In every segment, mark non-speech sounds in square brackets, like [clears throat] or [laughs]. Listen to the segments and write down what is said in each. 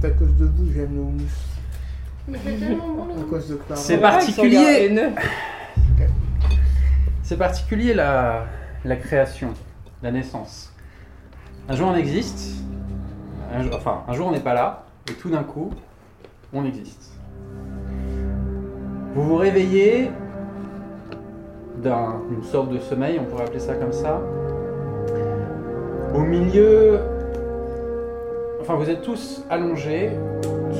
C'est à cause de vous, j'aime le houmous. Mais c'est tellement bon le À cause de Clara. C'est Ouais, ils sont là, particulier. haineux. C'est particulier la, la création, la naissance. Un jour on existe, un jour- enfin un jour on n'est pas là, et tout d'un coup on existe. Vous vous réveillez d'une sorte de sommeil, on pourrait appeler ça comme ça, au milieu, enfin vous êtes tous allongés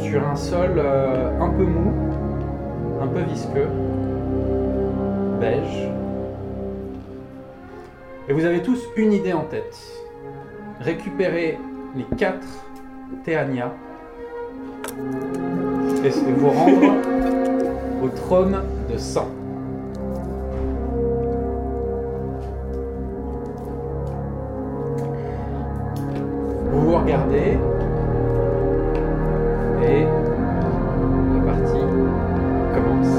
sur un sol euh, un peu mou, un peu visqueux, beige. Et vous avez tous une idée en tête. Récupérer les quatre Théania et s- et vous rendre au trône de sang. Vous vous regardez et la partie commence.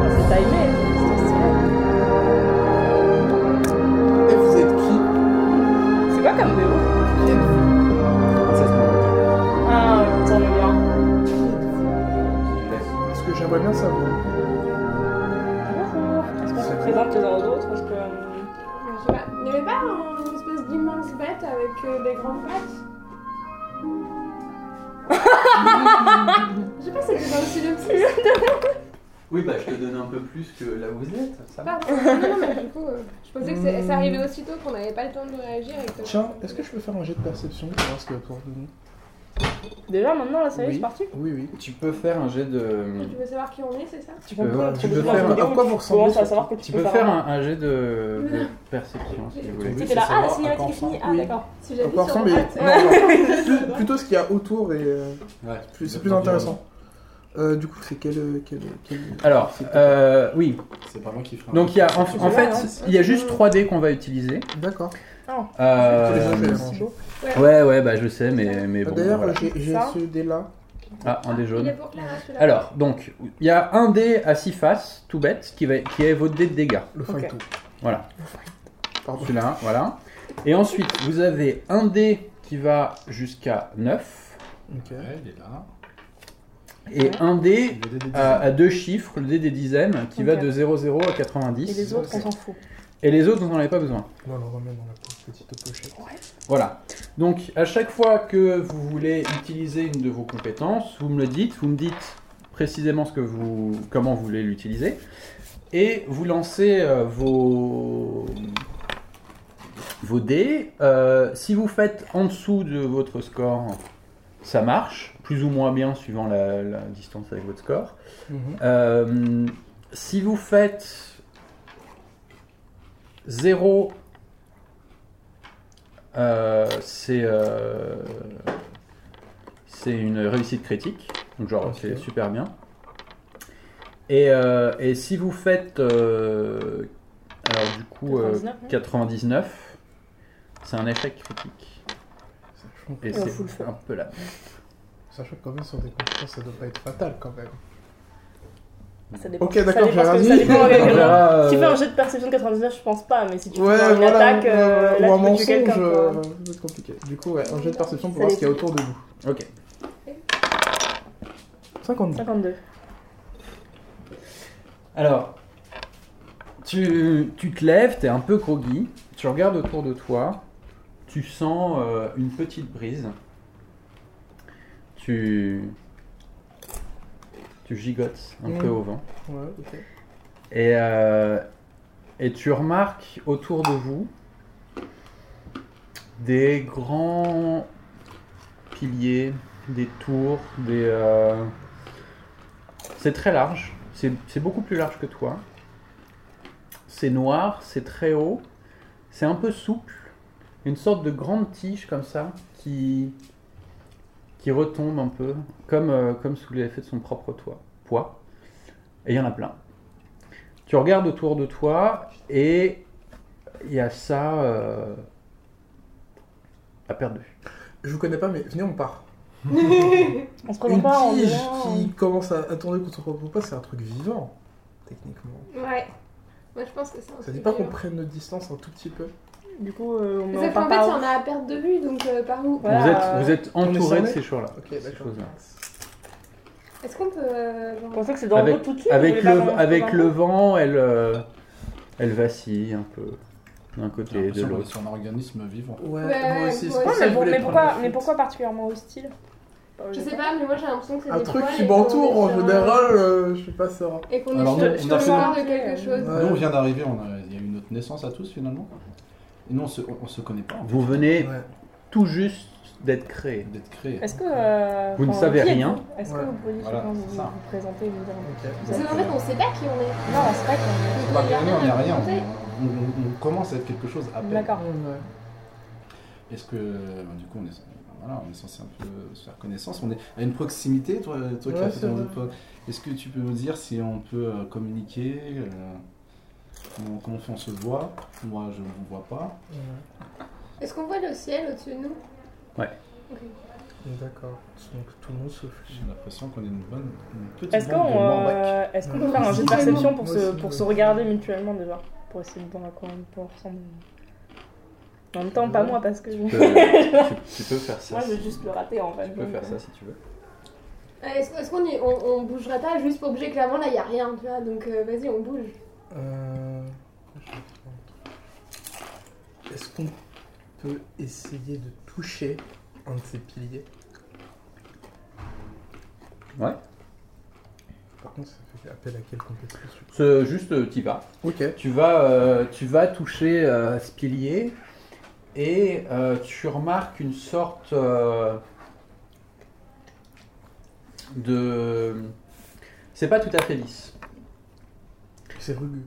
Enfin, C'est timé. Et vous êtes qui C'est pas comme Béo. Qui êtes-vous Ah, j'entends bien. Parce que j'aimerais bien savoir. Bonjour. Est-ce qu'on se présente les uns aux autres Parce que. euh, Je sais pas. Il n'y avait pas un- une espèce d'immense bête avec euh, des grandes [laughs] pattes Je sais pas, c'était dans le synopsis. Oui, bah je te donne un peu plus que là où vous êtes, ça va. Pardon. Non, non, mais du coup, euh, je pensais que c'est ça arrivait aussitôt qu'on n'avait pas le temps de réagir. Et que... Tiens, est-ce que je peux faire un jet de perception pour voir ce qu'il y a autour de nous Déjà maintenant, là, ça y est, Oui. c'est parti. Oui, oui. Tu peux faire un jet de. Tu veux savoir qui on est, c'est ça Tu peux voir, tu tu peux peux faire- à quoi vous ressemblez, à surtout. savoir que tu, Tu peux faire un, un jet de, de perception si vous voulez. Tu Oui, t'es là, c'est ah, la savoir à cinématique quoi est finie. Ah, ressemble. d'accord. Si À j'appuie quoi sur ressemble droite, mais- non, non. Plus- Plutôt ce qu'il y a autour et euh, Ouais. plus- c'est plus intéressant. Euh, du coup, c'est quel, euh, quel, quel- Alors, euh, oui. C'est pas moi qui ferai. un- Donc il y a en, en fait, Ouais. il y a juste 3D qu'on va utiliser. D'accord. Euh, Tous les autres, C'est beau. hein. ouais, ouais, bah je sais, mais mais bon. D'ailleurs, voilà. j'ai j'ai Ça ce dé-là. Ah, un des Il est jaunes. pour Clara celui-là. Alors, donc, il y a un dé à 6 faces, tout bête, qui, va, qui est votre dé de dégâts. Le Ok. fighto. Voilà. Pardon. Celui-là, voilà. Et ensuite, vous avez un dé qui va jusqu'à 9, Ok. Ouais, il est là. et un dé Il est à, à deux chiffres, le dé des dizaines, qui va Ok. de 00 à Et 90. les autres, on s'en fout. Et les autres, vous n'en avez pas besoin. On va le remettre dans la po- petite pochette. Voilà. Donc, à chaque fois que vous voulez utiliser une de vos compétences, vous me le dites, vous me dites précisément ce que vous, comment vous voulez l'utiliser, et vous lancez euh, vos, vos dés. Euh, si vous faites en dessous de votre score, ça marche, plus ou moins bien suivant la- la distance avec votre score. Mhm. Euh, si vous faites 0, c'est euh, c'est une réussite critique. Donc, genre, Ok. c'est super bien. Et, euh, et si vous faites. euh, alors, du coup, euh, 99, non 99, c'est un échec critique. Sachant, Et Et on c'est fout le feu. un peu la sachant que quand même sur des compétences, ça doit pas être fatal quand même. Ça dépend. Ok, Ça d'accord, dépend j'ai ce que- rien ça dit. [laughs] Ah, dépend avec On quel- verra, euh, Si tu fais un jet de perception de 99, je pense pas, mais si tu fais Ouais, genre une voilà. attaque, euh, euh, ou là, un tu peux tuer mensonge, quelqu'un. euh, quoi. ça va être compliqué. Du coup, ouais, un jet de perception pour voir ce qu'il y a autour de nous. Ok. 52. 52. Alors, tu, tu te lèves, t'es un peu groggy, tu regardes autour de toi, tu sens euh, une petite brise, tu, tu gigotes un Mm. peu au vent, Ouais, ok. et, euh, et tu remarques autour de vous des grands piliers, des tours, des... euh, C'est très large, c'est c'est beaucoup plus large que toi. C'est noir, c'est très haut, c'est un peu souple, une sorte de grande tige comme ça qui, qui retombe un peu, comme, euh, comme sous l'effet de son propre toit, poids. Et il y en a plein. Tu regardes autour de toi et il y a ça euh, à perdre de vue. Je vous connais pas, mais venez, on part. On se Une présente pas en tige disant. qui commence à, à tourner contre son propre pas, c'est un truc vivant, techniquement. [laughs] Ouais. Moi je pense que c'est un Ça truc dit pas qu'on vivant. prenne notre distance un tout petit peu Du coup, euh, on Sauf part qu'en fait, par il y où en a à perte de vue, donc euh, par où Voilà. Vous êtes, vous êtes On est entouré de cerné ces choses-là. Ok, Ces d'accord. choses-là. Est-ce qu'on peut. euh, Vous genre- pensez que c'est dans Avec- le route tout de suite vous Avec voulez pas le, commencer avec par le là vent, elle, euh, elle vacille un peu d'un côté et de l'impression qu'on est l'autre. sur un organisme vivant. Ouais, Ouais, moi aussi, ouais, c'est ouais. pour Ouais, ça mais, que je pour- voulais mais prendre pourquoi, la mais fuite. pourquoi particulièrement hostile Je sais pas, mais moi j'ai l'impression que c'est Un des truc poils qui et qu'on est m'entoure, en sur un- général, euh, je suis pas serein. Et qu'on est Alors, sur nous, sur on a le fait bord de notre- quelque chose. Ouais. Nous, on vient d'arriver, on a- il y a eu notre naissance à tous finalement. Et nous, on se, on, on se connaît pas, en fait, Vous venez Ouais. tout juste d'être [laughs] créé. d'être créés. Est-ce que. euh, Vous ne enfin, savez qui rien. êtes-vous Est-ce Ouais. que vous pourriez Voilà, chacun vous, c'est ça. vous présenter et vous dire un Ok. Parce qu'en fait, on sait pas qui on est. peu Non, c'est vrai qu'on On va Il y a on est rien à rien, raconter. on, on- on commence à être quelque chose à peine. D'accord. Ouais. Est-ce que, ben, du coup, on est, voilà, on est censé un peu se faire connaissance On est à une proximité, toi, toi qui Ouais, as fait c'est ton- vrai. toi. Est-ce que tu peux nous dire si on peut euh, communiquer euh, comment, comment on fait, on se voit Moi, je ne vous vois pas. Ouais. Est-ce qu'on voit le ciel au-dessus de nous Ouais. Ok. D'accord. Donc tout le monde se fout. J'ai l'impression qu'on est une bonne, une petite Est-ce bande de qu'on Morbac. euh, est-ce qu'on peut faire un jeu de perception pour Moi se, aussi, pour je- se regarder mutuellement déjà Pour essayer de voir à quoi on peut ressembler. En même temps, pas moi parce que je. Tu peux, Euh, tu- tu peux faire ça. Moi, je si- vais juste le rater en fait. Tu peux donc, faire euh, ça si tu veux. Euh, Est-ce est-ce qu'on y- on, on bougerait pas juste pour bouger Clairement, là, il y a rien, tu vois. Donc euh, vas-y, on bouge. Euh, je vais prendre. Est-ce qu'on peut essayer de toucher un de ces piliers Ouais. Par contre, ça fait appel à quelle compétence je- Ce- juste, euh, t'y vas. Ok. Tu vas, euh, tu vas toucher euh, ce pilier et euh, tu remarques une sorte euh, de. C'est pas tout à fait lisse. C'est rugueux.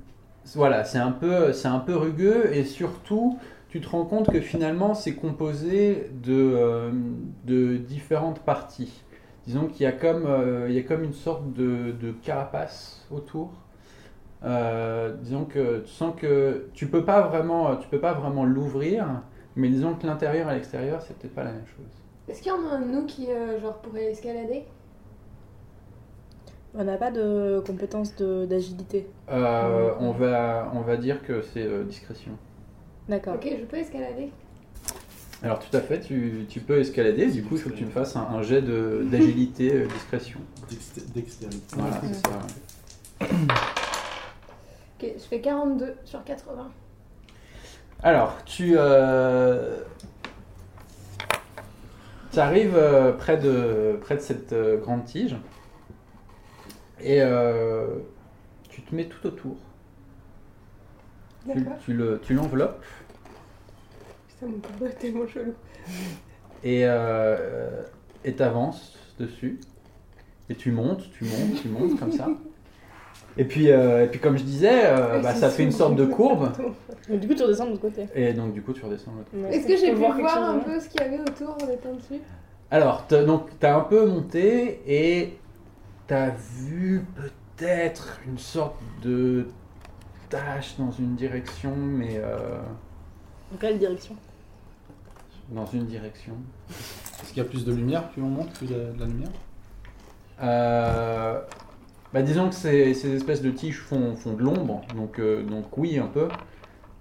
Voilà, c'est un peu, c'est un peu rugueux et surtout, tu te rends compte que finalement, c'est composé de, euh, de différentes parties. Disons qu'il y a comme, euh, il y a comme une sorte de, de carapace autour. Euh, disons que tu sens que tu peux pas vraiment, tu peux pas vraiment l'ouvrir, mais disons que l'intérieur et l'extérieur, c'est peut-être pas la même chose. Est-ce qu'il y en a un de nous qui, euh, genre, pourrait escalader On n'a pas de compétences de- d'agilité. Euh, on va, on va dire que c'est euh, discrétion. D'accord. Ok, je peux escalader. Alors tout à fait, tu, tu peux escalader, du coup il faut que tu me fasses un, un jet de- d'agilité, euh, discrétion. Dexté- Dextérité. Voilà, c'est ça. Ok, je fais 42 sur 80. Alors, tu euh, arrives euh, près, de, près de cette euh, grande tige et euh, tu te mets tout autour. Tu, D'accord. tu le- tu l'enveloppes Putain, mon corps est tellement chelou. et euh, et t'avances dessus et tu montes, tu montes, tu montes comme ça. Et puis, euh, et puis comme je disais, euh, [laughs] bah, ça fait une sorte de courbe Mais du coup, tu redescends de l'autre côté. et donc du coup tu redescends. de l'autre. Mais Est-ce qu'on que j'ai peut pu voir, quelque chose, un hein peu ce qu'il y avait autour en étant dessus Alors t'as, donc t'as un peu monté et t'as vu peut-être une sorte de tâche dans une direction, mais euh, Dans quelle direction dans une direction. Est-ce qu'il y a plus de lumière plus on monte, plus il y a de la lumière Euh, bah disons que ces, ces espèces de tiges font, font de l'ombre, donc, euh, donc oui, un peu,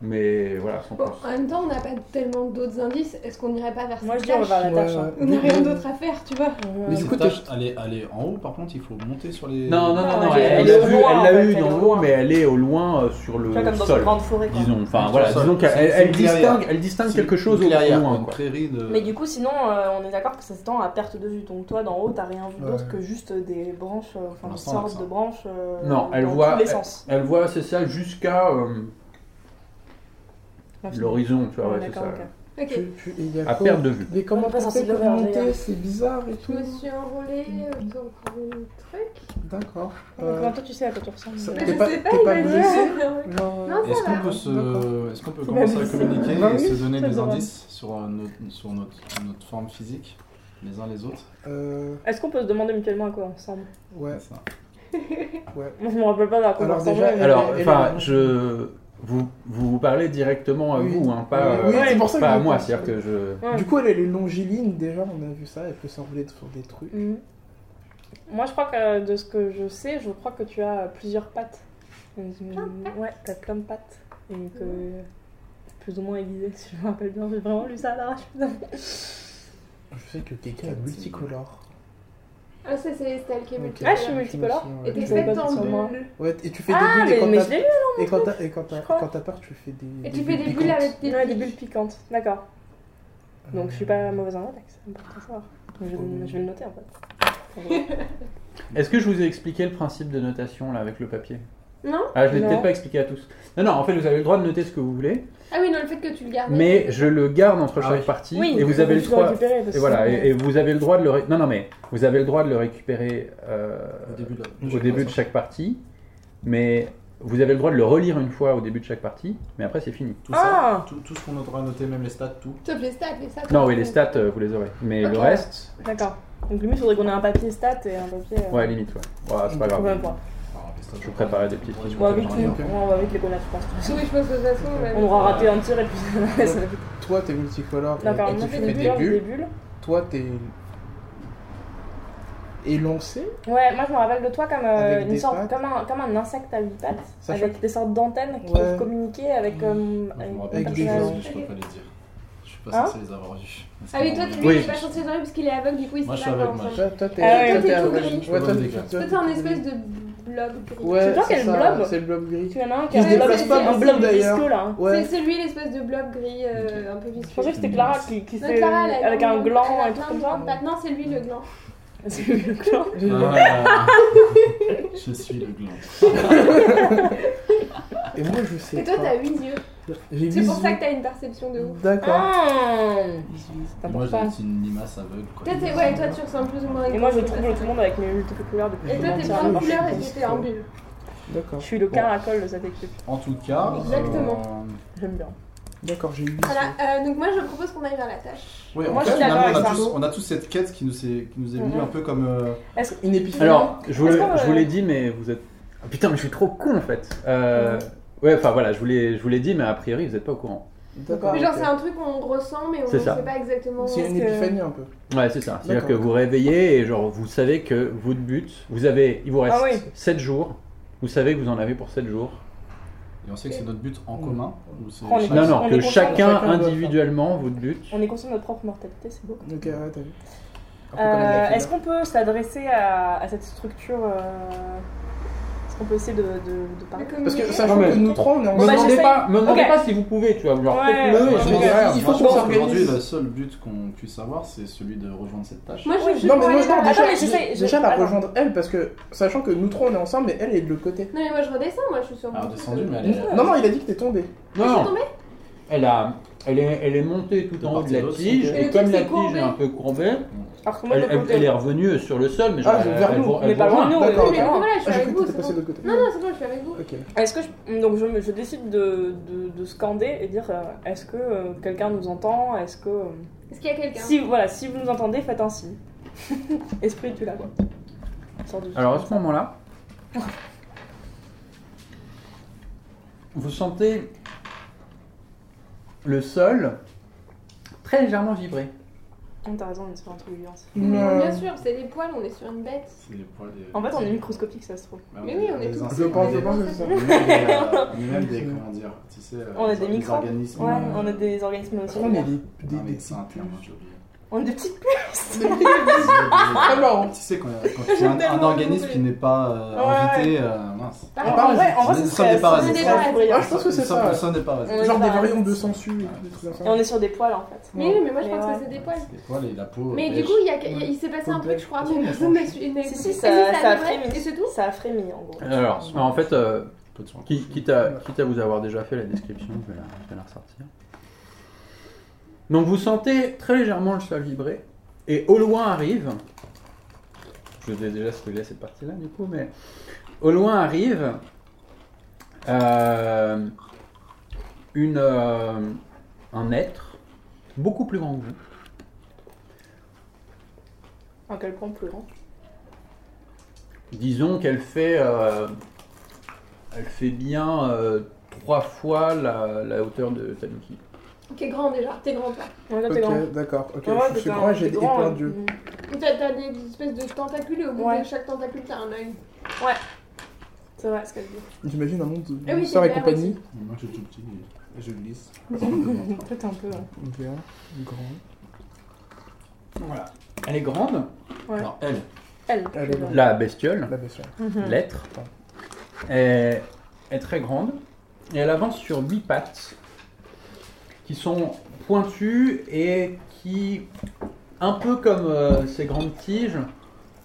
mais voilà, sans plus. Bon, en même temps, on n'a pas tellement d'autres indices. Est-ce qu'on irait pas vers Moi, je cette dis, on va vers tâche la tâche. Ouais, hein. On n'a Mmh. rien d'autre à faire, tu vois. On va- Mais du Cette coup, tâche, elle est, elle est en haut, par contre, il faut monter sur les. Non, non, non, Ah, non, j'ai- elle elle est l'a au vu, loin, elle en l'a fait, eu elle est d'en au haut, loin. mais elle est au loin euh, sur Tu le vois, comme dans une sol. grande forêt. quoi. Disons, enfin Sur voilà, le sol. disons qu'elle C'est- elle- c'est elle une clairière. distingue, elle distingue C'est quelque chose une au au clairière, quoi, loin. une quoi. prairie de. Mais du coup, sinon, euh, on est d'accord que ça s'étend à perte de vue. Donc, toi, d'en haut, t'as rien vu d'autre Ouais. que juste des branches, euh, Pour enfin, une l'instant, sorte ça. de branches. euh, Non, elle dans voit- Tous les sens. Elle voit, c'est ça, jusqu'à euh, l'horizon, tu vois, ouais, c'est ça. Ah, D'accord, ok. Ok. Tu- tu- il y a À quoi perte de vue. Mais comment On passe on en fait pour silver, monter d'ailleurs. C'est bizarre et Je tout. me suis enrôlée euh, autour d'un truc. D'accord. Donc, Euh, maintenant, tu sais à quoi tu ressembles. ça- Mais T'es je pas- sais t'es pas imaginer. genre, euh, Non, Est-ce ça qu'on va. peut, D'accord. se... Est qu'on peut Bah commencer oui, à ça- communiquer bah et oui, se donner ça des devrait. indices sur, euh, nos- sur notre, notre forme physique, les uns les autres euh, Est-ce qu'on peut se demander mutuellement à quoi on ressemble [laughs] ouais. C'est ça. Moi, je me rappelle pas à quoi on Alors, ressemble. déjà, elle- Alors, elle- enfin, elle- je. Vous, vous vous parlez directement à Oui. vous, hein, pas, Oui, euh, c'est pour ça que pas je à dis moi, ça. c'est-à-dire que je. Ouais. Du coup, elle, elle est longiligne déjà, on a vu ça, elle peut s'enrouler sur des trucs. Mhm. Moi, je crois que de ce que je sais, je crois que tu as plusieurs pattes. Donc, Plein de pattes Ouais, t'as plein de pattes. Et que. plus ou moins aiguisé, [laughs] si je me rappelle bien. J'ai vraiment lu ça à l'arrache. Je sais que quelqu'un est Quatre, multicolore. Ah, ça, c'est Estelle qui est Ok. multicolore. Ah, je suis multicolore. Et t'es Ouais. Je savais faite pas dans que sur moi. le bulle. Ouais, et tu fais Ah, des mais, bulles mais et quand t'as- je l'ai lu et quand t'as- et quand t'as- je crois. quand t'as peur, tu fais des. Et tu fais des bulles piquantes. avec tes Non, des pics. bulles piquantes, d'accord. Donc je suis Euh. pas mauvaise en attaque, c'est important de savoir. Je, Ouais. je vais le noter en fait. Est-ce que je vous ai expliqué le principe de notation là avec le papier Non Ah, je l'ai Non. peut-être pas expliqué à tous. Non, non, en fait, vous avez le droit de noter ce que vous voulez, Ah oui, non, le fait que tu le gardes. mais je le garde entre Ah chaque oui. partie Oui, et vous avez le je droit. récupérer, parce Et voilà, que- et, et vous avez le droit de le. ré- Non, non, mais vous avez le droit de le récupérer euh, Au début de la- au début de chaque partie, mais vous avez le droit de le relire une fois au début de chaque partie, mais après c'est fini. Tout ça, Ah. tout, tout ce qu'on aura noté, même les stats, tout. Sauf les stats, les stats. Non, oui, les stats, euh, vous les aurez. Mais Ok. le reste, D'accord. Donc limite, il faudrait qu'on ait un papier stat et un papier. euh, ouais, limite, ouais. Ouais, c'est pas pour grave. même pas. Alors, les stats, Je vous préparais des petites fiches. On va vite, J'en ai les- un peu. on va vite les connaître, je pense. Oui, je pense que de toute façon. On ouais. aura raté un tir et puis. [laughs] ça va vite. Toi, t'es multicolore. et- D'accord, et on tu a fait fais des des bulles, des bulles. bulles. Toi, t'es. Élancé Ouais, moi je me rappelle de toi comme, euh, Avec une des sorte, pattes. comme, un, comme un insecte à huit pattes, Sachant avec des sortes d'antennes qui Ouais. peuvent communiquer avec. euh, Mmh. Moi, je avec me rappelle un de des personnage. gens. choses, mais je peux pas les dire. Je suis pas Hein censé les avoir vus. Ah oui, toi, t'es Oui. lui, il est pas censé dans parce qu'il est aveugle, du coup, il Moi, sait je suis pas aveugle, comment moi. ça. Toi, toi, t'es. Ah ouais, toi, toi, t'es t'es tout aveugle. gris. Ouais, toi, Ouais, t'es- d'accord. toi, Toi, t'es un espèce de blob gris. Ouais, C'est toi qui as le ça, blob. C'est le blob gris. Tu en as un qui Il a se un blob, déplace pas un beaucoup, blob d'ailleurs. visqueux là. Ouais. C'est c'est lui l'espèce de blob gris euh, un peu visqueux. Je pensais que Mmh. c'était Clara qui, qui Non, s'est. Clara, elle a avec plein un de- gland elle a et tout plein comme de ça. [laughs] grandes pattes. Non, c'est lui le gland. C'est le gland. Ah. je suis le gland. Et moi, je sais. Et toi, pas. t'as 8 yeux. J'ai C'est pour huit ça yeux. que t'as une perception de ouf. D'accord. Ah Et Moi, j'ai aussi une limace aveugle. Quoi. Toi, t'es- ouais, toi, tu ressembles plus ou moins à une Et moi je grosse trouble tout le personne. monde avec mes multiples couleurs depuis Et toi, t'es Je plein de pense couleurs et que- t'es en bulle. D'accord. Je suis le Bon. caracol de cette équipe. En tout cas. Exactement. euh, J'aime bien. D'accord, j'ai 8 yeux. Voilà, euh, donc moi je propose qu'on aille vers la tâche. Ouais, Moi, en je fait, suis d'accord finalement, avec on, ça. a tous, on a tous cette quête qui nous est, qui nous est venue Mhm. un peu comme. euh, Une épiphanie. Alors, je vous, Est-ce l'ai- qu'on, je vous euh, l'ai dit, mais vous êtes. Ah, putain, mais je suis trop con en fait. Euh, ouais, enfin voilà, je vous l'ai je vous l'ai dit, mais a priori, vous n'êtes pas au courant. D'accord. Mais genre, ok. c'est un truc qu'on ressent, mais on C'est ne ça. sait pas exactement. C'est une que- épiphanie un peu. Ouais, c'est ça. C'est-à-dire D'accord. que vous réveillez et genre, vous savez que votre but, vous avez. Il vous reste Ah oui. 7 jours. Vous savez que vous en avez pour 7 jours. Et on sait que c'est notre but en commun. ou Ah, c'est Oh, les- chaque- Non, non, on que est conscient que chacun chacun doit faire. individuellement, votre but. On est conscient de notre propre mortalité, c'est beau. Ok, ouais, t'as vu. Un peu comme Euh, la Est-ce qu'on peut s'adresser à, à cette structure euh, Est-ce qu'on peut essayer de, de, de parler Parce que ça. sachant Non, mais- que nous trois, on est Me bah, ensemble. demandez, j'essaye. pas, me demandez Ok. pas si vous pouvez, tu vois. Genre, Ouais, faites-le, ouais, et Moi, je c'est pas pense- grave. il faut moi, je qu'on pense s'organise. qu'aujourd'hui, le seul but qu'on puisse avoir, c'est celui de rejoindre cette tâche. Moi je suis Non, mais pour moi, aller je vers non, la Attends, déjà, mais j'essaie- je- déjà la attends. rejoindre elle, parce que sachant que nous trois, on est ensemble, mais elle est de l'autre côté. Non, mais moi je redescends, moi je suis sur. Alors, descendu, mais elle est. Non, non, il a dit que t'es tombé. Non, Je suis non, tombée elle, a, elle, est, elle est montée tout De en haut de partie la de l'autre, tige, ok. Et et, le comme truc, la tige c'est est courbé. un peu courbée, Alors que moi, elle, de elle- l'autre côté- elle est revenue sur le sol, mais genre, Ah, elle, vers elle nous. vous- On elle est vous pas loin rejoint. de nous. D'accord, on Oui, est mais ok. pas loin. voilà, je suis Ah, j'ai cru avec vous. que t'étais passé c'est de bon. l'autre côté. Non, non, c'est bon, je suis avec vous. Ok. Est-ce que je, donc je, je décide de, de, de scander et dire euh, est-ce que euh, quelqu'un nous entend Est-ce que euh, Est-ce qu'il y a quelqu'un si voilà si vous nous entendez faites un signe. [laughs] Esprit tu l'as quoi. Sors du- Alors à ce moment-là, vous sentez le sol très légèrement vibrer. Oh, T'as raison on est sur un truc vivant. ça. Non, Non. Bien sûr, c'est des poils, on est sur une bête. C'est les poils des- En fait on est microscopique ça se trouve. Ouais, Mais oui, on est des tous- insectes, Je pense, on est je des- pense que c'est ça. on est même des, euh, on est même des. Comment dire Tu sais, euh, On est des des microbes. organismes. Ouais euh, on est des organismes aussi. On est des- des. Non, mais des- c'est un terme, j'ai oublié. On est des petites puces. marrant. Tu sais, quand quand tu as un- un tellement organisme oublié. qui n'est pas euh, Ouais. invité, euh, mince. En, Ah, en vrai en vrai ce Nous sommes serait des parasites. ce serait Nous sommes des effrayant. Ah, je pense que c'est Ça, ça. ouais. personne n'est pas resté. Ouais. Genre des Bah, variantes de sensu et tout, des trucs comme ça. Et on est sur des poils en fait. Mais oui, mais moi je Mais pense ouais. que c'est des poils. Les poils et la peau. euh, Mais du beige. coup, il, y a, il y a- il s'est passé un truc, je crois, mais personne n'a su. n'a Si écouté. si Ah, ça, ça a c'est vrai, frémi. Et c'est tout Ça a frémi en gros. Alors en fait, euh, Peu de soin. qui- quitte, à, quitte à vous avoir déjà fait la description, je vais la, je vais la ressortir. Donc vous sentez très légèrement le sol vibrer, et au loin arrive, je vous ai déjà spoilé cette partie-là du coup, mais au loin arrive euh, une, euh, un être beaucoup plus grand que vous, À quel point plus grand Disons qu'elle fait, euh, elle fait bien euh, trois fois la, la hauteur de Tanuki. T'es grand déjà, t'es grand toi. Ouais, là, t'es grand. Ok, d'accord. Ok, Ouais, ouais, je suis t'es grand, j'ai t'es des grand, plein hein. d'yeux. T'as t'as des espèces de tentacules et au bout Ouais. de chaque tentacule, t'as un œil. C'est vrai ce qu'elle dit. J'imagine un monde de Ah oui, sœurs c'est et clair compagnie. Moi, je suis tout petit. Je [laughs] glisse. En fait, un peu. hein. Bien, grand. Voilà. Elle est grande. Ouais. Alors, elle, Elle. Elle est là. La bestiole, La bestiole. Mhm. l'être, est, est très grande. Et elle avance sur huit pattes qui sont pointues et qui, un peu comme euh, ces grandes tiges,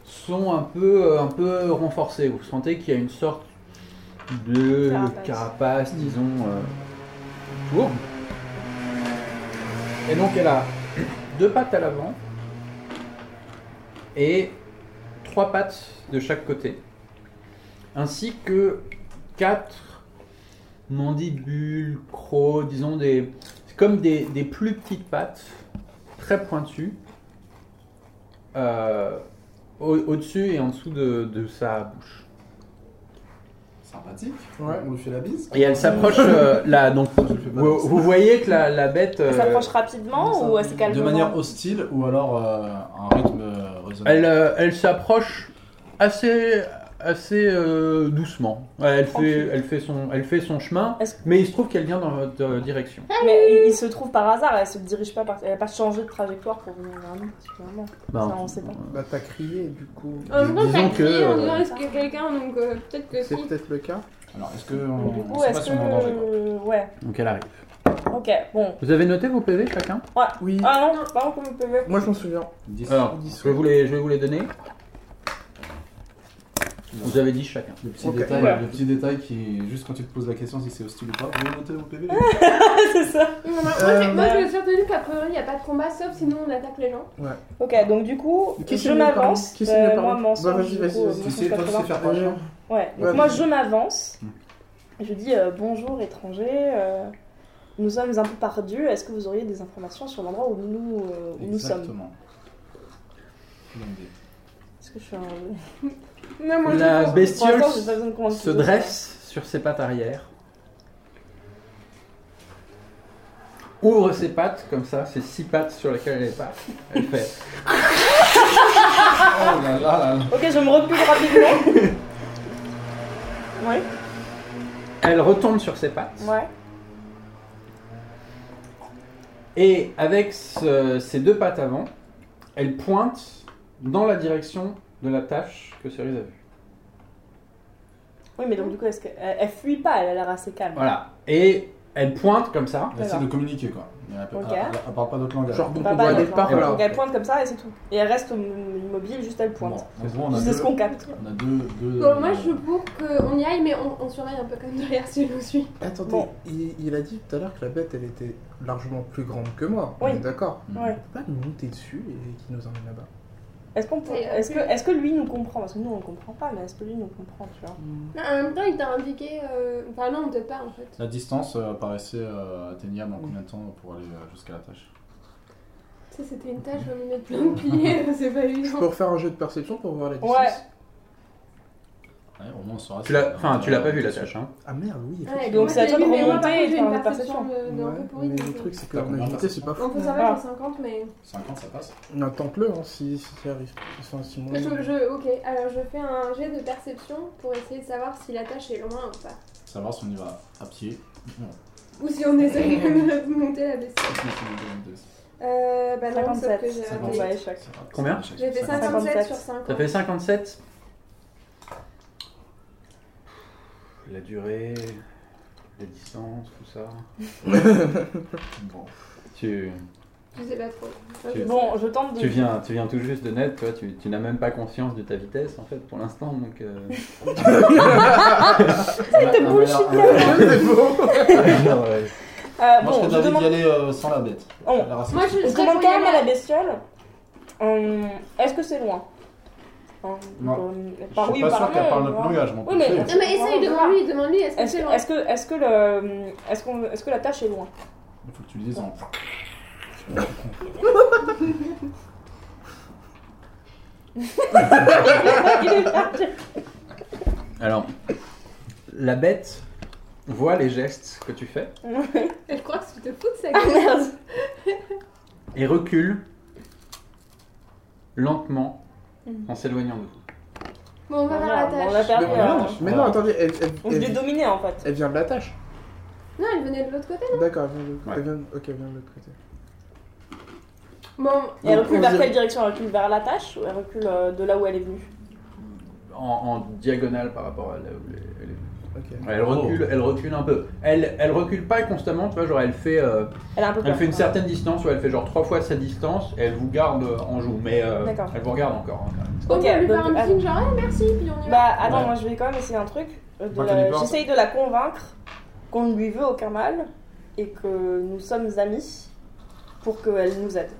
sont un peu, euh, un peu renforcées. Vous sentez qu'il y a une sorte de Carapace. carapace, disons, euh, autour. Et donc elle a [clears throat] deux pattes à l'avant et trois pattes de chaque côté, ainsi que quatre mandibules, crocs, disons des, c'est comme des, des plus petites pattes très pointues euh, au- au-dessus et en dessous de, de sa bouche. sympathique. Ouais. On lui fait la bise. Et elle s'approche euh, là, donc Je le fais pas vous, vous voyez que la, la bête, euh, Elle s'approche rapidement ou assez calmement De manière hostile ou alors euh, un rythme euh, raisonnable. elle, euh, elle s'approche assez, assez euh, doucement. Ouais, elle fait, Tranquille. elle fait son, elle fait son chemin, Est-ce- mais il se trouve qu'elle vient dans votre euh, direction. Mais il, il se trouve par hasard, elle se dirige pas, par... elle a pas changé de trajectoire pour venir vers nous. finalement. Ben, Ça, on sait pas. Bah, t'as crié, du coup. En même temps, Disons t'as crié que, en euh, disant est-ce qu'il y a quelqu'un, donc euh, peut-être que C'est si. peut-être le cas. Alors, est-ce que. Donc, du On... on coup, sait pas est-ce si que. on est en danger. quoi. ouais, Donc elle arrive. ok, bon. Vous avez noté vos PV chacun Oui. Ah non, par contre, vous pouvez. [laughs] Moi, je m'en souviens. Dix. Alors, Dix. je vais vous les, je vais vous les donner. Vous avez 10 chacun. Le petit, Ok. détail, Ouais. le petit détail qui est juste quand tu te poses la question si c'est hostile ou pas. Vous notez mon PV C'est ça. Non, non, moi, Euh, j'ai- moi, je merde. me suis retenu qu'a priori, il n'y a pas de combat, sauf sinon on attaque les gens. Ok, donc du coup, Qui c'est je le mieux m'avance. parlant Qui c'est le mieux Euh, parlant moi, mensonge, Bah, vas-y, du vas-y, coup, vas-y. Tu sais, toi, tu sais 80. faire quoi genre Ouais, donc Ouais, moi vas-y. je m'avance. Mm. Je dis euh, bonjour étranger, euh, nous sommes un peu perdus, est-ce que vous auriez des informations sur l'endroit où nous, euh, où nous sommes Exactement. Bonne idée. Est-ce que je suis un... [laughs] Non, moi, La je- Pour bestiole l'instant, j'ai pas besoin de convaincre se les autres. dresse sur ses pattes arrière, ouvre ses pattes comme ça, ses six pattes sur lesquelles elle est pas. Elle fait. Oh là là là là. Ok, je me repule rapidement. [laughs] ouais, Elle retombe sur ses pattes. ouais. Et avec ce- ses deux pattes avant, elle pointe dans la direction de la tâche que Cerise a vue. Oui, mais donc du coup, est-ce que... elle, elle fuit pas, elle a l'air assez calme. Voilà. Et elle pointe comme ça. Elle essaie de communiquer quoi. Mais elle, peut- Ok. elle- elle parle pas d'autre langage. Genre, donc Pas on mal, doit aller donc, par hein. là. Donc elle pointe comme ça et c'est tout. Et elle reste immobile, juste elle Bon, pointe. en gros, on a C'est deux. ce qu'on capte. On a deux. Euh, deux Bon, moi, je suis pour qu'on y aille, mais on, on surveille un peu comme derrière si je nous suis. Attendez, Bon. il, il a dit tout à l'heure que la bête, elle était largement plus grande que moi. Oui. On est D'accord. Mm. Ouais. On peut pas nous monter dessus et qui nous emmène là-bas. Est-ce qu'on peut- Et, euh, est-ce que, est-ce que lui nous comprend Parce que nous on le comprend pas, mais est-ce que lui nous comprend, tu vois Non, en même temps, il t'a indiqué. euh, Enfin, non, peut-être pas en fait. La distance euh, paraissait euh, atteignable en combien de temps pour aller euh, jusqu'à la tâche Tu sais, c'était une tâche, on y mettre plein de piliers, [laughs] c'est pas Je évident. peux refaire un jeu de perception pour voir la distance. Ouais. Ouais, Au moins on saura. Tu si- l'as, enfin, tu l'as pas euh, vu la tâche, hein. Ah merde, oui. Ouais, Donc, moi, c'est à je toi l'ai de vu, mais moi, remonter par et contre, j'ai faire une la perception de, de un Ouais, peu pourrie. mais le donc, truc, c'est que T'as en combien agilité, c'est pas fou. On peut savoir Ah. j'ai 50, mais. 50 ça passe Non, tente-le hein, si, si ça arrive. Enfin, si moi- Je, je- ok, alors je fais un jet de perception pour essayer de savoir si la tâche est loin ou pas. Savoir si on y va à pied. Non. Ou si on [laughs] essaye de monter la bestiole. Euh, bah non, sauf 57. que j'ai on Cinquante-sept. va à raté. échec. Combien J'ai fait 57, 50. sur 50. Ça fait 57. La durée, la distance, tout ça. [laughs] Bon. Tu, Je sais pas trop. Enfin, je- Bon, je tente [laughs] de. tu viens, tu viens tout juste de naître, toi, tu, tu n'as même pas conscience de ta vitesse en fait pour l'instant, donc. [laughs] euh, de Un bullshit, malheur- un malheur. [laughs] genre, euh, Euh, bon, je Moi je serais d'avis demande. d'y aller euh, sans la bête. Oh. La race- Moi je, Je serais demande pour y quand même à aller. la bestiole. Hum, Est-ce que c'est loin Hum, Non. hum, Je Par oui suis ou pas par sûr qu'elle non, parle tu notre vois. langage. mon Oui, mais- pote. Non mais essaye, demande-lui, demande-lui, est-ce que Est-ce c'est que, loin est-ce que, est-ce que le, est-ce qu'on, est-ce que la tâche est [laughs] loin Il faut que tu le dises en. Il est parti. Alors, la bête voit les gestes que tu fais Elle croit que tu te fous de sa [laughs] Ah gueule. merde. et recule lentement Mm. en s'éloignant de vous. Bon, on va vers la On l'a tâche. Ah, Mais, perdu. non, Ah. alors. mais non, Ouais. attendez, elle, elle- On se elle- fait dominer en fait. elle vient de la tâche. Non, elle venait de l'autre côté. D'accord, viens de l'autre côté. Ouais. viens- Ok, viens de l'autre côté. Bon, Et elle recule on vers dirait- quelle direction Elle recule vers la tâche ou elle recule euh, de là où elle est venue En, en diagonale par rapport à là où elle est- elle est. Ok. Elle recule, elle recule un peu. Elle, elle recule pas constamment, tu vois, genre elle fait, euh, Elle a un peu elle peur, fait une hein. certaine distance, ou elle fait genre trois fois sa distance, et elle vous garde euh, en joue, mais euh, D'accord. elle vous regarde encore. hein, quand même. on Ok, va lui donc, faire un petit attends. signe, genre, Eh, merci, puis on y va. Bah attends, Ouais. moi je vais quand même essayer un truc. euh, de Moi, la- téléporte. J'essaye de la convaincre qu'on ne lui veut aucun mal et que nous sommes amis pour qu'elle nous aide.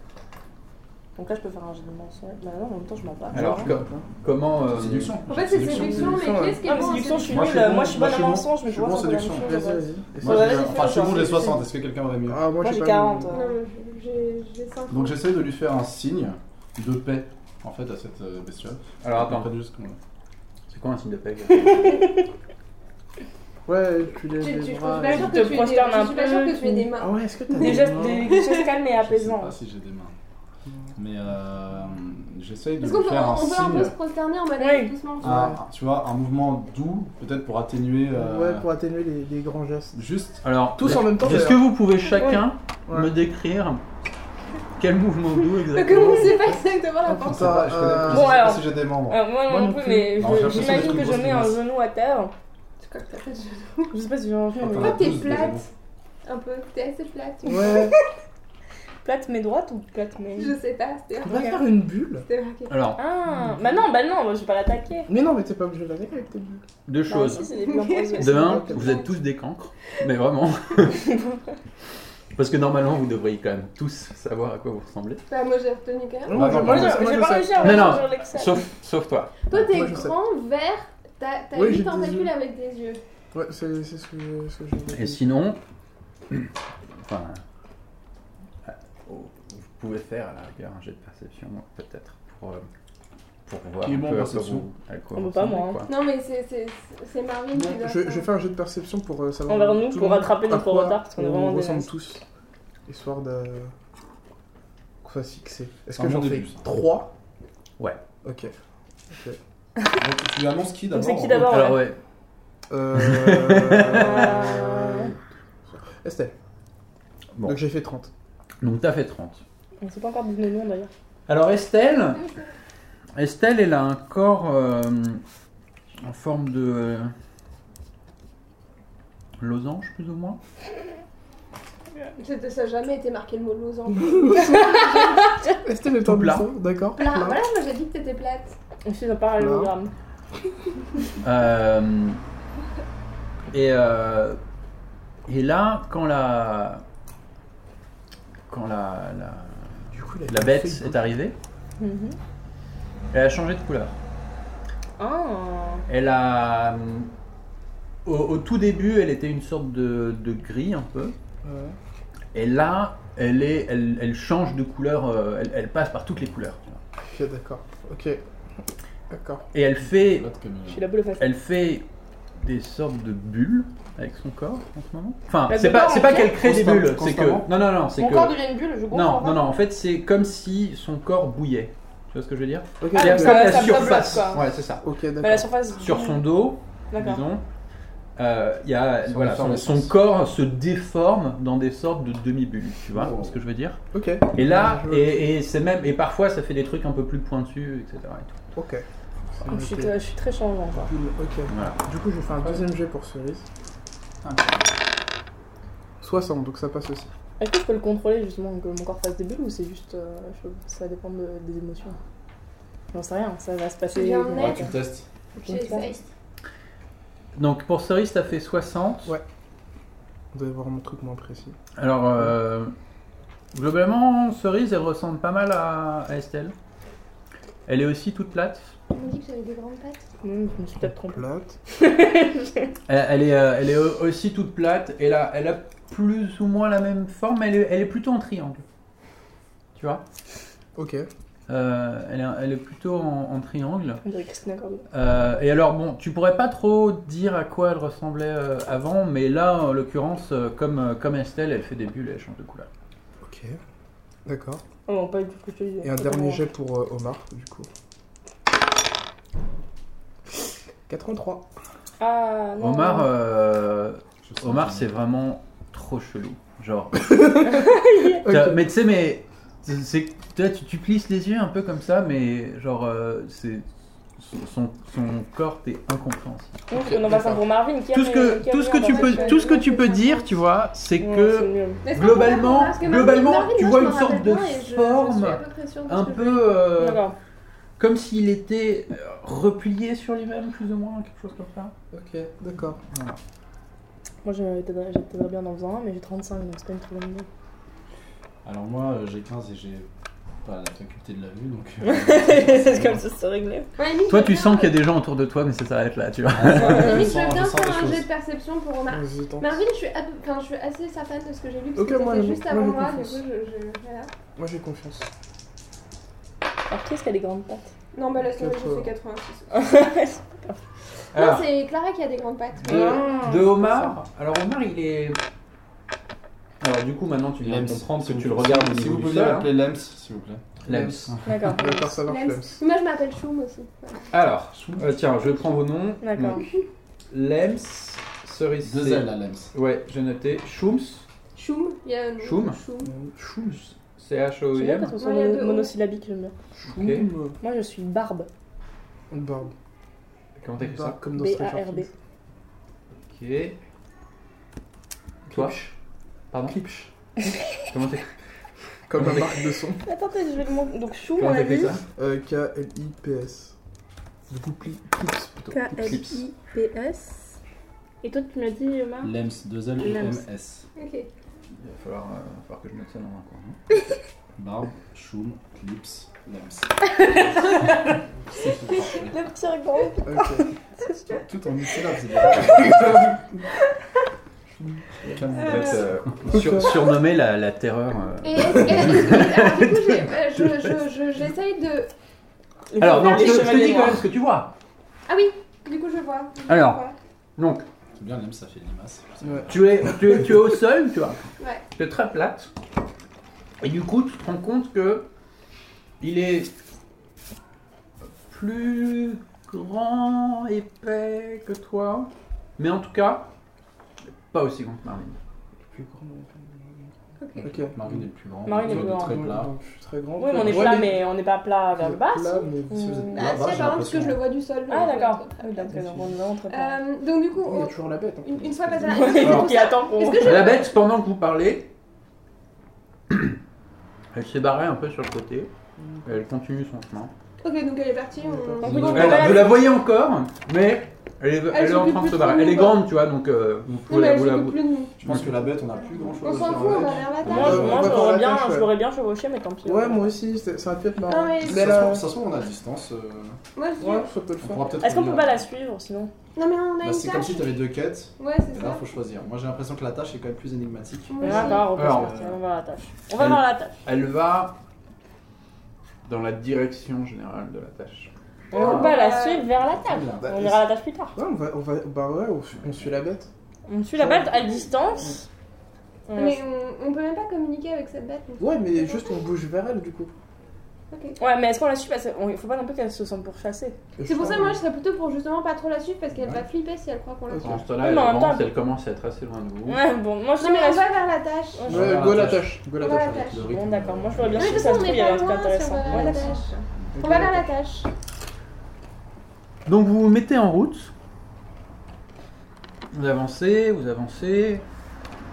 Donc là, je peux faire un jeu de mensonge. Bah non, en même temps, je m'en bats. Ah, Alors, Non, co- comment. euh, Ah, Séduction. En fait, c'est Séduction. séduction, mais séduction, ouais. qu'est-ce qui mais est bon en séduction, je suis Moi, nulle. je suis bon, Moi, je suis bonne moi, à je suis mensonge, mais bon, je vois je que suis c'est la bon en même séduction. chose. Vas-y, ouais. vas-y. Essaye. Moi, Ouais, j'ai- vas-y, fais enfin, je suis genre, bon, c'est- les 60, c'est- est-ce que quelqu'un aurait mieux Ah, moi, Moi, j'ai j'ai pas 40. mis- euh. Non, j'ai- j'ai- j'ai 5 Donc j'essaie de lui faire un signe de paix, en fait, à cette euh, bestiole. Alors attends, Après, juste comme- c'est quoi un signe de peg Ouais, tu Tu- tu- lèves je les suis bras. pas et- sûre te que tu aies des- prosternes je un suis pas peu, sûre que tu aies tu- des mains. Ah ouais, est-ce que [laughs] t'as Des des gestes, mains des, des choses calmes et Je sais pas apaisantes. si j'ai des mains. Mais euh, j'essaye de Est-ce lui qu'on peut, faire un on peut un peu se signe. prosterner en mode Oui. doucement Ah. un- tu vois, un mouvement doux, peut-être pour atténuer. euh, Ouais, pour atténuer les, les grands gestes. Juste. Alors, Tous en même temps, est-ce que d'ailleurs. vous pouvez chacun Ouais. me décrire quel mouvement [laughs] doux Donc, comme exactement on sait pas exactement la Je pensée. sais pas, je connais- euh, je sais Bon, pas alors. si j'ai des membres. Euh, moi, Moi non, non plus, plus. mais Non, je- j'ai l'impression j'imagine d'être que une je grosse mets un menace. genou à terre. C'est quoi que t'as fait de- Je sais pas si j'ai envie, Ah, Attends. mais. Pourquoi t'es tous des plate éléments. Un peu, t'es assez plate. Ouais, Plate mais droite ou plate mais. Je sais pas, c'était on va faire une bulle. c'était marqué. Alors, Ah Bah non, bah non, moi, je vais pas l'attaquer. Mais non, mais t'es pas obligé de l'attaquer avec tes bulles. deux Bah, choses. si, c'est des plans posés. De un, Ok. vous êtes tous des cancres, mais [laughs] vraiment. Parce que normalement, vous devriez quand même tous savoir à quoi vous ressemblez. Enfin, moi j'ai retenu quand même. Non, Moi, je- non, moi, Moi, non, je- j'ai moi, j'ai je pas sais. réussi à Non, non. rejoindre l'excès. Sauf, sauf toi. Toi t'es Moi, je sais. grand, vert, t'as t'as Oui, huit j'ai des tentacules yeux. avec des yeux. Ouais, c'est c'est ce que, ce que je voulais Et dire. sinon, enfin, euh, vous pouvez faire à la rigueur un jet de perception, peut-être, pour, euh, pour voir Qui est un bon en peu à quoi perception vous- à quoi Ah, vous bah, pas ressemblez, moi, hein. quoi. Non mais c'est- c'est c'est Marvin qui Bon, doit je, faire. je fais un jeu de perception pour euh, savoir. Envers nous, tout le pour monde rattraper à notre quoi retard, parce qu'on est vraiment On des ressemble nazes. tous, histoire de. qu'on soit fixé. Est-ce Un Ah, que bon j'en fais début, ça. 3 Ouais. Ok. Donc, tu lui annonces qui Donc, d'abord c'est qui d'abord Alors, ouais. ouais. [laughs] Euh... Estelle. Bon. Donc j'ai fait 30. Donc, t'as fait 30. On s'est pas encore dit nos noms d'ailleurs. Alors, Estelle, Estelle, elle a un corps euh, en forme de euh, losange, plus ou moins. C'était- Ça a jamais été marqué le mot losange. [laughs] Estelle est Tout pas plat. blanc, d'accord Plat, plat. voilà, moi j'ai dit que t'étais plate. On fait un parallélogramme. Euh, et, euh, et là, quand la. Quand la, la, Du coup, il a la fait bête une- est arrivée, Mhm. elle a changé de couleur. Ah Elle a. hum, Au, au tout début, elle était une sorte de, de gris un peu. Ouais. Et là, elle, est, elle, elle change de couleur, euh, elle, elle passe par toutes les couleurs. tu vois. Ok, d'accord. Ok. D'accord. Et elle fait, L'autre comme, Je euh, suis la boule face. elle fait des sortes de bulles avec son corps en ce moment. Enfin, Bah, c'est de pas, pas c'est pas entière. qu'elle crée des Constamment- bulles, c'est que. constamment. Non, non, non, c'est Mon que. corps devient une bulle, je comprends. Non, pas. non, non, en fait, c'est comme si son corps bouillait. Tu vois ce que je veux dire Ok, d'accord. Ah, donc ça- C'est-à-dire ça que la me bloque, surface. quoi. Ouais, c'est ça. Ok, Bah, la d'accord. surface. Sur son dos, D'accord. disons, euh, il y a, Son voilà, son, effervescence. son corps se déforme dans des sortes de demi-bulles, tu vois Oh. ce que je veux dire Ok. Et là, Ah, Je- et, et c'est même, et parfois ça fait des trucs un peu plus pointus, etc. et tout. Ok. C'est Je suis, noté. euh, je suis très changeant. quoi. Cool, Ok. Voilà. Du coup, je vais faire un deuxième jet pour cerise. Ah. 60, donc ça passe aussi. Est-ce que je peux le contrôler justement que mon corps fasse des bulles ou c'est juste. euh, je- Ça dépend de- des émotions J'en sais rien, ça va se passer. Tu viens en Ouais, aide. tu le testes. J'essaye. Donc pour Cerise, ça fait 60. Ouais. Vous devez voir mon truc moins précis. Alors, euh, globalement, Cerise, elle ressemble pas mal à, à Estelle. Elle est aussi toute plate. On m'a dit que j'avais des grandes pattes. Mmh, je me suis peut-être trompée. Plate. Elle, elle est, euh, elle est au- aussi toute plate. Elle a, elle a plus ou moins la même forme. mais Elle est, elle est plutôt en triangle. Tu vois Ok. Euh, elle, est, elle est plutôt en, en triangle. On dirait Christina Cordo. Euh, et alors, bon, tu pourrais pas trop dire à quoi elle ressemblait euh, avant, mais là, en l'occurrence, euh, comme, euh, comme Estelle, elle fait des bulles et elle change de couleur. Ok. D'accord. Oh non, pas du tout ce que je te disais. Et un Autant dernier moi. jet pour euh, Omar, du coup. 83. Ah non. Omar, euh, Je sens Ah, Omar euh, que- c'est vraiment trop chelou. Genre. T'as- Mais tu sais, mais. c'est- c'est- Tu vois, tu, tu plisses les yeux un peu comme ça, mais genre. euh, c'est. son- Son, son corps t'es incompréhensible. Ouf, on en passe un pour Marvin qui Tout aime ce les- que, qui aime tout ce que les tu enfants. peux, tout ce que tu peux dire, tu vois, c'est Non, c'est que nul. Est-ce qu'on Globalement- peut faire comme ça Parce que globalement, Marvin, tu moi, vois je une me sorte rappelle de pas et je- je suis forme à peu près sûre de ce un que je peu euh, D'accord. comme s'il était euh, replié sur lui-même, plus ou moins, quelque chose comme ça. Ok, d'accord. Moi j'aimerais t'aider- j'aimerais t'aider bien en faisant un, mais j'ai 35, donc c'est pas une très bonne idée. Alors moi, euh, j'ai 15 et j'ai pas la faculté de la vue, donc... euh, [laughs] c'est comme ça, c'est réglé. Ouais, limite, Toi, je tu veux sens bien- qu'il y a des gens autour de toi, mais ça s'arrête là, tu vois. Limite, Ah, je veux bien faire un jet de perception pour remarquer. Vas-y, tente. Marvin, je suis, ab- enfin, je suis assez certaine de ce que j'ai lu parce Ok, que moi, t'étais je- juste moi, avant j'ai moi, du coup, confiance. je. je- voilà. Moi j'ai confiance. Alors qui est-ce qui a des grandes pattes Non, bah laisse-moi, j'ai Quatre-vingts. fait 86. Ah, Non, Alors, c'est Clara qui a des grandes pattes. mais- de, de Omar, alors Omar, il est. Alors, du coup, maintenant, tu viens de Lems. comprendre que Si tu le vous- regardes au Si niveau vous du pouvez sol, hein. l'appeler Lems, s'il vous plaît. Lems. [laughs] D'accord. D'accord, ça marche, Lems. Lems. Moi, je m'appelle Choum aussi. Voilà. Alors, euh, tiens, je prends vos noms. D'accord. Donc, Lems, Cerise. Deux ailes à Lems. Ouais, j'ai noté. Shums. Choum, il y a un nom. Choum. Shums. J'aime bien C-H-O-U-M. parce que c'est Ouais, il y a deux mono- O. monosyllabique, j'aime bien. Ok. Choum. Moi je suis barbe. Une barbe. Comment t'écris Barbe ça comme dans Stranger B-A-R-B. Things. Ok. Toi Pardon Clipch. Comment t'écris Comme la Comment marque de son. Attends, attends, je vais le montrer. Donc chou, on comment a t'écris dit. ça Euh, K-L-I-P-S. Du coup, pli- clips plutôt. K-L-I-P-S. Et toi, tu m'as dit, Omar Lems, deux ailes et Lems. MS. Ok. Il va falloir, euh, il va falloir que je note ça dans un coin. hein. Barbe, Choum, Clips, Lems. Le petit regard. Ok. [laughs] Tout en une syllabe, [laughs] c'est Vous êtes, bien. euh, sur- surnommé la, la terreur. euh. Et, et- alors, du coup, j'ai- euh, je- je- je- j'essaye de. Alors, non, je les te- je te chevaliers dis quand noirs. même ce que tu vois. Ah oui, du coup, je vois. Je Alors. vois. Donc, C'est bien, Lems, ça fait limace. Ouais. tu es, tu es, tu es au sol, tu vois. Ouais. Tu es très plate. Et du coup, tu te rends compte que il est plus grand, épais que toi. Mais en tout cas, pas aussi grand que Marvin. Plus grand. Ok. Ok. Marvin est plus grand. Marvin est Claude plus grand. Très plat. Je suis très grand. Oui, mais on est Ouais, plat, mais on n'est pas plat vers le bas. si. Là, mais si vous êtes- Ah, Là-bas, si, j'ai apparemment, parce que je l'impression. le vois du sol. Ah, d'accord. Euh, Oui, d'accord, Euh, on est vraiment très plat. donc, du coup, Il y a on- toujours la bête. hein. oh. une, une fois passé là. [laughs] Et Qui attend qu'on. Est-ce que La bête, pendant que vous parlez, [clears throat] elle s'est barrée un peu sur le côté. et Elle continue son chemin. Ok, donc elle est partie. On... Donc, on oui, peut- donc, Elle- voilà. vous la voyez encore, mais elle est, elle est en s'occupe train de plus se de barrer. nous, Elle est quoi. grande, tu vois, donc euh, vous Non, pouvez mais la, elle vous la- s'occupe plus de nous. Je pense que la bête, on a plus grand chose. On s'en fout, on va vers Moi, je- la Ouais, table. moi, ouais, ouais, j'aurais bien, ouais. j'aurais bien chevauché, mais tant pis. Ouais, moi aussi, c'était- ça aurait pu être marrant. Non, mais- Ça Mais se là, trouve- ça se trouve, on a distance. euh, Moi, je dis. ouais, ça peut le On faire. pourra peut-être. Est-ce qu'on peut revenir. pas la suivre sinon Non, mais on a Bah, une C'est comme tâche. si Bah, t'avais deux quêtes. Ouais, c'est Et là, ça. faut choisir. Moi, j'ai l'impression que la tâche est quand même plus énigmatique. Moi On aussi. va pas Alors, reposer, on va voir la tâche. On va elle- voir la tâche. Elle va dans la direction générale de la tâche. On peut pas Euh, la suivre vers la table. Là. Bah, On ira à la tâche plus tard. Ouais, on va, on va, bah ouais, on, suit- on suit la bête. On suit la bête à distance. On la- Mais on, on peut même pas communiquer avec cette bête. donc- Ouais, mais juste on bouge vers elle du coup. Ok. Ouais, mais est-ce qu'on la suit Parce qu'il faut pas non plus qu'elle se sente pourchassée. Et je C'est pour ça, crois- moi, je serais plutôt pour justement pas trop la suivre parce qu'elle Ouais. va flipper si elle croit qu'on la suit. Ok. Pendant ce temps-là, elle Mais en même avance, temps- elle commence à être assez loin de vous. Ouais, bon, moi je Non, mais on la va vers la tâche. Ouais, Ah, Ouais, go la tâche. Go la On va tâche. vers la tâche. Le rythme. Bon, d'accord, moi je l'aurais bien Mais de su, toute ça se façon, on trouve, il y est pas avait un truc loin si on intéressant. va vers Ouais, la d'accord. tâche. On va vers la tâche. Donc vous vous mettez en route. Vous avancez, vous avancez.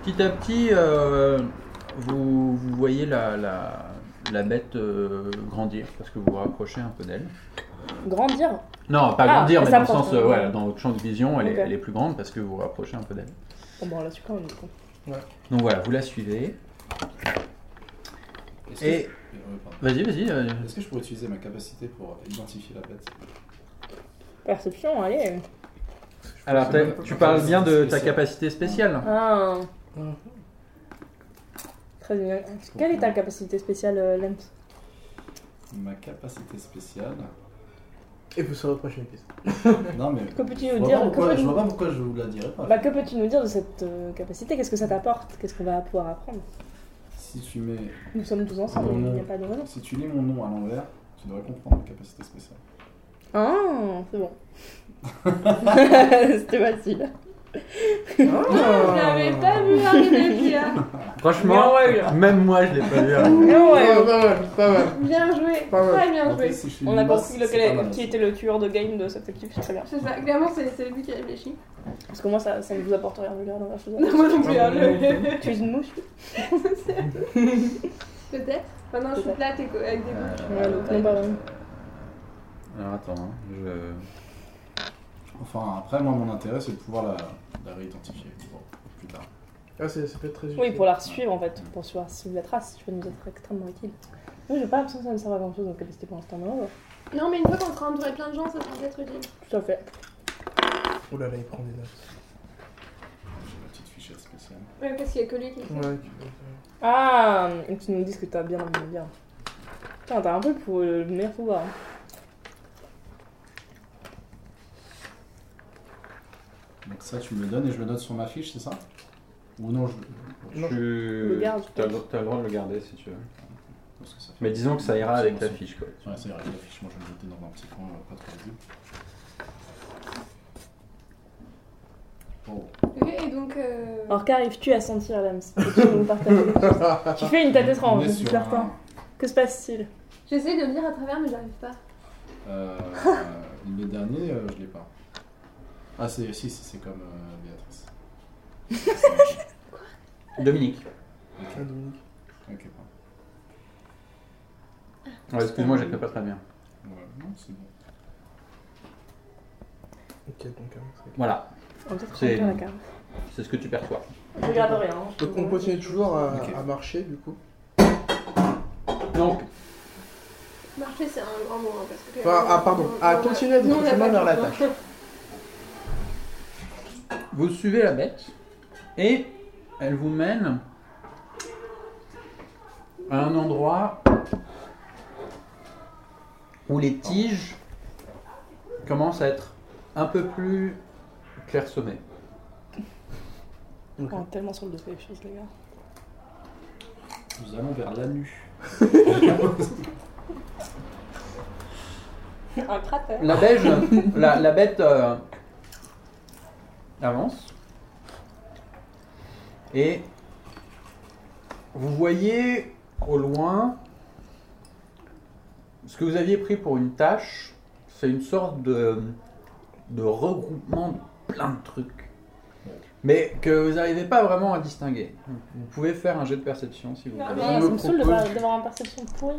Petit à petit, euh, vous, vous voyez la, la- la bête euh, grandir parce que vous vous rapprochez un peu d'elle. Grandir Non, pas Ah, grandir, elle mais dans le s'approche, sens, euh, ouais. ouais, dans votre champ de vision, elle, Ok. est, elle est plus grande parce que vous vous rapprochez un peu d'elle. Bon, bon, on la suit quand même. du coup. Donc voilà, vous la suivez. Est-ce que- Et Euh, pardon. vas-y, vas-y. euh, Est-ce que je pourrais utiliser ma capacité pour identifier la bête Perception, allez. Je Alors, t'as- sais même pas tu comment parles ça bien de s'appelle, ta ça. capacité spéciale. Ah. Mhm. Très bien. Quelle est ta capacité spéciale, euh, Lems Ma capacité spéciale. Et vous serez au prochain épisode. Non, mais. Que peux-tu Je nous vois, dire pas que peux- pourquoi, je vois pas pourquoi je vous la dirais pas. Bah, que peux-tu nous dire de cette euh, capacité Qu'est-ce que ça t'apporte Qu'est-ce qu'on va pouvoir apprendre Si tu mets, Nous sommes tous ensemble, Mhm. il n'y a pas de raison. si tu lis mon nom à l'envers, tu devrais comprendre ma capacité spéciale. [laughs] Ah, c'est bon. C'était facile. Oh. Je l'avais pas vu arriver, Pierre. Franchement, même moi je l'ai pas vu. arriver. Non, ouais. euh, Ah, Pas mal, pas mal. Bien joué, Pas mal. très bien En fait, joué. si je fais Ah, On une a masse, compris c'est lequel- pas mal. qui était le tueur de game de cette équipe, c'est très bien. C'est ça, clairement, c'est c'est lui qui réfléchit. [laughs] Parce que moi, ça, ça ne vous apporte rien de lire dans la chose. Non, moi non plus, hein, le- [laughs] Tu es une mouche [laughs] Peut-être. Maintenant, je suis plate et co- avec Euh, des boucles. Ouais, donc non, bah, ouais. Alors attends, hein, je. Enfin, après, moi, mon intérêt, c'est de pouvoir la, la réidentifier bon, plus tard. Ah, c'est- ça peut être très utile. Oui, pour la suivre en fait, pour suivre, suivre la trace, tu peux nous être extrêmement utile. Moi, j'ai pas l'impression que ça me serve à grand chose en capacité pour l'instant, mais non, ouais. Non, mais une fois qu'on sera entouré de plein de gens, ça sera peut-être utile. tout à fait. Oh là là, il prend des notes. J'ai ma petite fichette spéciale. Ouais, parce qu'il y a que lui qui le fait. Ouais, tu peux. Ah, et tu nous dis ce que t'as bien envie de dire. Putain, t'as un peu pour le meilleur pouvoir. hein. Donc, ça, tu me le donnes et je le note sur ma fiche, c'est ça Ou non, je. je Non. Tu- Le garde, je T'as pense. t'as le droit de le garder si tu veux. pense que ça fait- Mais disons que ça ira avec ta fiche quoi. Ouais, ça ira avec la fiche. Moi, je vais le jeter dans un petit coin, euh, pas trop visible. Oh. Ok, Et donc. euh, Alors, qu'arrives-tu à sentir, Lams Peux-tu nous partager [laughs] Tu fais une tête étrange, On est je suis sur certain. un- Que se passe-t-il J'essaie de le lire à travers, mais j'arrive pas. Euh, le dernier, euh, je l'ai pas. Ah, c'est si, si, c'est comme euh, Béatrice. Dominique. [laughs] Ah, Dominique. ok, pardon. Ouais, Excuse-moi, j'étais pas très bien. Ouais, non, c'est bon. Ok, donc. hein, c'est- Voilà, On va peut-être C'est- remplir la carte. c'est ce que tu perçois. Je regarde rien. hein. Donc on continue toujours à, Ok. à marcher du coup. Donc, Marcher, c'est un grand mot. hein, parce que Enfin, ah, pardon. Ah, continuez votre Nous, on a chemin pas vers de l'attaque. temps. Vous suivez la bête et elle vous mène à un endroit où les tiges commencent à être un peu plus clairsemées. Donc, On est tellement sur le dos les choses, les gars. [laughs] Nous allons vers la nuit. Un cratère. La, beige, la, la bête euh, avance et vous voyez au loin ce que vous aviez pris pour une tâche. C'est une sorte de, de regroupement de plein de trucs, mais que vous n'arrivez pas vraiment à distinguer. Vous pouvez faire un jet de perception si vous Ah, voulez. mais me ça me saoule propose- d'avoir d'avoir une perception pourrie.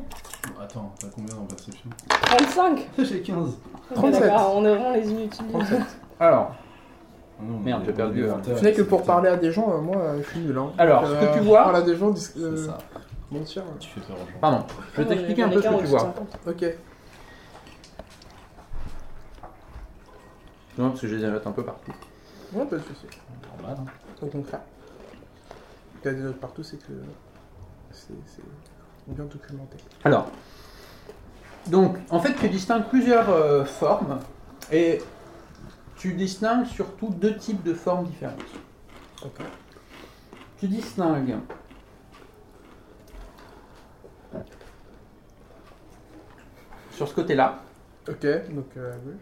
Bon, Attends, t'as combien en perception 35 [laughs] J'ai 15. Ok, 37. d'accord, On est vraiment les inutiles. 37. Alors, Ah non, Merde, mais- j'ai perdu, euh, Tu n'es que pour parler à des gens, euh, moi euh, je suis nul. Hein. Alors, Donc, ce que euh, tu vois- Parler à des gens, dis- C'est euh, ça. mentir. euh. Tu fais peur aux gens. pardon, je vais t'expliquer un peu ce que tu vois. Ok. Non, parce que je les arrête un peu partout. Ouais, pas de soucis. Normal, hein. Au contraire. Il y a des notes partout, c'est que c'est c'est bien documenté. Alors, donc, en fait, tu distingues plusieurs euh, formes et tu distingues surtout deux types de formes différentes. Ok. Tu distingues sur ce côté-là Ok, donc euh, oui.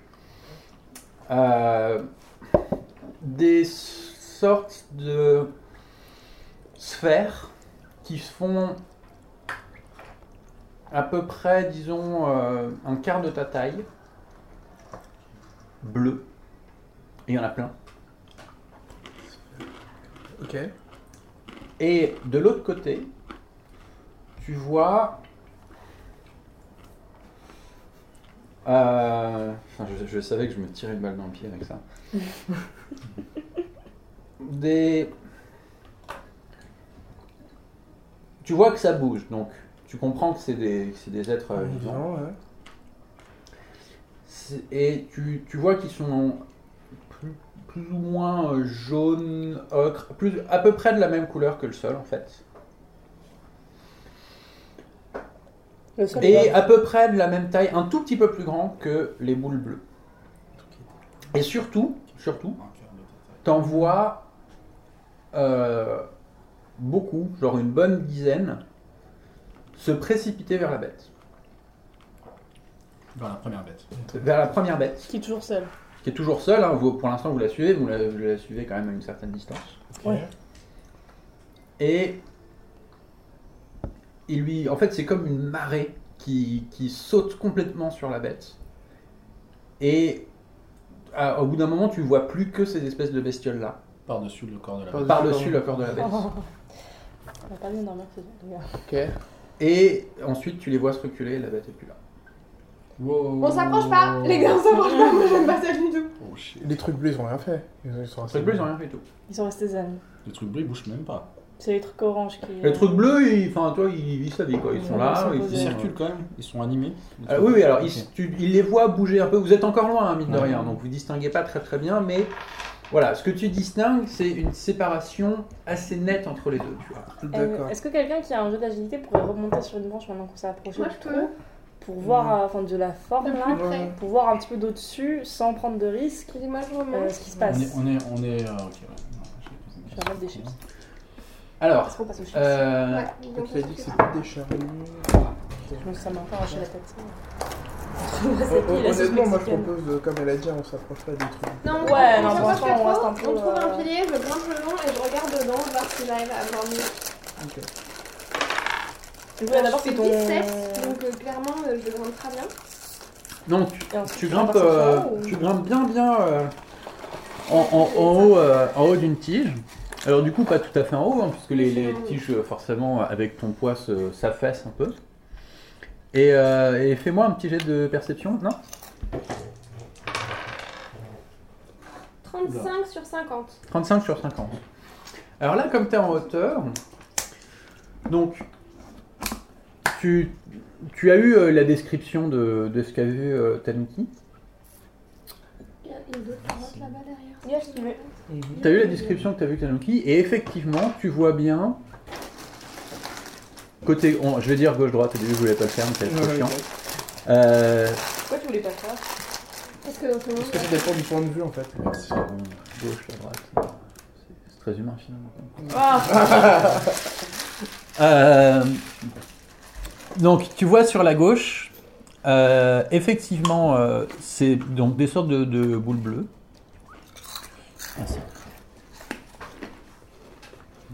euh, des sortes de sphères qui font à peu près, disons, euh, un quart de ta taille, bleu. Et il y en a plein. Ok. Et de l'autre côté, tu vois. Euh, enfin, je, je savais que je me tirais une balle dans le pied avec ça. Des. Tu vois que ça bouge, donc tu comprends que c'est des, que c'est des êtres euh, vivants. Vivant, ouais. C'est- Et tu, tu vois qu'ils sont plus, plus ou moins euh, jaunes, ocre, plus, à peu près de la même couleur que le sol en fait. Le sol Et à peu près de la même taille, un tout petit peu plus grand que les boules bleues. Et surtout, surtout, Un quart de ta taille. t'en vois euh, beaucoup, genre une bonne dizaine, se précipiter vers la bête, Vers la première bête. vers la première bête. [laughs] qui est toujours seul. qui est toujours seule. hein. Vous- pour l'instant, vous la suivez, vous la, vous la suivez quand même à une certaine distance. Ouais. Et il lui, en fait, c'est comme une marée qui, qui saute complètement sur la bête. Et à- au bout d'un moment, tu vois plus que ces espèces de bestioles là, Par-dessus le corps de la Par- par dessus le corps de la bête. [laughs] On a pas bien dormir ce soir, les gars. Ok. Et ensuite, tu les vois se reculer, et la bête est plus là. Wow. On s'approche pas, les gars, on s'approche pas, moi j'aime pas ça du tout. Oh shit. Les trucs bleus, ils ont rien fait. Ils sont Les trucs bleus, ils ont rien fait du tout. Ils sont restés zen. Le truc bleu, il bouge même pas. C'est les trucs orange qui. euh, Les trucs bleus, ils- enfin, toi, ils vivent sa vie, quoi. Ils sont là, Ils sont ils, Ils posés. font- circulent quand même, ils sont animés. Les Euh, trucs oui, oui, bleus. alors Ok. ils, tu- ils les voient bouger un peu. Vous êtes encore loin, hein, mine de Ouais. rien, donc vous distinguez pas très très bien, mais voilà, ce que tu distingues, c'est une séparation assez nette entre les deux, tu vois. D'accord. Est-ce que quelqu'un qui a un jeu d'agilité pourrait remonter sur une branche maintenant qu'on s'est approché Moi du je trou peux, pour voir euh, enfin de la forme de là, plus près. pour voir un petit peu d'au-dessus sans prendre de risque Excusez-moi, je euh, remonte. ce qui se On passe. est. On est, on est euh, ok, ouais. Non, je vais poser une Je vais question. mettre des chips. Alors, Est-ce qu'on passe aux chips euh, Ouais, donc Donc, on tu as s'en dit que fout. c'était des charnues. Je me suis ça m'a encore arraché la tête. ça. Hon- C'est qui la sauce Honnêtement, moi je mexicaine propose, euh, comme elle a dit, on s'approche pas des trucs. Non, Ouais, ouais, on non, pour s'approche l'instant, pas on reste trop, un peu, on trouve un euh, pilier, je grimpe le long et je regarde dedans, voir si j'arrive à avoir mieux. Ok. Du coup, là, d'abord, Je c'est fais ton. 17, donc euh, clairement, euh, je grimpe très bien. donc tu- Et ensuite, tu fais un grimpes, euh, perception, ou- tu grimpes bien, bien euh, en, en- en haut, euh, en haut d'une tige. Alors du coup, pas tout à fait en haut, hein, puisque les, les tiges, euh, forcément, avec ton poids, se- s'affaissent un peu. Et, euh, et fais-moi un petit jet de perception, non 35 sur 50. 35 sur 50. Alors là, comme tu es en hauteur, donc tu, tu as eu euh, la description de, de ce qu'a vu euh, Tanuki. Il y a une autre carotte là-bas derrière. Yes, mais- Tu as eu la description que tu as vu Tanuki, et effectivement, tu vois bien. Côté, on- je vais dire gauche-droite, au début je voulais pas le faire, mais c'est trop chiant. Parce Euh, Pourquoi tu voulais pas le faire Parce que dans ce moment, que ça dépend du point de vue en fait. c'est bon, gauche, droite, c'est- c'est très humain finalement. Ah Euh, donc, tu vois sur la gauche, euh, effectivement, euh, c'est donc des sortes de, de boules bleues. Merci.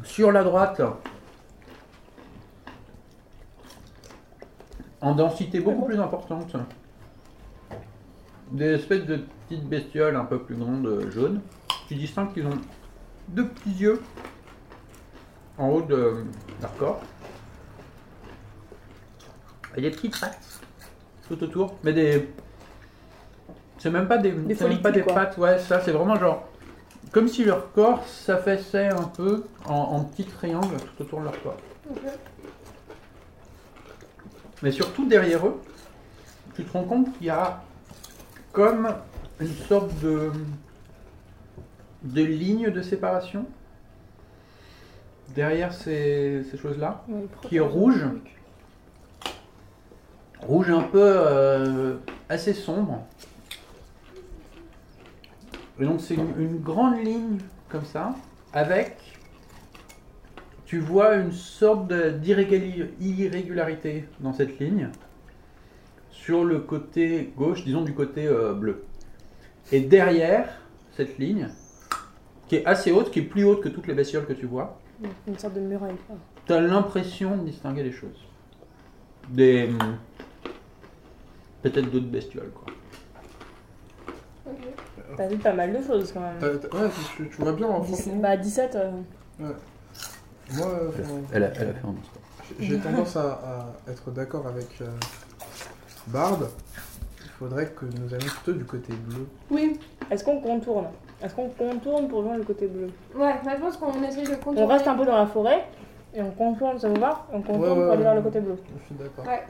Sur la droite, en densité beaucoup plus importante, des espèces de petites bestioles un peu plus grandes, euh, jaunes. Tu distingues qu'ils ont deux petits yeux en haut de euh, leur corps. Et des petits pattes tout autour, mais des. C'est même pas des, c'est même pas follicules, des quoi. pattes, ouais, ça c'est vraiment genre. Comme si leur corps s'affaissait un peu en, en petits triangles tout autour de leur corps. Ok. Mais surtout derrière eux, tu te rends compte qu'il y a comme une sorte de, de ligne de séparation derrière ces, ces choses-là, qui est rouge, rouge un peu euh, assez sombre. Et donc c'est une, une grande ligne comme ça, avec, tu vois une sorte de- d'irrégali- d'irrégularité dans cette ligne, sur le côté gauche, disons du côté euh, bleu. Et derrière cette ligne, qui est assez haute, qui est plus haute que toutes les bestioles que tu vois, Une sorte de muraille. quoi. T'as l'impression de distinguer les choses. Des. hum, Peut-être d'autres bestioles, quoi. Ok. T'as vu pas mal de choses quand même. T'as- t'as- Euh, Ouais, tu, tu vois bien en Dix- fait. Bah, 17. euh, Moi, euh, enfin, Elle a, elle a fait un monstre. j'ai tendance à, à être d'accord avec euh, Bard. Il faudrait que nous allions plutôt du côté bleu. Oui, Est-ce qu'on contourne Est-ce qu'on contourne pour joindre le côté bleu ouais, moi je pense qu'on essaye de contourner. On reste un peu dans la forêt et on contourne, ça vous va On contourne Ouais, ouais, pour aller ouais. vers le côté bleu. Je suis d'accord. Ouais.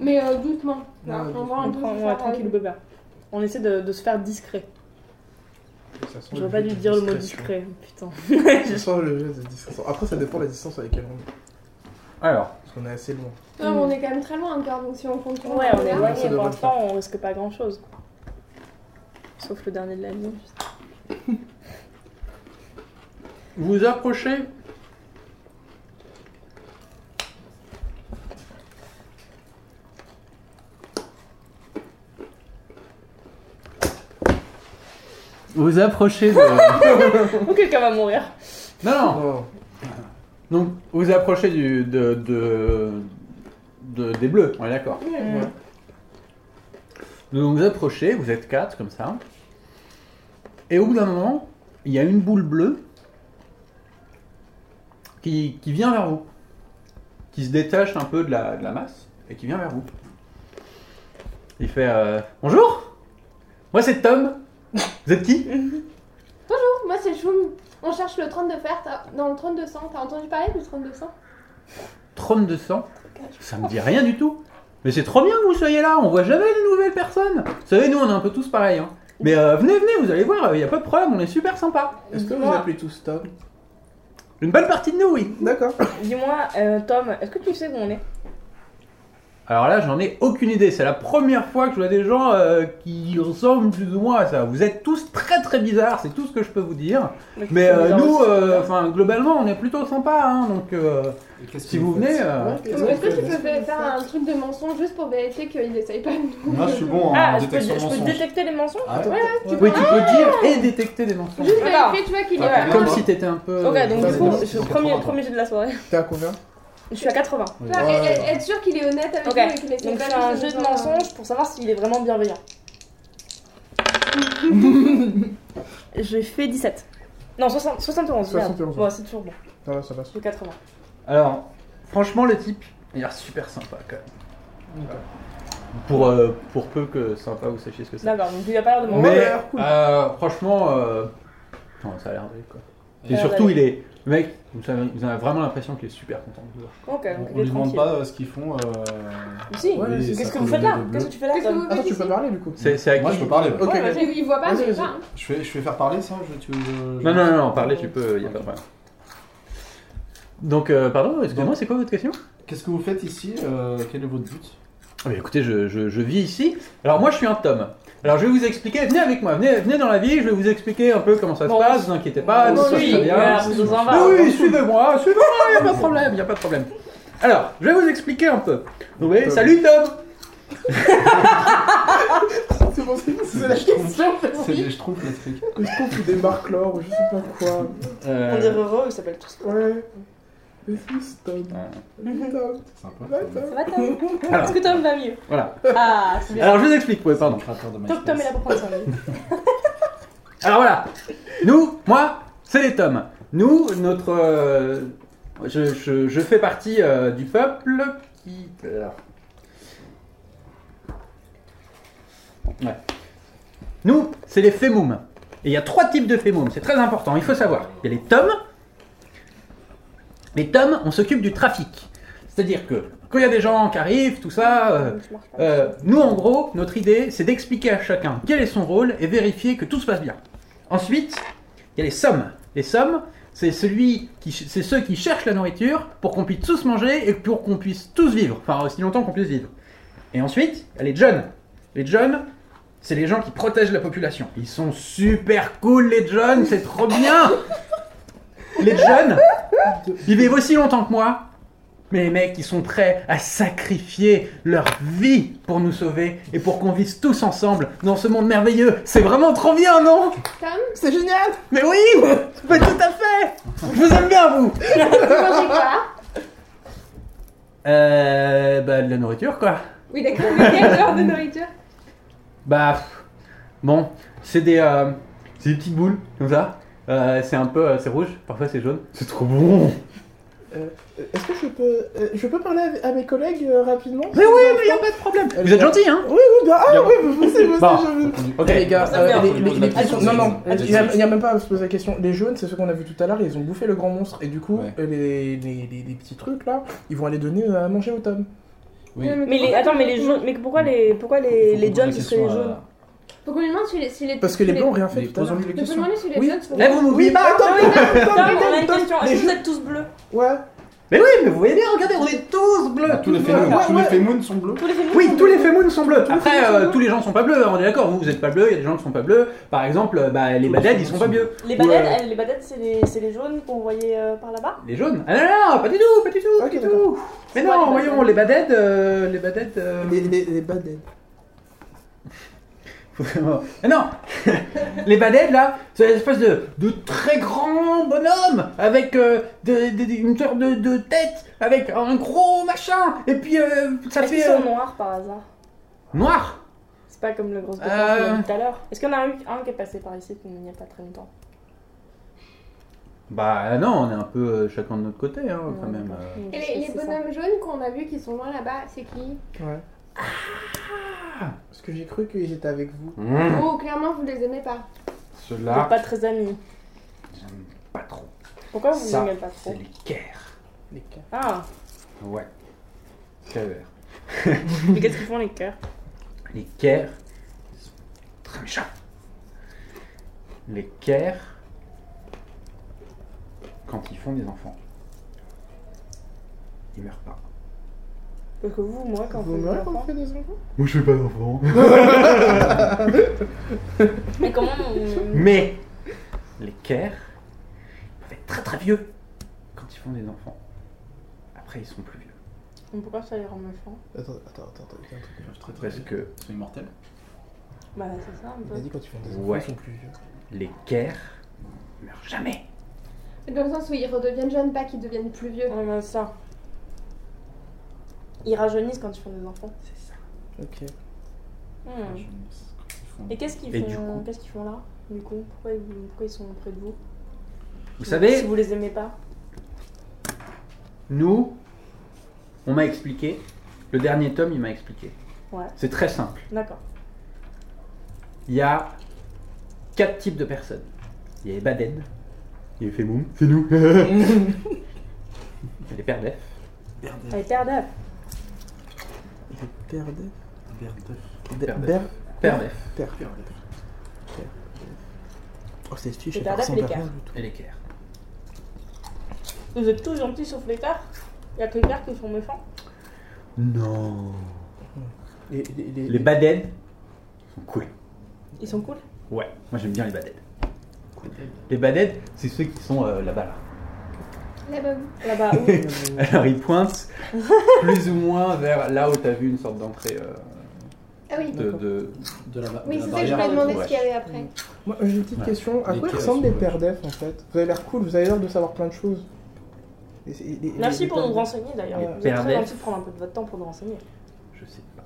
Mais euh, doucement. Ouais, Là, on doucement. va On un peu prend se on va faire, tranquille euh, bébé. On essaie de, de se faire discret. Ça sent Je le vais pas jeu lui de dire le mot discrétion. discret, putain. Ça sent le jeu de discrétion. Après, ça dépend de la distance à laquelle on est. Alors, Parce qu'on est assez loin. Non, mais on est quand même très loin encore, donc si on contourne. Ouais, on est là. ça éloigné pour devrait le l'instant, on risque pas grand chose. Sauf le dernier de la ligne. vous approchez. Vous approchez de... [laughs] Ah. Ou quelqu'un va mourir. non, non, Oh. Donc, vous approchez du, de, de- de- des bleus, on est d'accord. Hmm. Ouais. Donc, vous approchez, vous êtes quatre comme ça. Et au bout d'un moment, il y a une boule bleue qui, qui vient vers vous, qui se détache un peu de la, de la masse et qui vient vers vous. Il fait euh, Bonjour Moi, c'est Tom. Vous êtes qui Bonjour, moi c'est Choum. On cherche le 30 de fer, t'as- non le 30 de sang. T'as entendu parler du 30 de sang Trône de sang Ça me dit rien du tout. Mais c'est trop bien que vous soyez là, on voit jamais de nouvelles personnes. Vous savez, nous on est un peu tous pareils. Hein. Mais euh, venez, venez, vous allez voir, il n'y a pas de problème, on est super sympa. Est-ce que vous Dis-moi. appelez tous Tom Une bonne partie de nous, oui. D'accord. Dis-moi, euh, Tom, est-ce que tu sais où on est Alors là, j'en ai aucune idée. C'est la première fois que je vois des gens euh, qui ressemblent plus ou moins à ça. Vous êtes tous très très bizarres, c'est tout ce que je peux vous dire. Mais euh, nous, euh, enfin globalement, on est plutôt sympas. Hein, donc euh, Et qu'est-ce si que vous venez, faites euh, Est-ce que tu Est-ce peux faire un truc de mensonge juste pour vérifier qu'il essaye pas de nous Moi, je suis bon en Ah, je peux, détection je peux mensonge. détecter les mensonges Ah, Ouais, tu oui, tu peux dire et détecter des mensonges. Juste D'accord. vérifier, tu vois, qu'il est Ouais. pas Comme Ah. si t'étais un peu. euh, Ok, donc Ouais, du coup, c'est bon, je c'est premier, 80. premier jet de la [laughs] soirée. T'es à combien Je suis à 80. Oui. Tu vois, Ouais. être- Être sûr qu'il est honnête avec Ok, nous et qu'il essaye Donc pas je fais un juste jeu de nous faire- mensonge pour savoir s'il est vraiment [laughs] bienveillant. J'ai fait 17. Non, 60, 71. merde. 71. Ouais, c'est toujours bon. Ah, ça passe. J'ai 80. Alors, franchement, le type, il a l'air super sympa quand même. Pour, euh, pour peu que sympa, vous sachiez ce que c'est. D'accord, donc il a pas l'air de Ouais, mentir. il a Mais l'air cool. euh, franchement, euh, non, ça a l'air d'aller quoi. Et Ouais, surtout, ouais. il est. Le mec, vous avez, vous avez vraiment l'impression qu'il est super content de vous voir. Ok, donc On il est lui demande tranquille. pas euh, ce qu'ils font. euh, Si, Ouais, les- c'est- sa qu'est-ce que vous colonie faites là Qu'est-ce de que bleus. tu fais là Qu'est-ce que Tom vous Attends, faites Ah, tu peux ici parler du coup C'est c'est à Moi, qui je peux parler. ouais. Ok, Ouais, ok. vas-y. Il il voit pas, Vas-y, c'est vas-y. ça. Je fais, je fais faire parler ça je, tu, veux- je- Non, non, non, non, parler, tu peux, il a pas de problème. Donc, euh, pardon, excusez-moi, c'est quoi votre question Qu'est-ce que vous faites ici euh, Quel est votre but Ah bah écoutez, je, je- je vis ici. Alors moi, je suis un tome. Alors je vais vous expliquer. Venez avec moi, venez, venez dans la vie. Je vais vous expliquer un peu comment ça Bon, se passe. Vous inquiétez pas, Bon, tout se passe oui, très bien. voilà, vous en va. Ah oui, suivez-moi, suivez-moi. Il a pas de problème, il a pas de problème. Alors, je vais vous expliquer un peu. Vous voyez, Tom. salut Tom. C'est bon, c'est c'est la des question. schtroumpfs. C'est des schtroumpfs, les trucs. Je trouve ou des marques l'or ou je sais pas quoi. Euh, On dirait heureux, il s'appelle tous. Ouais. Mais c'est Tom. Ouais. Tom. C'est un peu. Ouais, comme- Ça va Tom Alors. Est-ce que Tom va mieux voilà. Ah, c'est bien. Alors, je vous explique, oui, comme pardon. le créateur de Tom, MySpace. Tom est là pour prendre soin de lui. Alors voilà, nous, moi, c'est les tomes. Nous, notre. euh, je, je- je fais partie euh, du peuple qui. alors. Ouais. Nous, c'est les fémoums. Et il y a trois types de fémoums, c'est très important, il faut savoir. Il y a les tomes. Les tomes, on s'occupe du trafic. C'est-à-dire que quand il y a des gens qui arrivent, tout ça, euh, Je marche pas. euh, nous, en gros, notre idée, c'est d'expliquer à chacun quel est son rôle et vérifier que tout se passe bien. Ensuite, il y a les sommes. Les sommes, c'est celui qui, ch- c'est ceux qui cherchent la nourriture pour qu'on puisse tous manger et pour qu'on puisse tous vivre, enfin aussi longtemps qu'on puisse vivre. Et ensuite, il y a les jeunes. Les jeunes, c'est les gens qui protègent la population. Ils sont super cool, les jeunes, c'est trop bien. Les jeunes, ils vivent aussi longtemps que moi, mais les mecs, ils sont prêts à sacrifier leur vie pour nous sauver et pour qu'on vive tous ensemble dans ce monde merveilleux. C'est vraiment trop bien, non Tom, C'est génial Mais oui Mais tout à fait Je vous aime bien, vous tu manges [laughs] quoi Euh... Bah, de la nourriture, quoi. Oui, d'accord, mais [laughs] quel genre de nourriture Bah... pff, Bon, c'est des... euh, c'est des petites boules, comme ça. Euh, c'est un peu... euh, c'est rouge, parfois c'est jaune. C'est trop bon Euh, Est-ce que je peux, euh, je peux parler à, à mes collègues euh, rapidement Mais oui, mais y a pas de problème Vous êtes gentils, hein Oui, oui, bien. Ah, Bien. oui, vous c'est vous Bon. c'est Ok, Les gars, Ça me fait euh, un les- peu les- de les la petits sont- non, non, question. Attends, il n'y a, attends. il y a même pas à se poser la question. Les jaunes, c'est ceux qu'on a vu tout à l'heure, ils ont bouffé le grand monstre. Et du coup, Ouais. euh, les, les, les- les petits trucs là, ils vont aller donner à manger au tome. Oui. Mais les, attends, mais les jaunes, mais pourquoi les, pourquoi les, les jaunes, ce serait les jaunes Faut qu'on lui demande si les. si Parce que les blancs ont blonds. rien fait Mais tout à l'heure. posons-lui les Faut qu'on lui questions. demande si les Oui. jaunes sont. Là, vous m'oubliez Oui, bah, pas attends, Ah oui, attends, Tom, attends, on a une attends, question. les Est-ce que vous jaunes- êtes tous bleus Ouais. Mais oui, mais vous voyez bien, regardez, on est tous bleus Bah, Tous les tous fémouns Ouais, tous ouais. les fémouns sont bleus. Tous les féminins Oui, sont tous les bleus. fémouns sont bleus. les Après, fémouns sont euh, bleus. tous les gens sont pas bleus, hein, on est d'accord. Vous, vous êtes pas bleus, il y a des gens qui sont pas bleus. Par exemple, euh, bah, les Tous les badettes, ils sont fémouns pas sont bleus. Les Ou, euh, badettes, elles- les badettes, c'est les, c'est les jaunes qu'on voyait euh, par là-bas Les jaunes Ah non, non, non, pas du tout, pas du tout, Ok, pas du d'accord. tout. Mais C'est quoi, non, les voyons, [laughs] badettes les badettes, euh, les badettes. euh, Les, les, les bad dead. Faut vraiment- Ah non [laughs] Les badèdes, là, c'est une espèce de, de très grand bonhomme avec euh, de- de- de- une sorte de, de tête, avec un gros machin, et puis euh, ça Est-ce qu'ils fait... sont euh, noirs par hasard Noir C'est pas comme le gros bouquin Euh. qu'on a vu tout à l'heure. Est-ce qu'il y en a eu un qui est passé par ici il n'y a pas très longtemps Bah non, on est un peu euh, chacun de notre côté, hein, quand Non, même. d'accord. euh. Donc, Et je les, sais les que c'est ça. bonhommes jaunes qu'on a vus qui sont loin là-bas, c'est qui Ouais. Parce que j'ai cru qu'ils étaient avec vous. Mmh. Oh, clairement, vous les aimez pas. Vous Ceux-là, êtes pas très amis. j'aime pas trop. Pourquoi vous Ça, n'aimez pas trop C'est les Caire. Les cas. Ah, Ouais. Caire. mais qu'est-ce qu'ils font les cœurs Les Caire. Très méchants. Les Caire. Quand ils font des enfants, ils meurent pas. Parce que vous, moi, quand Vous vous meurez quand on fait des enfants Moi je fais pas d'enfants. Mais comment [laughs] on... [laughs] Mais les Caire peuvent être très très vieux quand ils font des enfants. Après ils sont plus vieux. Pourquoi ça les rend méchants Attends, attends, attends, attends, il y a un truc. Ils peuvent très très Parce vite. que Ils sont immortels. Bah c'est ça un Il a peu. dit quand ils font des enfants, Ouais. ils sont plus vieux. les Caire meurent jamais. Dans le sens où ils redeviennent jeunes, pas qu'ils deviennent plus vieux. Ouais, mais ça. Ils rajeunissent quand ils font des enfants. C'est ça. [laughs] Ok. Ah, Hmm. je- ils font- Et qu'est-ce qu'ils Et du coup- font Qu'est-ce qu'ils font là Du coup, pourquoi ils... pourquoi ils sont près de vous Vous savez, Si vous les aimez pas. Nous, on m'a expliqué. Le dernier tome, il m'a expliqué. Ouais. C'est très simple. D'accord. Il y a quatre types de personnes. Il y a les Baden. Il y a les Femoum. C'est nous. [laughs] Il y a les Perdef. Berdef. Allez, père d'œuf. Ils perdaient. Berdef. Perdef. Ber- Perdef. Perdef. Berdef. Oh, c'est stylé, Et je sais pas, Perdef, ça les ressemble à rien Caire. du tout. Et les Caire. Vous êtes tous gentils sauf les cœurs. Il y a que les cœurs qui sont méchants. Non. Les, les, les- Les [laughs] Baden sont cool. Ils sont cool. Ouais. Moi, j'aime bien les Baden. Les Baden, c'est ceux qui sont euh, là-bas. Là. Là-bas, Là-bas, [laughs] où Euh, Alors, ils pointent plus ou moins vers là où t'as vu une sorte d'entrée euh, Ah oui. de, de- De la, ba- Oui, de la c'est ça que je voulais barrière. demander Ouais. ce qu'il y avait après. Moi, j'ai une petite Ouais. question. À Les quoi Caire ressemblent sont les moches. perdefs en fait Vous avez l'air cool, vous avez l'air de savoir plein de choses. Et c'est- et- et- Merci les pour nous Perdef- renseigner d'ailleurs. Les Vous êtes pères très d'elfes. gentil de prendre un peu de votre temps pour nous renseigner. Je sais pas.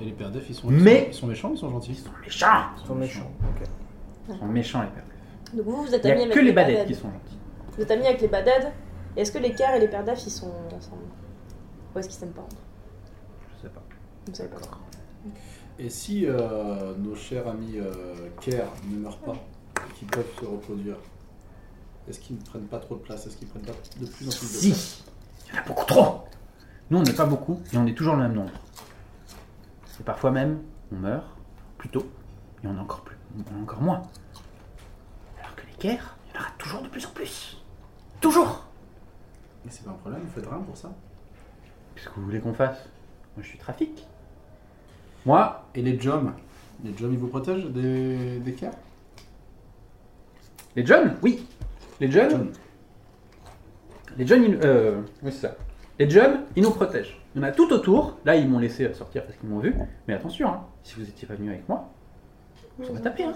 Et les pères d'œufs, ils sont, Mais- ils sont méchants ou ils sont gentils Ils sont méchants. Ils sont méchants. ok. Ils sont méchants, les Perdef. Donc vous, vous êtes Il amis n'y a avec que les badades. badettes qui sont gentilles. Vous êtes amis avec les badades. Et Est-ce que les cœurs et les pères d'œufs, ils sont ensemble Ou est-ce qu'ils s'aiment pas Je sais pas. Vous savez pas. Et si euh, nos chers amis euh, Kerr ne meurent pas, et qu'ils peuvent se reproduire, est-ce qu'ils ne prennent pas trop de place Est-ce qu'ils prennent pas de plus en plus de place Si Il y en a beaucoup trop Nous, on n'est pas beaucoup et on est toujours le même nombre. Et parfois même, on meurt plus tôt et on en a encore, plus, on en a encore moins. Alors que les guerres, il y en aura toujours de plus en plus. Toujours Mais c'est pas un problème, vous faites rien pour ça. Qu'est-ce que vous voulez qu'on fasse Moi, je suis trafic. Moi, Et les Joms Les Joms, ils vous protègent des, des Kerr les jeunes, oui. Les jeunes, Joms. les jeunes, ils- euh, oui, c'est ça. Les jeunes, ils nous protègent. Il y en a tout autour. Là, ils m'ont laissé sortir parce qu'ils m'ont vu. Mais attention, hein, si vous n'étiez pas venu avec moi, on s'en va taper, hein.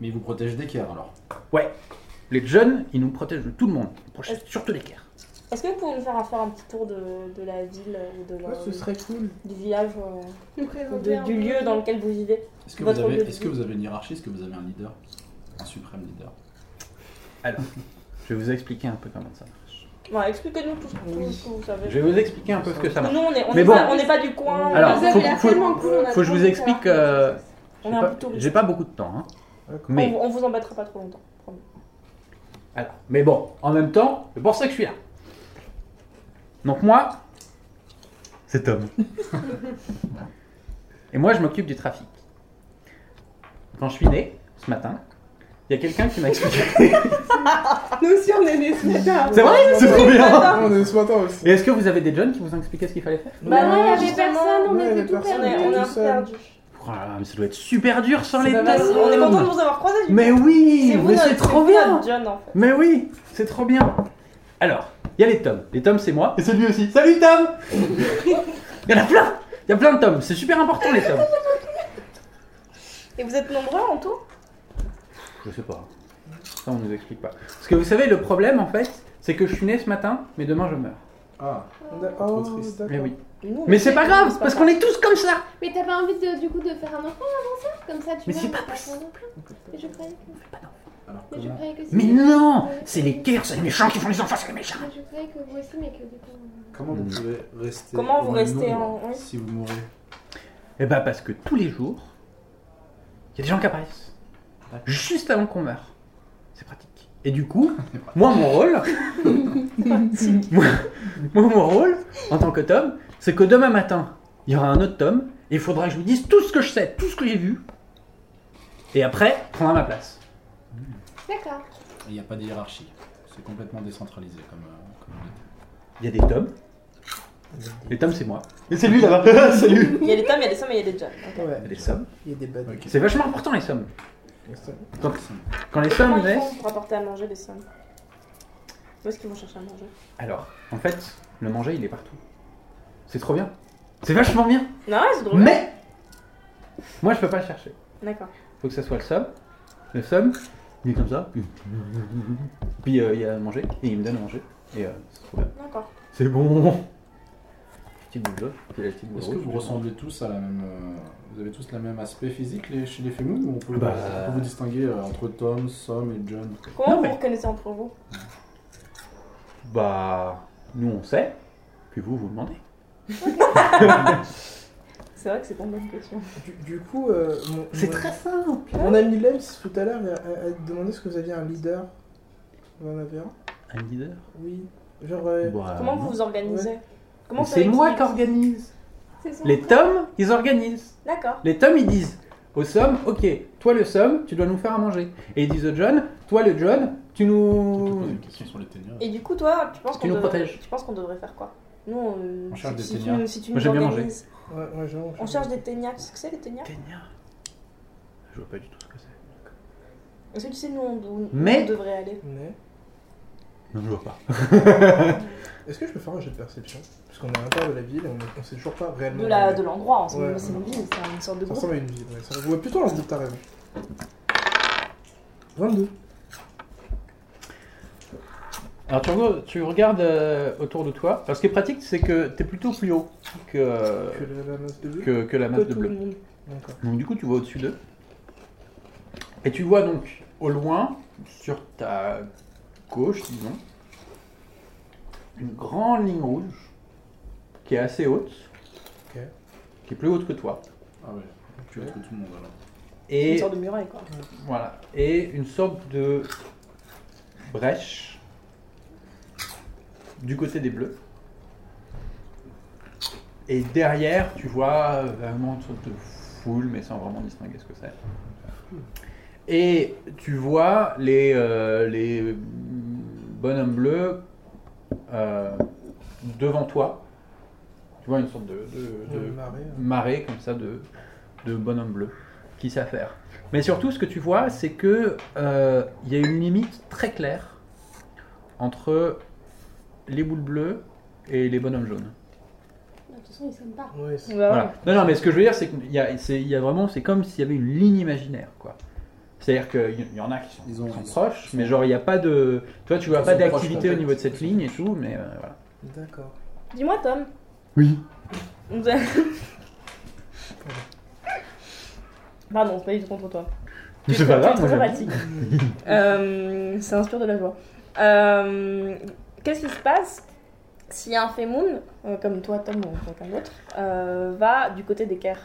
Mais ils vous protègent des Kerr alors. Les jeunes, ils nous protègent de tout le monde, Ils protègent surtout les guerres. Est-ce que vous pouvez nous faire faire un petit tour de, de la ville euh, ou de la- Ouais, ce serait cool. du village euh, Nous ou présenter de- un du peu. Bah lieu dans lequel vous vivez Est-ce que, Votre vous avez, lieu de est-ce vie. que vous avez une hiérarchie Est-ce que vous avez un leader Un suprême leader Je vais vous expliquer un peu comment ça marche. Bon, expliquez-nous tout, ce- tout Oui. ce que vous savez. Je vais vous expliquer un peu ce que ça marche. Nous, on n'est on Mais est bon. pas, on n'est pas du coin. Alors, Vous avez faut- l'air faut- tellement cool, on Faut que a je trop vous envie de explique. savoir euh, On J'ai est un peu pas, touriste. j'ai pas beaucoup de temps, hein. D'accord. on, mais vous- on vous embêtera pas trop longtemps. promis. Alors, mais bon, en même temps, c'est pour ça que je suis là. Donc moi, c'est [laughs] Tom. Et moi, je m'occupe du trafic. Quand je suis né, ce matin, il y a quelqu'un qui m'a [laughs] expliqué. Nous aussi, on est nés ce matin. c'est vrai C'est trop bien [laughs] Ah, on est ce matin aussi. Et est-ce que vous avez des jeunes qui vous ont expliqué ce qu'il fallait faire Bah non, non, il y avait justement, personne, on ouais, il y était avait tout personne. On est, on est perdus. un Tout peu seul. perdu. Oh là là, mais ça doit être super dur sans les Bah, tomes vas-y, on est content de vous avoir croisé. Mais oui, vous mais notre- c'est trop vous bien notre John, en fait. Mais oui, c'est trop bien Alors, il y a les tomes. Les tomes, c'est moi. Et c'est lui aussi. Salut [laughs] Tom Il y en a plein Il y a plein de tomes. C'est super important les tomes. Et vous êtes nombreux en tout Je sais pas. Ça, on nous explique pas. Parce que vous savez, le problème, en fait, c'est que je suis né ce matin, mais demain, je meurs. Ah, Oh, triste. d'accord. Mais oui. Nous, on Mais sait c'est pas que grave, c'est parce ça. qu'on est tous comme ça Mais t'as pas envie de, du coup de faire un enfant avant ça Comme ça, tu Mais c'est meurs, pas t'as possible. un enfant. Mais je croyais que. alors Mais je comment croyais que si. Mais non C'est les guerres, c'est les méchants qui font les enfants, c'est les méchants Mais je croyais que vous aussi, mais que du coup. euh, Comment vous pouvez rester Comment vous en restez nombre en- oui. Si vous mourrez. Eh bah parce que tous les jours, il y a des gens qui apparaissent. Juste avant qu'on meure. C'est pratique. Et du coup, [laughs] moi mon rôle, moi, moi, mon rôle en tant que Tom, c'est que demain matin, il y aura un autre Tom et il faudra que je lui dise tout ce que je sais, tout ce que j'ai vu. Et après, prendra ma place. D'accord. Il n'y a pas de hiérarchie. C'est complètement décentralisé comme. euh, comme on dit. Il y a des Toms. Les Toms c'est moi. Et [laughs] c'est lui là-bas. Salut. Il y a les tomes, il y a les sommes et il y a les jobs. Ouais, Les sommes. il y a des bad. Ok. C'est vachement important les sommes. Quand, quand les Comment sommes ils naissent, font pour apporter à manger les sommes Où est-ce qu'ils vont chercher à manger Alors, en fait, le manger, il est partout. C'est trop bien. C'est vachement bien. Non, c'est drôle. Mais moi, je peux pas le chercher. D'accord. Faut que ça soit le somme. Le somme, il est comme ça. Puis euh, il y a à manger et il me donne à manger. Et euh, c'est trop bien. D'accord. C'est bon. Petite boule jaune, puis la petite boule Est-ce que rouge. vous ressemblez tous à la même. euh, Vous avez tous le même aspect physique les- chez les Femoun ou on peut, Bah. on peut vous distinguer euh, entre Tom, Sam et John Comment Non, mais- vous reconnaissez entre vous Bah, nous on sait. Puis vous, vous demandez. C'est vrai que c'est pas une bonne question. Bah, Du, du coup, euh, mon, C'est mon- très simple. mon ami Lems tout à l'heure a, a- a demandé ce que vous aviez un leader. Vous en avez un Un leader. Oui. Genre. euh, Bah, Comment non. vous vous organisez Comment Mais vous C'est faites moi l'équipe qui organise. C'est son Les frère. tomes, ils organisent. D'accord. Les tomes, ils disent au somme, ok, toi le somme, tu dois nous faire à manger. Et ils disent au John, toi le John, tu Je te pose nous. une question sur les ténèbres. Oh. Et du coup, toi, tu penses Tu qu'on nous devrait... protèges. tu penses qu'on devrait faire quoi Nous, on, On cherche si, des si tu teignards. nous- si tu Moi, nous j'aime bien manger. organises, Ouais, ouais, genre, on cherche des teignards. Tu sais ce que c'est les teignards Teignard. Je vois pas du tout ce que c'est. Est-ce que tu sais nous on- où où Mais- on devrait aller Mais, Non, je vois pas. Est-ce que je peux faire un jeu de perception Parce qu'on est à l'intérieur de la ville et on, on sait toujours pas réellement. De où on la, est. de l'endroit, en ce Ouais. moment, c'est une ville, c'est une sorte de Ça groupe. ressemble à une ville, ouais. Ça voit plutôt un site t'as raison. 22. Alors tu, re- tu regardes euh, autour de toi. Alors ce qui est pratique, c'est que t'es plutôt plus haut que, euh, que la, la masse de bleu que, que la Que masse de tout bleu. le monde. D'accord. Donc du coup, tu vois au-dessus d'eux. Et tu vois donc au loin, sur ta gauche, disons, une grande ligne rouge qui est assez haute, Ok. qui est plus haute que toi. Ah ouais, tu vas que tout le monde alors. C'est une Et sorte de muraille, quoi. voilà, et une sorte de brèche du côté des bleus. Et derrière, tu vois euh, vraiment une sorte de foule, mais sans vraiment distinguer ce que c'est. Et tu vois les, euh, les bonhommes bleus euh, devant toi. Tu vois une sorte de- de- de Le marais, euh, marée comme ça de, de bonhomme bleu qui s'affaire. Mais surtout, ce que tu vois, c'est que euh, il y a une limite très claire entre les boules bleues et les bonhommes jaunes. De toute façon, ils sont pas. Ouais, c'est- Voilà. Non, non, mais ce que je veux dire, c'est qu'il y a, c'est- il y a vraiment, c'est comme s'il y avait une ligne imaginaire, quoi. C'est-à-dire qu'il y- il y en a qui sont, Ils ont- sont ils sont- proches, mais genre il n'y a pas de, tu vois, tu vois Ils pas sont proches, d'activité en au fait. niveau de cette ligne et tout, mais euh, voilà. [laughs] D'accord. Dis-moi, Tom. Oui. Nous a- Pardon, c'est pas du tout contre toi. Tu es C'est pas trop- grave, tu es trop moi, j'aime sympathique. Euh, ça inspire de la joie. Euh, Qu'est-ce qui se passe si un Femoun, euh, comme toi, Tom ou quelqu'un d'autre, euh, va du côté des Caire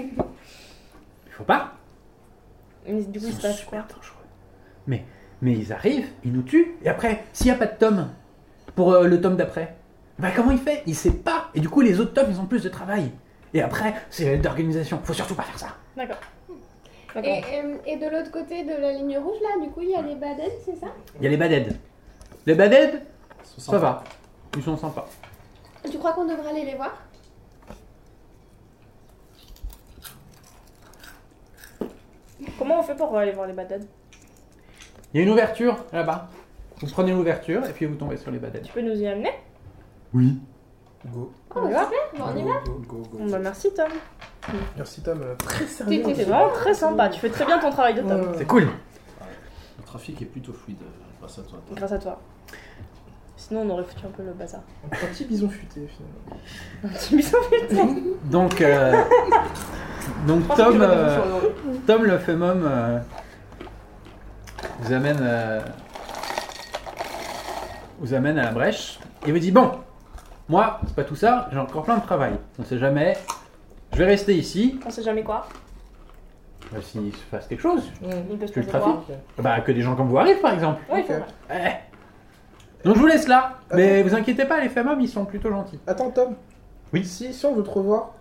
Il faut pas. Mais Du coup, il Ils se sont passe super quoi dangereux. Mais, mais ils arrivent, ils nous tuent, et après, s'il n'y a pas de tome pour euh, le tome d'après, bah comment il fait Il sait pas, et du coup les autres tomes, ils ont plus de travail. Et après, c'est d'organisation, faut surtout pas faire ça. D'accord. Et, D'accord. euh, et de l'autre côté de la ligne rouge, là, du coup, il y a les badens, c'est ça Il y a les badeds. Les badeds, ça Ça va, ils sont sympas. Tu crois qu'on devrait aller les voir Comment on fait pour aller voir les badades Il y a une ouverture là-bas. Vous prenez l'ouverture et puis vous tombez sur les badeds. Tu peux nous y amener Oui. Go. Oh, On y va super, bon, on y va. Go, go, go, Bon, go. bah, Merci, Tom. Merci Tom. euh, Très T'es sérieux. t'es- t'es vraiment très sympa, tu fais très bien ton travail de Tom. C'est cool. Le trafic est plutôt fluide euh, grâce à toi. Grâce à toi. Sinon, on aurait foutu un peu le bazar. Un petit bison futé finalement. Un petit bisou, putain. Donc, [laughs] euh, donc Franchement, tu Tom, vas pas euh, nous changer. Tom le Femum euh, vous amène, euh, vous amène à la brèche et vous dit bon, moi c'est pas tout ça, j'ai encore plein de travail. On sait jamais. Je vais rester ici. On sait jamais quoi. Euh, S'il se passe quelque chose, Il peut se Tu le passer quoi. bah que des gens comme vous arrivent par exemple. Ouais, il faut Ok. voir. Eh. Donc je vous laisse là. Mais vous inquiétez pas, les Femum ils sont plutôt gentils. Attends Tom. Oui. Si, si on veut te revoir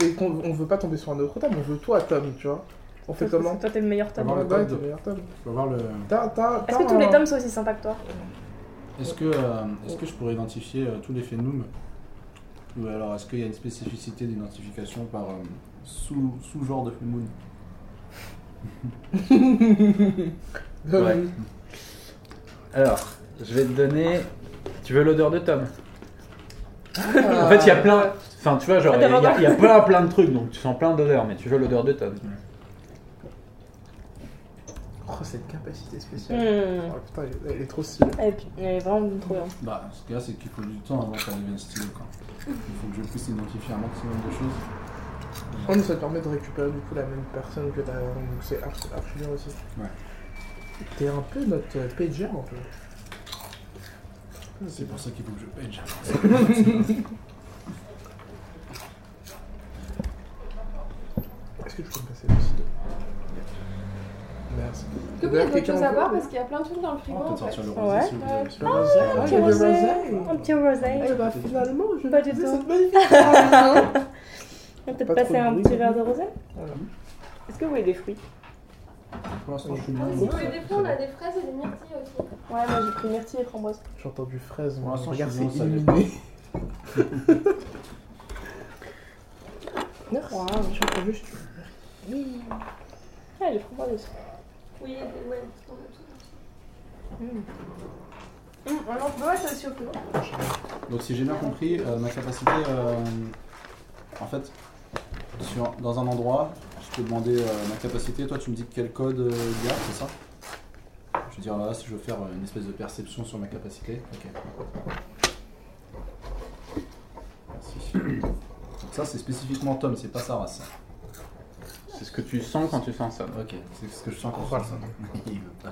et qu'on on veut pas tomber sur un autre Tom, on veut toi Tom, tu vois. On fait Parce que comment Toi, t'es le meilleur Tom. Comment Ouais, le Tom t'es de- le meilleur Tom. Je peux voir le. T'as- t'as- Est-ce t'as que tous les un- Toms sont aussi sympas que toi Est-ce que, euh, est-ce que je pourrais identifier euh, tous les phénomènes Ou alors est-ce qu'il y a une spécificité d'identification par euh, sous, sous-genre de phénomène Euh, Ouais. Alors, je vais te donner. Tu veux l'odeur de Tom euh, En fait, il y a plein. Enfin, tu vois, genre, il y, a- il y a- il y a plein, plein de trucs, donc tu sens plein d'odeurs, mais tu veux l'odeur de Tom. Oh, cette capacité spéciale. Hmm. Oh, putain, elle- elle est trop stylée. Et puis, il est vraiment trop bien. Bah, ce qu'il y a, c'est qu'il faut du temps avant que ça devienne stylé. Quoi. Il faut que je puisse identifier un maximum de choses. Oh, mais ça te permet de récupérer du coup la même personne que t'as avant, donc c'est archi, archi bien aussi. Ouais. T'es un peu notre euh, pager en fait. C'est pour ça qu'il faut que je page. Est-ce que tu peux me passer le site Merci. Que vous, il y a d'autres choses à voir parce qu'il y a plein de trucs dans le frigo On peut en te sortir fait. le Ouais. rosé si vous voulez. Tu vas rosé Ah, il y a des rosé. rosés Un petit rosé. Eh bah finalement, je Pas du vais tout. cette [laughs] magnifique soirée. On va peut-être Pas passer trop un de petit bruit. verre de rosé. Voilà. Est-ce que vous voulez des fruits Pour l'instant, je suis Ah, moins mais si bon. vous voulez des fruits, on a des fraises et des myrtilles aussi. Ouais, moi j'ai pris myrtille et framboise. J'ai entendu fraise, Pour moi. l'instant, Regarde, je c'est suis bon, ça illuminé. Merci. J'ai entendu [laughs] juste. Ah, les framboises aussi. Oui, des- ouais. Hmm. Alors, Hmm, ouais, c'est sûr que Donc si j'ai bien compris, euh, ma capacité, euh, en fait, sur- dans un endroit, je peux demander euh, ma capacité, toi tu me dis quel code euh, il y a, c'est ça Je veux dire là, si je veux faire euh, une espèce de perception sur ma capacité, ok. Merci. Donc ça c'est spécifiquement Tom, c'est pas sa race. C'est ce que tu sens quand tu sens ça. Ok, c'est ce que je sens qu'on Voilà. ça. [laughs] Il veut pas.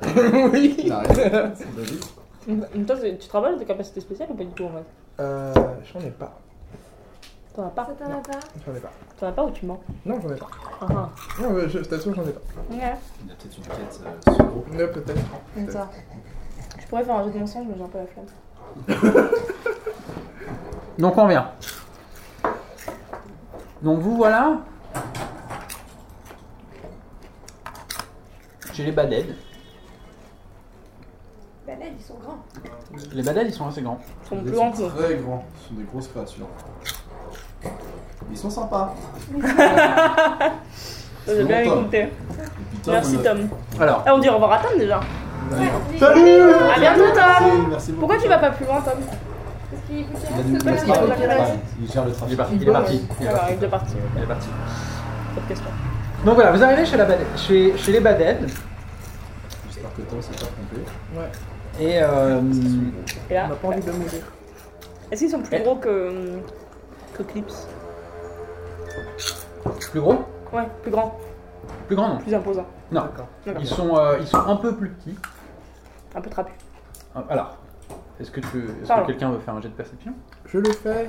Oui. Il a raison, c'est logique. Toi, c'est- tu travailles de capacité spéciale ou pas du tout en fait Euh, j'en ai pas. T'en as pas Ça t'en a pas J'en ai pas. T'en as pas ou tu mens Non, j'en ai pas. Ah ah. Non, mais je t'assure, j'en ai pas. Ouais. Il y a peut-être une quête euh, sur groupe. Ouais, peut-être. Comme ça. Je pourrais faire un jeu de mensonge, mais j'ai un peu la flemme. Donc on vient. Donc vous voilà. Chez les Baded. Bah là, ils sont grands. Les Baded ils sont assez grands. Ils sont Ils plus sont grands que nous. Très grands, ce sont des grosses créatures. Ils sont sympas. Ça, J'ai bien Longtemps. écouté. Et puis Tom, Merci on a- Tom. Alors, Ah, on dit au revoir à Tom déjà. Ouais, Salut À bientôt Tom Merci, merci beaucoup. Pourquoi tu vas pas plus loin Tom Parce qu'il faut Il a qu'ils du- restent pas là. il a pas- du- il a- ouais, Il gère le il est trafic. parti. Il est parti. Il est Alors, parti. avec deux parties. Il est parti. Pas de question. Donc voilà, vous arrivez chez, la Baded- chez, chez les Baded J'espère que Tom s'est pas trompé. Ouais, et euh, Et on là, n'a pas envie de mourir. est-ce qu'ils sont plus Eh. gros que. hum, que Clips plus gros, Ouais, plus grand, plus grand non. plus imposant. Non. D'accord. Ils sont, euh, ils sont un peu plus petits. Un peu trapu. Alors, est-ce que tu, est-ce que Pardon. quelqu'un veut faire un jet de perception Je le fais.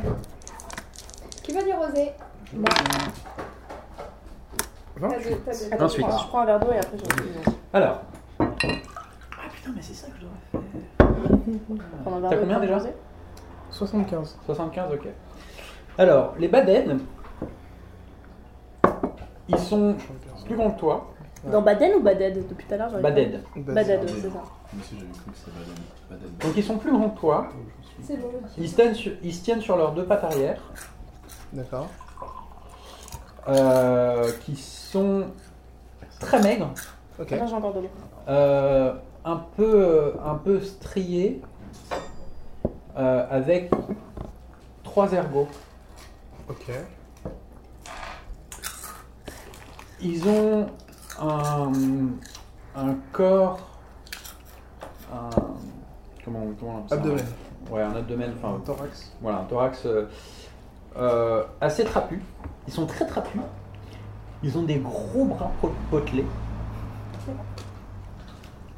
Qui veut du rosé T'as deux, t'as deux. Attends, Ensuite. Je prends, je prends un verre d'eau et après je vais Alors. Ah putain, mais c'est ça que je devrais faire. prendre un verre T'as d'eau combien pour déjà manger. 75. 75, ok. Alors, les Baden, ils sont plus grands que toi. Dans Baden ou Baded Depuis tout à l'heure, j'aurais Baden. Baded, ouais, Baded. c'est ça. Moi aussi j'avais cru que c'était Baden. Baden. Donc ils sont plus grands que toi. C'est bon. Ils se tiennent sur, ils se tiennent sur leurs deux pattes arrière, D'accord. euh, qui sont très maigres, Ok. Attends, j'ai encore de l'eau. euh, un peu, un peu striés, euh, avec trois ergots. Ok. Ils ont un, un corps. Un, comment, comment on appelle ça Abdomen. Ouais, un abdomen, enfin, thorax. voilà, un thorax euh, euh, assez trapu. Ils sont très trapus. Ils ont des gros bras po- potelés.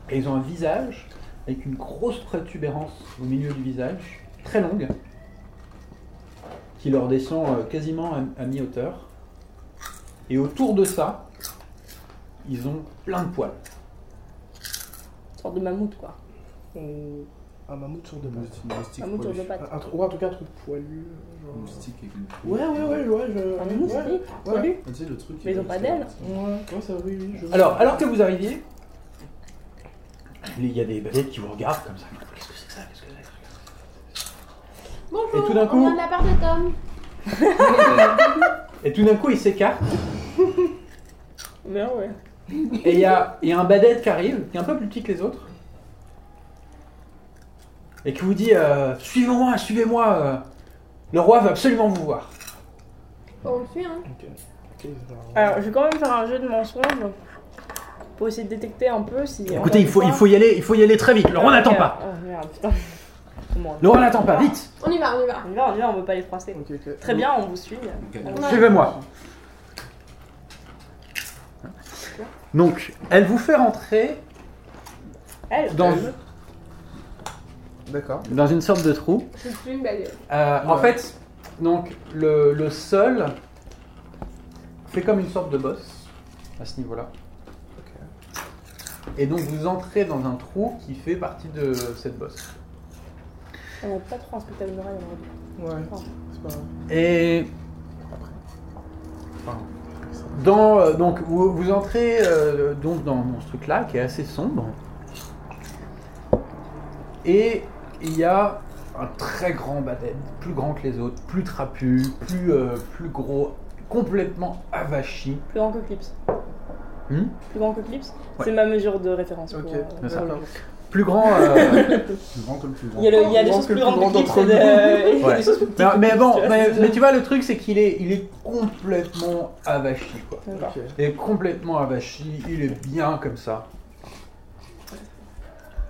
Et ils ont un visage avec une grosse protubérance au milieu du visage, très longue, qui leur descend euh, quasiment à, à mi-hauteur. Et autour de ça, ils ont plein de poils. Une sorte de mammouth, quoi. Et- Un mammouth sur deux pattes. Moustique Mammouth sur poilu. deux pattes. Un, un trou, ouais, en tout cas, un truc poilu. euh, genre- Moustique avec une poule. Ouais, ouais, ouais, ouais, je. Un ouais, moustique ouais. poilu. Ah, Tu sais, le truc. Mais ils il- ont pas d'ailes. Ouais, ouais, ça, oui, oui. Je... Alors, alors que vous arriviez, il y a des badettes qui vous regardent comme ça. Qu'est-ce que c'est que ça Qu'est-ce que c'est que ça Bonjour, Et tout d'un coup- on vient de la part de Tom. Et tout d'un coup, il s'écarte. Mais ouais. Et il y a, il y a un badette qui arrive, qui est un peu plus petit que les autres. Et qui vous dit euh, Suivez-moi, suivez-moi. euh, le roi veut absolument vous voir. Bon, on le suit, hein. Ok. Ok, alors, Alors, je vais quand même faire un jeu de mensonge pour essayer de détecter un peu si. Écoutez, il faut, il faut y aller, il faut y aller très vite. Le roi n'attend pas. Oh merde, putain. [laughs] Comment on- Le roi Ah, n'attend pas. Vite, On y va, on y va. On y va, on y va, on veut pas les froisser. Ok, ok. Très bien, on vous suit. Ok. Ouais. suivez-moi. Donc, elle vous fait rentrer Elle, dans, elle. D'accord. dans une sorte de trou. Je suis une baguette. Euh, En Ouais. fait, donc le, le sol fait comme une sorte de bosse à ce niveau-là. Et donc vous entrez dans un trou qui fait partie de cette bosse. on n'a pas trop un spectacle d'oreille aujourd'hui. Ouais. Oh. C'est pas grave. Et Après. dans euh, donc vous, vous entrez euh, donc dans, dans ce truc-là qui est assez sombre. Et il y a un très grand badette, plus grand que les autres, plus trapu, plus euh, plus gros, complètement avachi. Plus grand que Clips. Hmm Plus grand que Clips Ouais. C'est ma mesure de référence. pour, Ok, euh, c'est ça. pour le d'accord. jeu. plus grand. [laughs] euh, Plus grand que le plus grand. Il y a, le- il y a Plus des grand choses que plus le plus grand grandes que Clips d'entre et des- [laughs] et Ouais. des choses plus petites. mais, mais bon, Tu vois, mais, c'est ça. mais tu vois, le truc, c'est qu'il est, il est complètement avachi, quoi. D'accord. Ok. Il est complètement avachi, il est bien comme ça.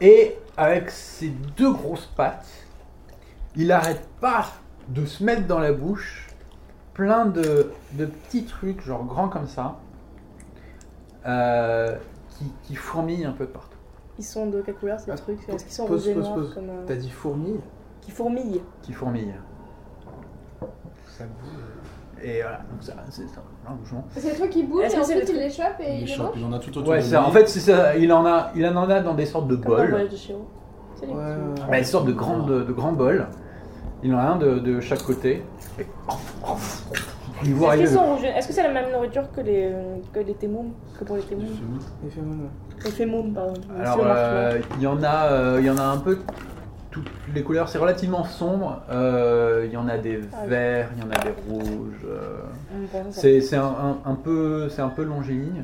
Et avec ses deux grosses pattes, il arrête pas de se mettre dans la bouche plein de, de petits trucs, genre grands comme ça, euh, qui, qui fourmillent un peu de partout. Ils sont de quelle couleur ces Ah, trucs Est-ce qu'ils sont pose, rouges et pose, noirs pose. comme, euh, T'as dit fourmi Qui fourmillent. Qui fourmillent. Ça bouge. Et voilà, donc ça, c'est ça, un bouchon. C'est le truc qui bouge Est-ce et que c'est ensuite le il les chope et il Il les chope, mange. il en a tout autour Ouais, de c'est- lui. en fait, c'est ça. Il en a, il en a dans des sortes de Comme dans le bols. voyage de Chihiro. C'est les- Ouais, ouais, Bah, des sortes de grands, de, de grands bols. Il en a un de, de chaque côté. Et- Il vous Est-ce arrive. qu'ils sont rouges et- Est-ce que c'est la même nourriture que les, euh, que les témoums Que pour les Du témoums film. Il fait mal. Les fémoums, pardon. Alors, C'est le marque, euh, il y en a, euh, il y en a un peu toutes les couleurs. C'est relativement sombre. Euh, il y en a des Ah oui. verts, il y en a des rouges. euh, ouais. On pense à Hum, ça. c'est, c'est un, un- un peu, c'est un peu longiligne.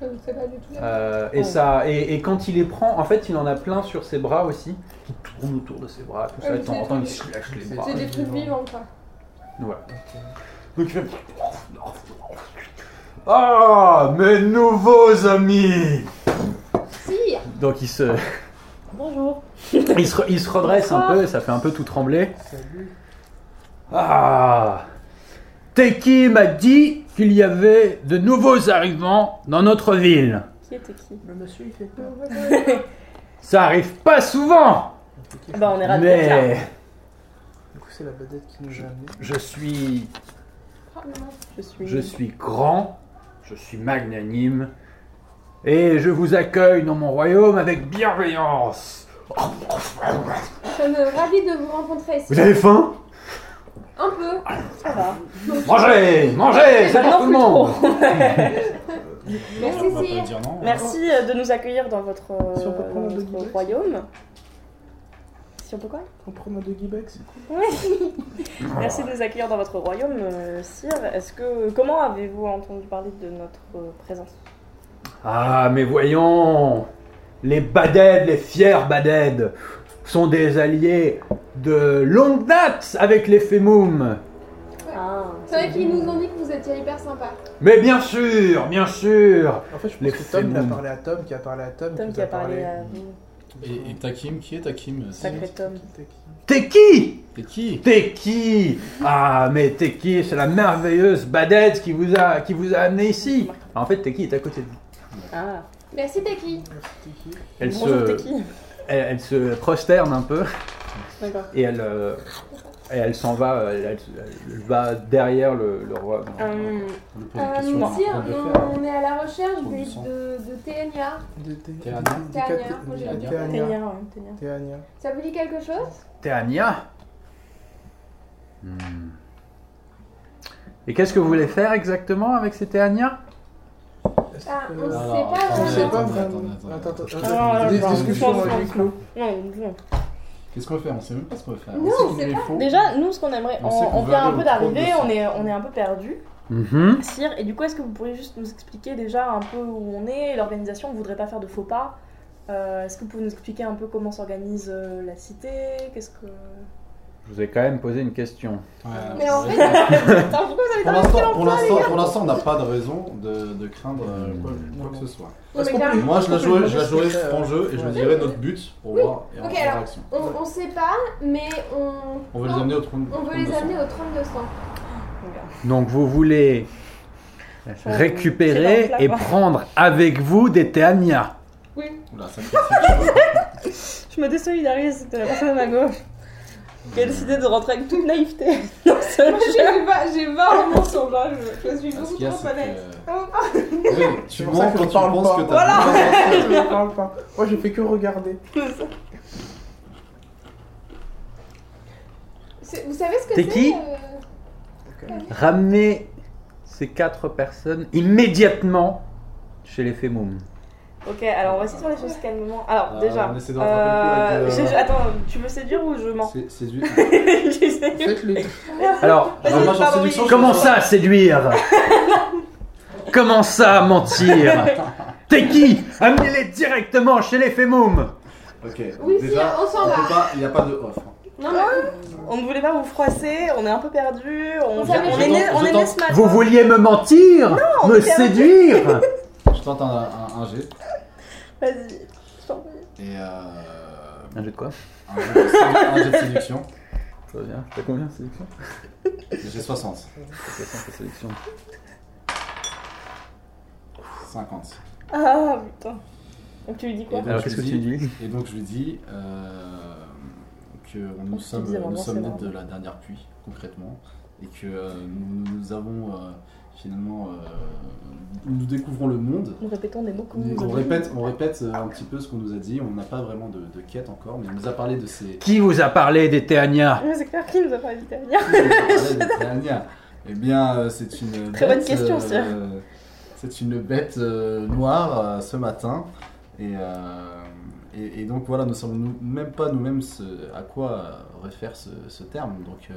Je ne sais pas du tout. Euh, et Oh. ça, et, et quand il les prend, en fait, il en a plein sur ses bras aussi, qui tournent autour de ses bras, tout ça. Ah, Ouais, Et de temps en c'est- temps, il se lâche les bras. C'est des trucs vivants, quoi. Voilà. Ok. Donc il fait. Ah, mes nouveaux amis Si Donc il se, Bonjour. il se, il se redresse un peu, ça fait un peu tout trembler. Salut. Ah Teki m'a dit qu'il y avait de nouveaux arrivants dans notre ville. Qui était qui Le monsieur, il fait peur. Ça arrive pas souvent Ok. Bah, on est ravis d'être là. Mais Du coup, c'est la badette qui nous a amenés. je suis Oh, maman. Je suis. Je suis grand, je suis magnanime, et je vous accueille dans mon royaume avec bienveillance. Nous sommes ravis de vous rencontrer ici. Vous avez faim Un peu. Ça va. Mangez Mangez C'est pour Maintenant, tout le monde plus trop. Merci, On va pas sire. dire non. Merci euh, de nous accueillir dans votre, euh, Si on peut prendre dans un votre doggy bag. royaume. Si on peut quoi On prend ma doggy bag, c'est [laughs] Merci de nous accueillir dans votre royaume, euh, Sire. Est-ce que comment avez-vous entendu parler de notre euh, présence Ah, mais voyons Les Baded, les fiers Baded, sont des alliés de longue date avec les Femoum. Ah. C'est vrai qu'ils nous ont dit que vous étiez hyper sympa. Mais bien sûr, bien sûr En fait, je Les pense que Tom il a phénomènes. parlé à Tom, qui a parlé à Tom, Tom nous qui a parlé à Et, et Takim, qui est Takim c'est- Sacré Tom. Qui, t'es qui T'es qui T'es qui T'es qui Ah, mais t'es qui C'est la merveilleuse Badette qui vous a, qui vous a amené ici. En fait, t'es qui est à côté de vous. Ah. Merci Teki. T'es qui Elle Bonjour, se, t'es qui elle, elle se prosterne un peu D'accord. et elle, euh, et elle s'en va. euh, Elle, elle- elle va derrière le, le roi. dans- Hum, On lui pose des Euh, questions, on sire, peut le faire. on, on est à la recherche Pour des- du sang. de, de TNA. Des- des- des- Théania. des- des- Théania, moi, j'ai un des- nom. Théania. Ténia, ouais, Ténia. Théania. Ça vous dit quelque chose Tania Hmm. Et qu'est-ce que vous voulez faire exactement avec ces Tania Est-ce Ah, que- on Alors, sait pas attends, On sait vraiment. pas attends, vraiment. attends, Attends, attends, attends. attends. Ah, Des attends, discussions attends. à huis clos. Non, non. Qu'est-ce qu'on va faire On sait même pas ce qu'on va faire. Non, sait on qu'il sait est faux. Déjà, nous, ce qu'on aimerait, On on, sait qu'on on veut vient aller un peu au trône d'arriver, de on est, on est un peu perdu. Mhm. Sire, et du coup, est-ce que vous pourriez juste nous expliquer déjà un peu où on est L'organisation, on voudrait pas faire de faux pas. Euh, est-ce que vous pouvez nous expliquer un peu comment s'organise euh, la cité Qu'est-ce que. Je vous ai quand même posé une question. Ouais, Mais en c'est fait, vrai. Attends, pourquoi ça Pour l'instant, pour l'instant, pour l'instant, on n'a pas de raison de, de craindre euh, Mm. quoi, Non, quoi que non. ce soit. Non, Oh, mais qu'on carrément. Moi, je la Est-ce qu'on jouerai, peut je la jouerai demander ce en que- jeu et je Ouais. me dirai notre but pour Oui. voir et en Ok, faire alors. action. on, on sait pas, mais on. On veut les amener au trône. On veut trône les de sang. amener au 3200. Donc vous voulez C'est dans le récupérer plat, et quoi. prendre avec vous des Tania. Oui. Oula, ça me fait- Je me désolidarise de la personne à ma [laughs] gauche qui a décidé de rentrer avec toute naïveté [laughs] dans ce Moi, j'ai pas, j'ai pas un mensonge, hein, je, je suis Ah, Ce beaucoup qu'il y a, trop c'est honnête. que. Vraiment pas. Oui, tu C'est pour ça mens que quand je tu parle penses pas. que t'as. Voilà. Je ne parle pas. Moi, j'ai fait que regarder. C'est- Vous savez ce que T'es c'est qui euh, Ramenez ces quatre personnes immédiatement chez les Femoum. Ok, alors on va essayer de faire les choses calmement. Alors, Euh, déjà. on essaie de rattraper le coup avec, euh, euh, j'ai- Attends, tu veux séduire ou je mens C'est c'est du. J'essaie. Faites les deux. Alors, Ah, moi, j'en pardon, séduction, oui. je- comment ça séduire Comment ça mentir T'es qui Amenez-les directement chez les Femoum. Ok. Oui, Déjà, si, on s'en on va. peut pas. Il n'y a pas de off. hein. Non, non, On ne voulait pas vous froisser, on est un peu perdu, on, On vient- savait- on est Je né tente- on je est né tente- ce matin. Vous vouliez me mentir Me c'est vrai. séduire Je tente un, un, un jet Vas-y. je t'en prie. et euh, Un jeu de quoi un jet de sédu- un jet de séduction. Très bien. T'as combien de séduction J'ai 60. T'as 60 de séduction. 50. Ah putain. Donc tu lui dis quoi Et donc, Alors je qu'est-ce que lui tu dis Et donc je lui dis euh, que nous Je te sommes, disais vraiment, nous sommes c'est nés vrai. de la dernière pluie, concrètement, et que euh, nous, nous avons euh, finalement. euh, nous découvrons le monde. Nous répétons des mots que nous On avons répète, on répète euh, un petit peu ce qu'on nous a dit. On n'a pas vraiment de, de quête encore, mais on nous a parlé de ces. Qui vous a parlé des Théania Mais c'est clair qui nous a pas invité à venir. on nous a parlé de ces araignées. Eh bien, euh, c'est une. Très bête, bonne question, euh, Cyr. C'est une bête euh, noire euh, ce matin. Et, euh, et, et donc voilà, nous ne savons nous- même pas nous-mêmes ce- à quoi euh, réfère ce, ce terme. Donc euh,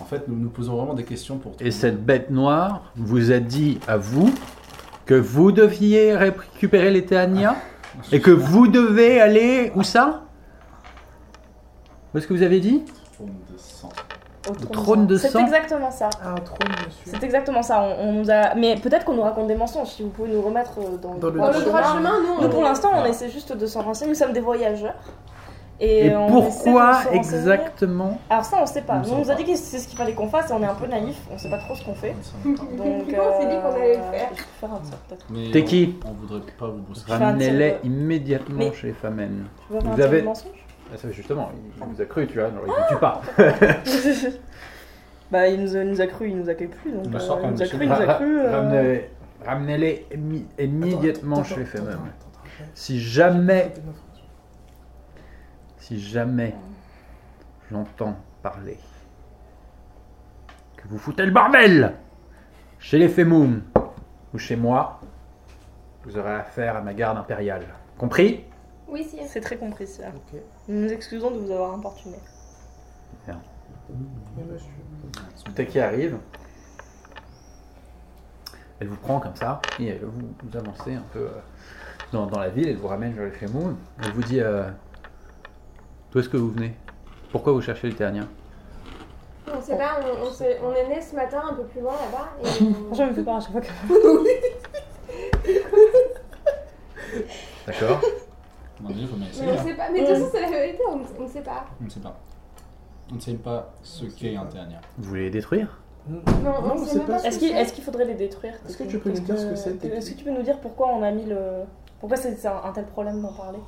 en fait, nous nous posons vraiment des questions pour. Et cette bête noire vous a dit à vous que vous deviez récupérer les Théania et que vous devez aller où ça Où est-ce que vous avez dit Trône de sang. Au trône de C'est sang. exactement ça. Ah, un trône, monsieur. C'est exactement ça. On, on nous a. Mais peut-être qu'on nous raconte des mensonges. Si vous pouvez nous remettre euh, dans, Dans le Bon, le droit chemin. chemin, non. Nous, pour l'instant, on Voilà. essaie juste de s'en renseigner. Nous sommes des voyageurs. Et, Et on pourquoi essaie de se renseigner. exactement Alors ça, on sait pas. On Nous, sait on nous a pas. dit que c'est ce qu'il fallait qu'on fasse et on est un peu naïf. On sait pas trop ce qu'on fait. Donc, on s'est dit qu'on allait le euh, faire. Je vais faire un de ça, peut-être. Mais T'es on- qui On voudrait pas vous brusquer. un tir Ramenez-les de- immédiatement Mais- chez les Famen. Tu veux faire Vous un tir de avez- mensonge Ah, ça, justement, il il vous a cru, tu vois, alors il vous tue pas. [laughs] Bah, il nous, a, il nous a cru, il nous accueille plus. Donc, Il euh, nous sort quand il nous a même cru, chez il nous a Ra- cru. euh, ramenez- Ramenez-les immi- immédiatement Attends, chez les attends, Famen. attends, attends, Si attends, jamais, attends, attends. si jamais j'entends parler que vous foutez le bordel chez les Femoum ou chez moi, vous aurez affaire à ma garde impériale. Compris Oui, si. C'est très compris, ça. Ok. Nous nous excusons de vous avoir importuné. Mais monsieur. qui arrive. Elle vous prend comme ça et elle vous, vous avancez un peu euh, dans, dans la ville. Elle vous ramène vers les Femoum. Elle vous dit euh, D'où est-ce que vous venez Pourquoi vous cherchez les Terniens On sait pas, on, on s'est- on est né ce matin un peu plus loin là-bas. Et Franchement, je me fais peur à chaque fois que. D'accord On a dit, faut bien mais essayer. on hein. sait pas. Mais de toute façon, c'est la vérité, on ne- on ne sait pas. On ne sait pas. On ne sait pas ce qu'est un dernier. Vous voulez les détruire Non, Non, on sait même pas. Est-ce qu'il est-ce qu'il faudrait les détruire Est-ce que tu peux nous dire ce que c'est, tes Est-ce que tu peux nous dire pourquoi on a mis le. Pourquoi c'est c'est un, un tel problème d'en parler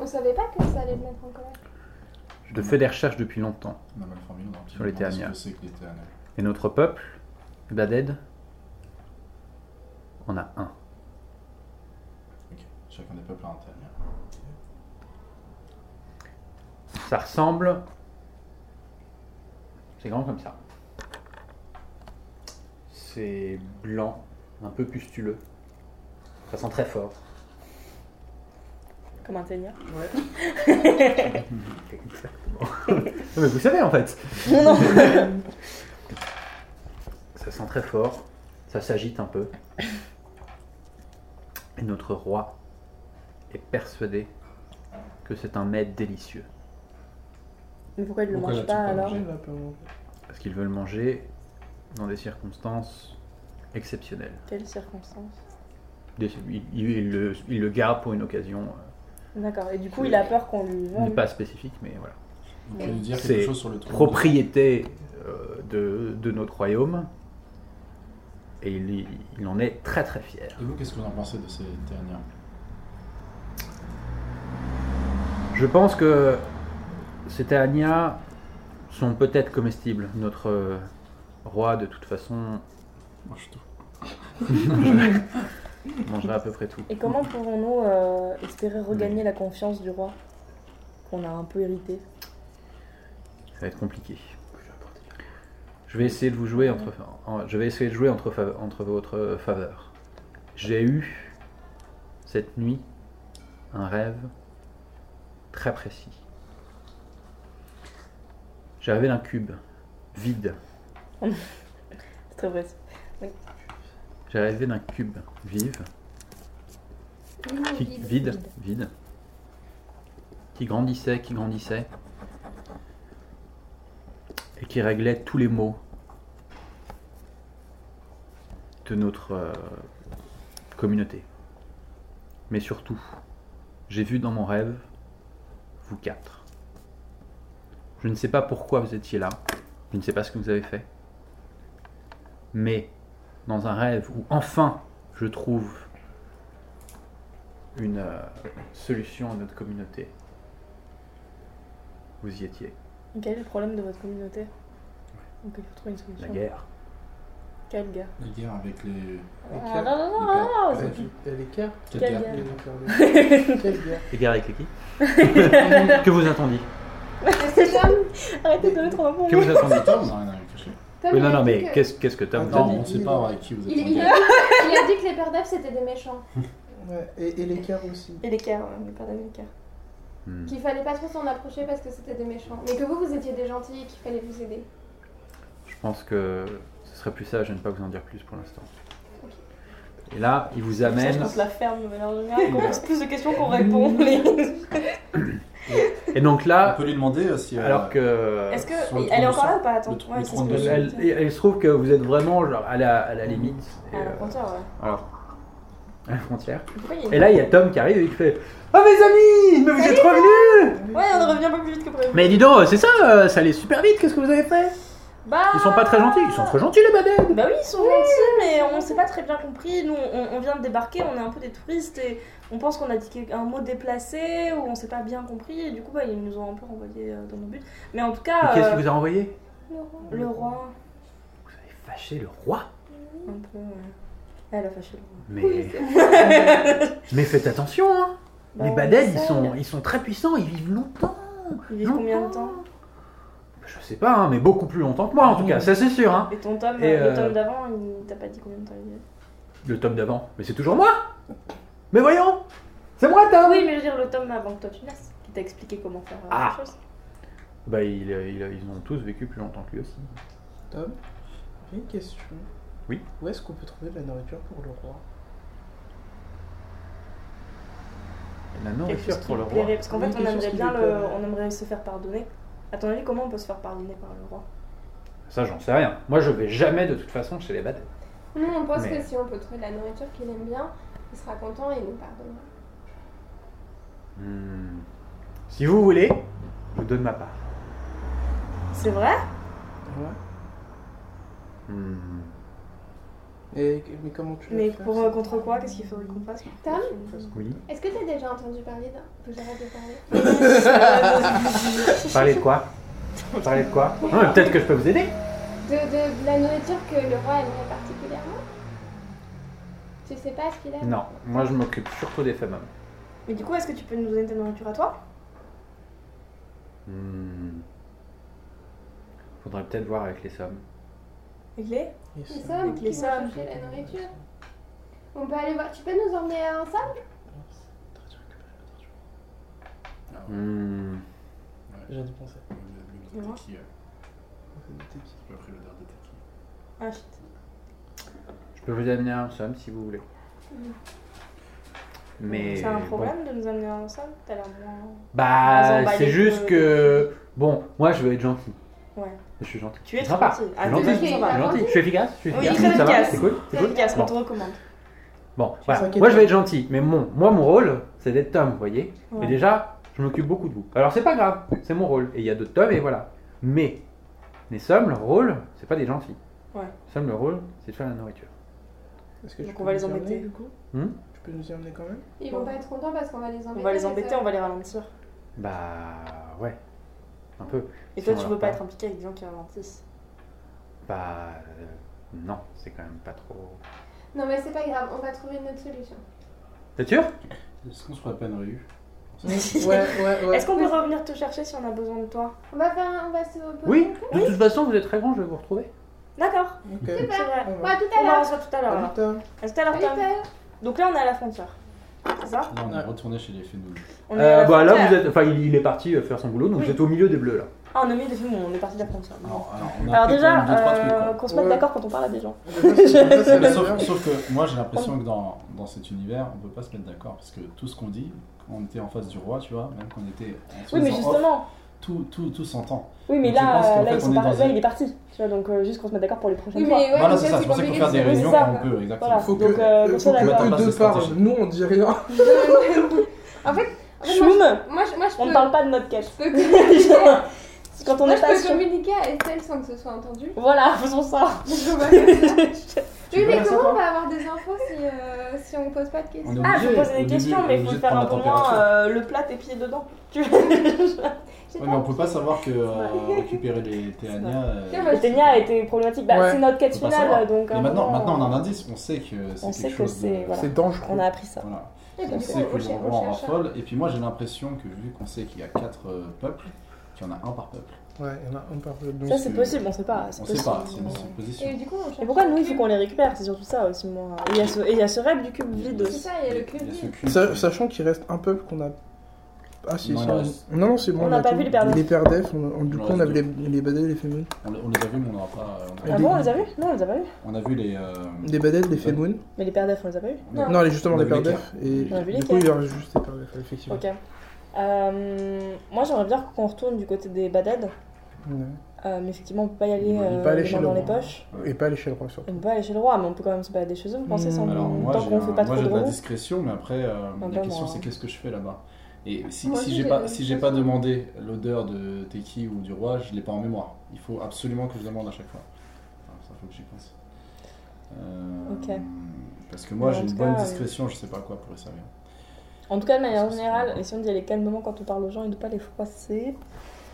On savait pas que ça allait le mettre en colère. Je fais des recherches depuis longtemps. On a mal formulé. on a Sur les demandé ce dernières. que c'est que les dernières. Et notre peuple, Baded, en a un. Ok. Chacun des peuples a un dernier. Ça ressemble. C'est grand comme ça. C'est blanc, un peu pustuleux. Ça sent très fort. Comme un ténia Mais vous savez en fait Non [laughs] Ça sent très fort, ça s'agite un peu. Et notre roi est persuadé que c'est un mets délicieux. Mais pourquoi il le Pourquoi mange l'as-tu pas pas alors mangé j'ai la peur. Parce qu'ils veulent manger dans des circonstances exceptionnelles. Quelle circonstance Des- Il, il- il le, il le garde pour une occasion, euh, D'accord, et du coup il a peur qu'on lui n'est vole. pas spécifique, mais voilà. Vous pouvez nous dire C'est quelque chose sur le trône propriété euh, de, de notre royaume. Et il, il en est très très fier. de- Et vous, qu'est-ce que vous en pensez de ces dernières Je pense que ces Théania sont peut-être comestibles. Notre euh, roi, de toute façon, Mange tout. mangera à peu près tout. Et comment pouvons-nous euh, espérer regagner la confiance du roi qu'on a un peu hérité Ça va être compliqué. Je vais essayer de vous jouer entre, en- je vais essayer de jouer entre, fa- entre votre faveur. J'ai eu cette nuit un rêve très précis. J'ai rêvé d'un cube vide. C'est très vrai. J'ai rêvé d'un cube vive, qui, vide, vide, qui grandissait, qui grandissait, et qui réglait tous les maux de notre euh, communauté. Mais surtout, j'ai vu dans mon rêve vous quatre. Je ne sais pas pourquoi vous étiez là, je ne sais pas ce que vous avez fait, mais dans un rêve où enfin je trouve une euh, solution à notre communauté. Vous y étiez, Quel est le problème de votre communauté Donc il faut trouver une la solution. guerre. Quelle guerre La guerre avec les. Ah, non, non, non, non, non, Ouais. Elle est claire. Quelle Quelle guerre [laughs] guerre [laughs] Quelle guerre La guerre avec qui Que vous attendiez Mais c'est Tom [laughs] Arrêtez de donner trop d'infos. Que vous attendiez C'est Tom, on n'a rien à cacher. Tom, [laughs] Oui, il Non, a non, dit mais que- qu'est-ce qu'est-ce que Tom vous Non, a on dit ne sait pas avec qui vous êtes Il, en il guerre. a, [laughs] il a dit que les pères d'œufs c'était des méchants, Ouais, et, et l'équerre aussi. Et hein, l'équerre, on n'est pas d'amis l'équerre. Hmm. qu'il fallait pas trop s'en approcher parce que c'était des méchants, mais que vous vous étiez des gentils et qu'il fallait vous aider. Je pense que ce serait plus sage de ne pas vous en dire plus pour l'instant. Et là, il vous Ça, je amène. pense la ferme de manière générale. Qu'on pose plus de questions qu'on répond. les- Et donc On là, peut lui demander euh, si. euh, alors que. Est-ce Sur le que. trône Elle est de encore sang. là ou pas Attends, Le tu trône- vois, le c'est trône ce que de je Elle, me elle- disais. elle se trouve que vous êtes vraiment genre, à, la, à la limite. et, À la euh, frontière, Ah, ouais. alors, à la frontière. Pourquoi il y a- Et là, il y a Tom qui arrive et qui fait Ah, mes amis Mais vous êtes revenus Ouais, on revient un peu plus vite que prévu. Mais dis donc, c'est ça, euh, ça allait super vite, qu'est-ce que vous avez fait Bah... Ils sont pas très gentils, ils sont très gentils les badèdes Bah oui, ils sont gentils, mais on s'est pas très bien compris. Nous, on, on vient de débarquer, on est un peu des touristes et on pense qu'on a dit quelque- un mot déplacé ou on s'est pas bien compris. Et du coup, bah, ils nous ont un peu renvoyés euh, dans nos buts. Mais en tout Mais cas, Qu'est-ce euh, qui vous a envoyé le roi, Vous avez fâché le roi un peu... ouais. Ah, Elle a fâché le roi. Mais. [laughs] Mais faites attention, hein Les Bah, badèdes, ils on sont, essaye. ils sont très puissants, ils vivent longtemps Ils vivent combien de temps Je sais pas, hein, mais beaucoup plus longtemps que moi en tout cas, ça c'est sûr, hein Et ton tome, Et, euh, le tome d'avant, il t'a pas dit combien de temps il vivait Le tome d'avant, mais c'est toujours moi Mais voyons C'est moi, Tom Ah Oui, mais je veux dire, le tome avant que toi tu naisses, qui t'a expliqué comment faire euh, Ah. les choses. Bah, il- il- ils ont tous vécu plus longtemps que lui aussi. Tom, j'ai une question. Oui. Où est-ce qu'on peut trouver de la nourriture pour le roi La Quelque nourriture chose qui pour le lui roi. plairait, Parce qu'en Oui, fait, on quelque chose aimerait qui bien lui le, plairait. on aimerait se faire pardonner. À ton avis, comment on peut se faire pardonner par le roi Ça, j'en sais rien. Moi, je vais jamais de toute façon chez les bêtes. Nous, on pense Mais- que si on peut trouver de la nourriture qu'il aime bien, il sera content et il nous pardonnera. Hmm. Si vous voulez, je vous donne ma part. C'est vrai Ouais. Hmm. Et, mais comment tu veux Mais faire, pour ça euh, contre quoi Qu'est-ce qu'il faudrait qu'on fasse Tom Oui. Est-ce que t'as déjà entendu parler d'un. Faut que j'arrête de [laughs] parler. Parlez de quoi Parlez de quoi Non, Ah, mais peut-être que je peux vous aider. De, de, de la nourriture que le roi aimerait particulièrement Tu sais pas ce qu'il aime Non, moi, je m'occupe surtout des femmes. Mais du coup, est-ce que tu peux nous donner ta nourriture à toi Hmm. Faudrait peut-être voir avec les sommes. Avec les Ils Les sont- sommes Avec les qui vont sommes. chercher la nourriture. On peut aller voir. Tu peux nous emmener euh, ensemble Ah, Hmm. J'ai rien dépensé. Et moi euh, Ah shit. Je peux vous amener un somme si vous voulez. Mais Hmm. C'est un bon. problème de nous amener ensemble T'as l'air moins. Ils ont Bah, emballé c'est juste que- que bon, moi je veux être gentil. Ouais. Je suis gentil. Tu es C'est trop sympa. gentil. Je Ah, suis t'es gentil. gentil, Je ça va. suis gentil. Je suis efficace. Je suis Oui, efficace. très ça va. efficace. C'est cool. C'est C'est cool. efficace, on Bon. te recommande. Bon, voilà. s'inquiète Moi, je pas. vais être gentil, mais mon, moi, mon rôle, c'est d'être Tom, vous voyez. Ouais. Et déjà, je m'occupe beaucoup de vous. Alors, c'est pas grave, c'est mon rôle. Et il y a d'autres Tom, et voilà. Mais, les sommes, leur rôle, c'est pas des gentils. Ouais. Les sommes, leur rôle, c'est de faire la nourriture. Est-ce que Donc tu on peux va nous les y embêter. emmener, du coup Hmm Tu peux nous y emmener [laughs] quand même Ils vont Bon. pas être contents parce qu'on va les embêter. On va les embêter, on va les ralentir. Bah, ouais. Un peu. Et Si toi, on tu leur veux pas parle. être impliqué avec des gens qui [laughs] ralentissent. Bah, euh, non, c'est quand même pas trop. Non, mais c'est pas grave, on va trouver une autre solution. T'es sûr Est-ce qu'on se ferait pas une réu Ouais, ouais, ouais. Est-ce qu'on peut revenir te chercher si on a besoin de toi On va faire un. On va se poser. Oui. De toute façon, vous êtes très grand, je vais vous retrouver. D'accord, Ok. c'est vrai. On Bon, à tout à On va l'heure. reçoit tout à l'heure. Ah, alors. putain. À tout à l'heure, Salut, Tom. Tom. Donc là, on est à la frontière. C'est ça Là, on est Ouais. retourné chez les fénouilles. On est à Euh, la bah là, frontière. vous êtes. Enfin, il, il est parti euh, faire son boulot, donc Oui. vous êtes au milieu des bleus là. Ah, on a mis des films, on est parti de la frontière. Alors, alors, on a Alors appris déjà, quand même deux, trois euh, trucs, qu'on se mette Ouais. d'accord quand on parle à des gens. [laughs] Ça, c'est quoi. Mais [laughs] la sauf, merde. sauf que moi, j'ai l'impression que dans, dans cet univers, on peut pas se mettre d'accord. Parce que tout ce qu'on dit, quand on était en face du roi, tu vois, même quand on était. en Oui, mais faisant off, justement. Tout, tout, tout s'entend. Oui, mais Donc, je pense là, qu'en euh, là, fait, ils on sont est par- dans là, un- il est parti. Tu vois, donc euh, juste qu'on se mette d'accord pour les prochaines Oui, fois. mais ouais, voilà, donc c'est là, ça. C'est pour ça qu'il faut compliqué de trouver faire des réunions ça, quand quoi. on peut, exactement. Voilà. Faut que, Donc, euh, faut comme ça, que d'accord. eux Pas de deux parlent. stratégie. Nous, on dit rien. [laughs] en fait, en fait, moi, Choum, je- moi, je- moi, je on ne peux- parle pas de notre [laughs] quête. je peux communiquer. C'est [laughs] quand on Moi, est je pas peux sûr. communiquer à Estelle sans que ce soit entendu. [laughs] Voilà, faisons ça. [laughs] Je peux pas faire ça. Tu Oui, peux mais faire ça, comment toi on va avoir des infos si, euh, si on pose pas de On est questions Ah, obligé, faut au poser des début, questions, mais on il faut est obligé de faire un prendre peu la moins température. euh, le plat, tes pieds dedans. [laughs] Tu vois J'ai Ouais, pas- mais on peut pas savoir que euh, euh, Ouais. récupérer les Théania. Tiens, euh, bah, Le Ténia a été problématique. Bah, Ouais. c'est notre quête Faut pas savoir. finale, donc. euh, à Mais un maintenant, moment, maintenant, on a un indice. On sait que c'est on quelque sait que chose de. c'est- voilà. C'est dangereux. On a appris ça. Voilà. Et On donc, sait que on le cherche- roi on en cherche. raffole. Et puis moi, j'ai l'impression que vu qu'on sait qu'il y a quatre euh, peuples, qu'il y en a un par peuple. Ouais, il y en a un par donc Ça, c'est- c'est possible, on sait pas. c'est On sait possible. pas, c'est une supposition. Et du coup, on cherche. Mais pourquoi le nous, il faut cube. qu'on les récupère C'est surtout ça aussi, moi. Et il y a ce- et il y a ce rêve du cube vide C'est aussi. ça, il y a le Il y a ce cube. culte. Sa- Sachant qu'il reste un peuple qu'on a. Ah si, Non, si, il on- reste- Non, non, c'est bon. On on n'a a pas tout. vu les pères d'Ef. Les pères d'Ef, on- on- du Il coup, en on reste avait les, les badets, les fémounes. On, on les a vus, mais on n'aura pas. euh, on a- Ah bon, on les a vus Non, on les a pas vus. On a vu les. euh, Les badets, les fémounes. Mais les pères d'Ef, on les a pas vus. on a- Non, les- justement, On a les vu pères les d'Ef. Et On a vu les du coup, il quatre. reste juste les pères d'Ef, effectivement. Ok. Euh, moi, j'aimerais bien qu'on retourne du côté des badades. Ouais. Euh, mais effectivement, on peut pas y aller, On peut euh, pas aller les chez mains le dans les roi. poches. Et pas les chez le roi, surtout. On peut pas aller chez le roi, mais on peut quand même se balader chez eux, vous pensez, sans Alors moi, tant j'ai qu'on fait un- pas moi, trop j'ai de de la route. discrétion, mais après, euh, Ah la bah, question moi. c'est qu'est-ce que je fais là-bas Et si, Moi si aussi, j'ai j'ai pas, la si j'ai discrétion. pas demandé l'odeur de Teki ou du roi, je l'ai pas en mémoire. Il faut absolument que je demande à chaque fois. Enfin, ça faut que j'y pense. Euh, Ok. Parce que moi, Mais en j'ai une tout bonne cas, euh, discrétion, je sais pas à quoi pour les servir. En tout cas, de Ça, manière c'est générale, pas- essayons d'y aller calmement quand on parle aux gens et de pas les froisser.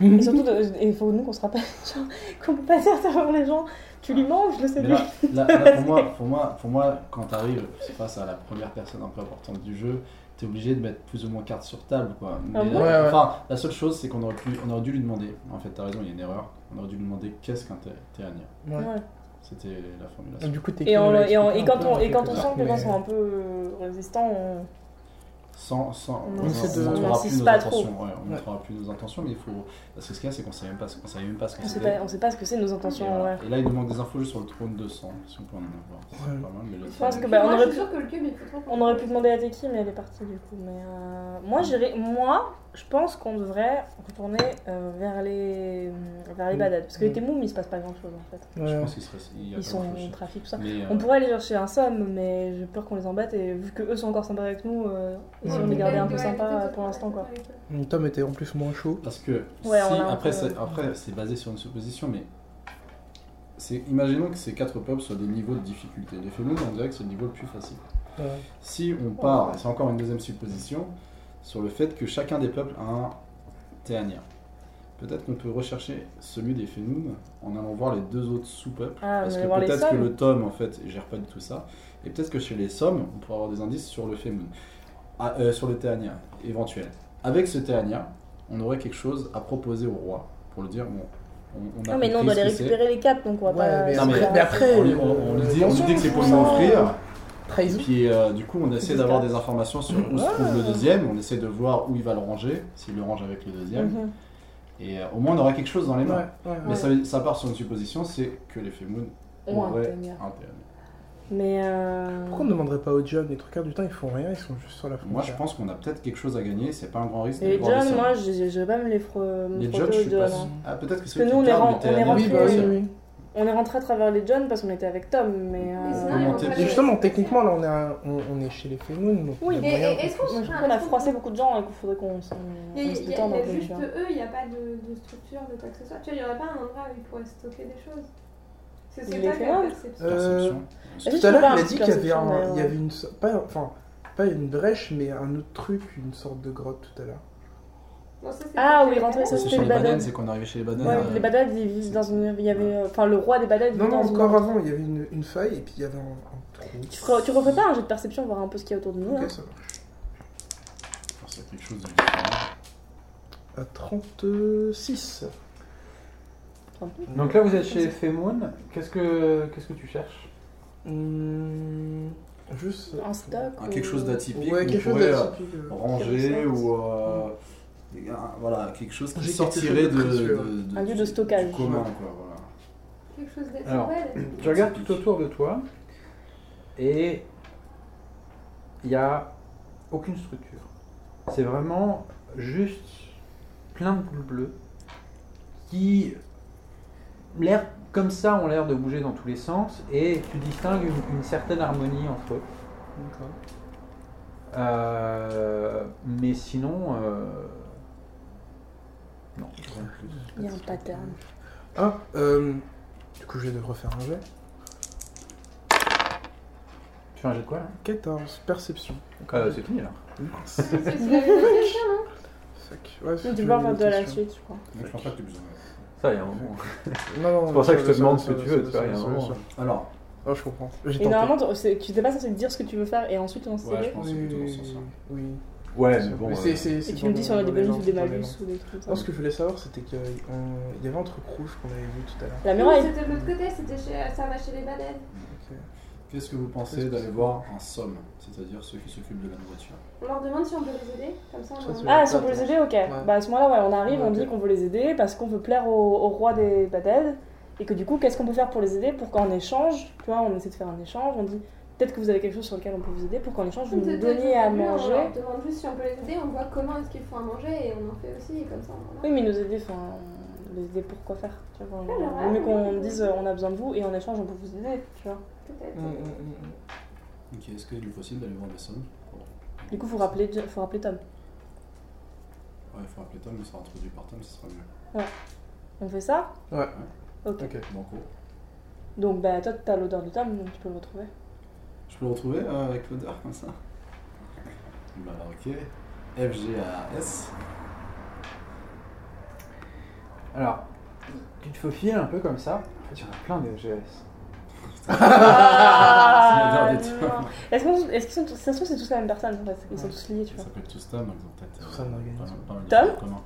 Et surtout, de- et il faut nous qu'on se rappelle genre, [laughs] qu'on peut pas dire ça devant les gens. Tu lui manges, je le sais Mais bien. là, là- là, pour, moi, pour, moi, pour moi, quand t'arrives face à la première personne un peu importante du jeu, t'es obligé de mettre plus ou moins carte sur table. Quoi. Ah Mais bon là, Ouais, ouais. enfin, la seule chose, c'est qu'on aurait, pu- on aurait dû lui demander. En fait, t'as raison, il y a une erreur. On aurait dû lui demander qu'est-ce qu'un thé- théania. Ouais. Ouais. C'était la Et formulation. Du coup, t'es Et, on- qui, on et, on- l'a et expliqué quand un peu on, dans et quand on quelque sent que les gens part, sont un peu euh, résistants, on... Sans, sans, On on essaie de- ne on montrera plus insiste nos pas trop. intentions. Ouais, on Ouais. montrera plus nos intentions, mais il faut. Parce que ce qu'il y a, c'est qu'on savait même pas ce qu'on savait même pas ce qu'on on, sait faisait. pas, on sait pas ce que c'est nos Et, intentions. voilà. ouais. Et là, il nous manque des infos juste sur le trône de sang, si on peut en avoir. C'est Ouais. pas mal, mais le Je pense que, thé- bah, on moi, aurait je suis pu- sûre que le cube, il faut trop qu'on- On aurait pu demander à Teki, mais elle est partie du coup. Mais euh, moi, j'irai. Moi, je pense qu'on devrait retourner euh, vers les, euh, vers les Mm. badades. Parce que les Mm. Temoum, il se passe pas grand chose en fait. Je Ouais. pense qu'ils seraient. il y a Ils pas sont en grand-chose. trafic, tout ça. Mais, euh, On pourrait aller chercher un somme, mais j'ai peur qu'on les embête. Et vu que eux sont encore sympas avec nous, euh, essayons de les Mm. garder un peu Ouais, sympas ouais, pour l'instant quoi. Mon tome était en plus moins chaud. Parce que Ouais, si, on a un après, peu- c'est, après c'est basé sur une supposition, mais c'est, imaginons que ces quatre peuples soient des niveaux de difficulté. Les Fénous, on dirait que c'est le niveau le plus facile. Ouais. Si on part, c'est encore une deuxième supposition, sur le fait que chacun des peuples a un Théania. Peut-être qu'on peut rechercher celui des Fénous en allant voir les deux autres sous-peuples. Ah, parce on que va voir les peut-être que Sommes. le tome, en fait, gère pas du tout ça. Et peut-être que chez les Sommes, on pourra avoir des indices sur le Fémoun. Ah, euh, sur le Théania, éventuel. Avec ce Théania, on aurait quelque chose à proposer au roi pour lui dire bon, on, on a Non, Ah, mais non, on doit les compris ce que récupérer les quatre, donc on va Ouais, pas. mais Non, mais- c'est pas- mais après- c'est. On lui, on- on lui dit, on lui dit que c'est pour lui offrir. Trahison. Puis euh, du coup, on essaie d'avoir des informations sur où se trouve le Ouais. deuxième. On essaie de voir où il va le ranger, s'il le range avec le deuxième. Mhm. Et euh, au moins, on aura quelque chose dans les Ouais, mains. ouais, ouais. Mais ça, veut- ça part sur une supposition, c'est que les Fémoun Ont un auraient Théania. un Théania. Mais. euh, Pourquoi on ne demanderait pas aux jobs Les trois quarts du temps, ils font rien, ils sont juste sur la frontière. Moi, je pense qu'on a peut-être quelque chose à gagner. C'est pas un grand risque. Et les d'aller voir John, les moi, je je- je vais pas me les fro- me Les frotter jobs, aux je suis pas John, sûr. hein. Ah, peut-être que que ceux qui nous, on est gardent ren- le on est TNR, Oui, bah oui, oui. On est rentré à travers les John parce qu'on était avec Tom, mais. Mais euh, sinon, ils vont monter. pas Et le- justement, techniquement, là, on est, à- on, on est chez les Fénounes, donc Oui, il y a Et, moyen et- est-ce qu'on Moi, se je fait trouve un qu'on a truc froissé beaucoup de gens et qu'il faudrait qu'on s'en- Il y a, on se il y a- détende un il y a peu. tu juste vois. eux, il n'y a pas de, de structure, de quoi que ce soit. Tu vois, il n'y aurait pas un endroit où ils pourraient stocker des choses. Parce Il que c'est les pas fait que la mal. perception. Euh, perception. Est-ce que Tout à tu peux l'heure, il pas a un dit petit qu'il y avait, perception, euh, un- d'ailleurs il y avait une. so- Pas, enfin, pas une brèche, mais un autre truc, une sorte de grotte tout à l'heure. Non, ça, c'est Ah pas oui, que la rentrer, Ça, perception. c'est C'était chez le les Badon. bananes, c'est qu'on est arrivé chez les bananes. Ouais, euh, les badades, ils vivent dans une. Il y avait. euh, Enfin, le roi des badades Non, vivait non, dans une. encore avant, il y avait une, une faille et puis il y avait un, un trou. Tu, ferais- tu referais pas un jet de perception, voir un peu ce qu'il y a autour de nous. hein Ok, ça marche. enfin, C'est quelque chose de différent. À 36. Donc là, vous êtes chez Femoun. Qu'est-ce que, qu'est-ce que tu cherches Hmm, juste. Un stock. Ah, ou- Quelque chose d'atypique. Ouais, qu'on quelque chose pourrait, euh, d'atypique. euh. Ranger ou. euh, un- Voilà, quelque chose J'ai qui quelque sortirait chose de de, précieux, de- de- Un lieu de du- stockage. du commun, quoi. Voilà. Quelque chose d'assez Alors. belle. [laughs] Tu regardes tout autour de toi et il n'y a aucune structure. C'est vraiment juste plein de boules bleues qui, l'air comme ça, ont l'air de bouger dans tous les sens et tu distingues une, une certaine harmonie entre eux. D'accord. Euh, mais sinon, euh, non. rien de plus. Il y a un pattern. Ah, euh, du coup, je vais devoir refaire un jet. Tu fais un jet de quoi là 14, perception. Euh, C'est fini là. C'est c'est- c'est la vérité, ça, non Sac. Ouais, Mais c'est tu une peux en faire deux à la notation. suite, je crois. Donc, je pense pas que tu aies besoin. Ça y est, on- Non, non, C'est pour ça que je te va, va, demande ça ce que va, tu ça veux, va, tu vois, ça il y a va, un ça va, moment. ça va. Alors, Ah, je comprends. J'ai Et tenté. normalement, tu- c'est- tu n'étais pas censé dire ce que tu veux faire et ensuite on se Ouais, je sait. pense que c'est plutôt dans ce sens-là. oui. Ouais, mais bon. Mais euh, c'est- c'est- c'est Et tu me dans dis si les- on a des dans les bonus ou des gens, dans les malus gens. ou des trucs Non, comme ce ça. que je voulais savoir, c'était qu'il y avait un truc rouge qu'on avait vu tout à l'heure. La Non, muraille. C'était de l'autre côté, c'était chez, ça va chez les bananes. qu'est-ce que vous pensez Qu'est-ce que d'aller c'est voir un somme, c'est-à-dire ceux qui s'occupent de la nourriture On leur demande si on peut les aider, comme ça Ça, on c'est- Ah, si on peut les aider, ok. Bah à ce moment-là, ouais, on arrive, Ouais, on ok. dit qu'on veut les aider parce qu'on veut plaire au, au roi des badades. Et que du coup, qu'est-ce qu'on peut faire pour les aider Pour qu'en échange, tu vois, on essaie de faire un échange, on dit peut-être que vous avez quelque chose sur lequel on peut vous aider, pour qu'en échange, vous Tout est- nous tout donniez est à prévu, On manger. leur demande juste si on peut les aider, on voit comment est-ce qu'ils font à manger et on en fait aussi, et comme ça on en a. Oui, mais nous aider, enfin, les aider pour quoi faire tu vois, Ouais, on- ouais, Mieux qu'on ouais. dise euh, on a besoin de vous et en échange, on peut vous aider, tu vois. Peut-être. Mm, Ok, est-ce qu'il est possible d'aller voir des sommes Du coup, faut rappeler, faut rappeler Tom. Ouais, il faut appeler Tom, il sera introduit par Tom, ce sera mieux. On fait ça Ouais. Ok. Ok. Banco. Donc, bah, toi, t'as l'odeur de Tom, donc tu peux le retrouver. Je peux le retrouver euh, avec l'odeur comme ça Bah ok. FGAS. Alors, tu te faufiles un peu comme ça. En fait, il y en a plein de GS. Ah, c'est l'odeur de non. Tom. Est-ce qu'on- est-ce qu'ils sont tous, ça se trouve, c'est tous la même personne en fait, ils sont Ouais. tous liés, tu Ils vois. s'appellent tous Tom, ils ont peut-être. euh, Tous un organisme. pas mal de Tom choses en commun.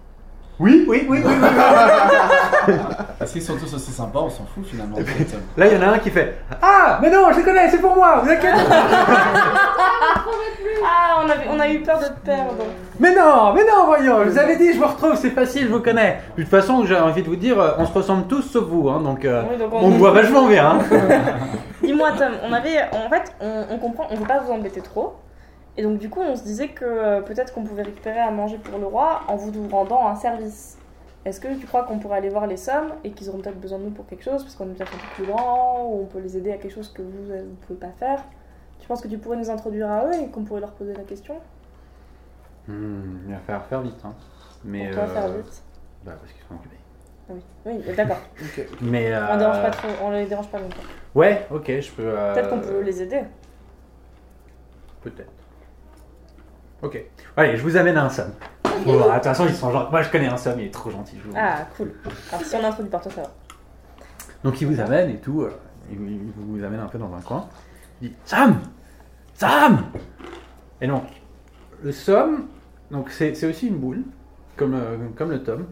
Oui, oui, oui, oui. Est-ce qu'ils sont tous aussi sympas On s'en fout finalement. en fait, Tom. Là, il y en a un qui fait Ah, mais non, je les connais, c'est pour moi, vous inquiétez. Ah, on, avait, on a eu peur de te perdre. mais non, mais non, voyons, je vous avais dit, je vous retrouve, c'est facile, je vous connais. De toute façon, j'ai envie de vous dire, euh, on se ressemble tous sauf vous, hein, donc euh, Oui, donc on me voit vachement [laughs] bien. hein. Dis-moi Tom, on avait, en fait, on, on comprend, on veut pas vous embêter trop. Et donc du coup, on se disait que euh, peut-être qu'on pouvait récupérer à manger pour le roi en vous rendant un service. Est-ce que tu crois qu'on pourrait aller voir les sommes et qu'ils auront peut-être besoin de nous pour quelque chose parce qu'on est peut-être un peu plus grand ou on peut les aider à quelque chose que vous ne pouvez pas faire Tu penses que tu pourrais nous introduire à eux et qu'on pourrait leur poser la question Hmm, il va falloir faire vite. Hein. Mais, Pour toi, euh, faire vite. Bah, parce qu'ils sont occupés. Ah Oui, oui d'accord. Ok. Mais. On euh, dérange pas trop, on les dérange pas longtemps. Ouais, ok, je peux. euh, Peut-être qu'on peut les aider. Peut-être. Ok. Allez, je vous amène à un somme. Bon, bah, de toute façon, ils sont genre. Moi, je connais un somme, il est trop gentil. je vous- Ah, cool. Alors si on introduit par toi, ça va. Donc, il vous amène et tout. euh, il il vous amène un peu dans un coin. Il dit Sam Sam Et donc, le somme, donc c'est c'est aussi une boule, comme, euh, comme le tome.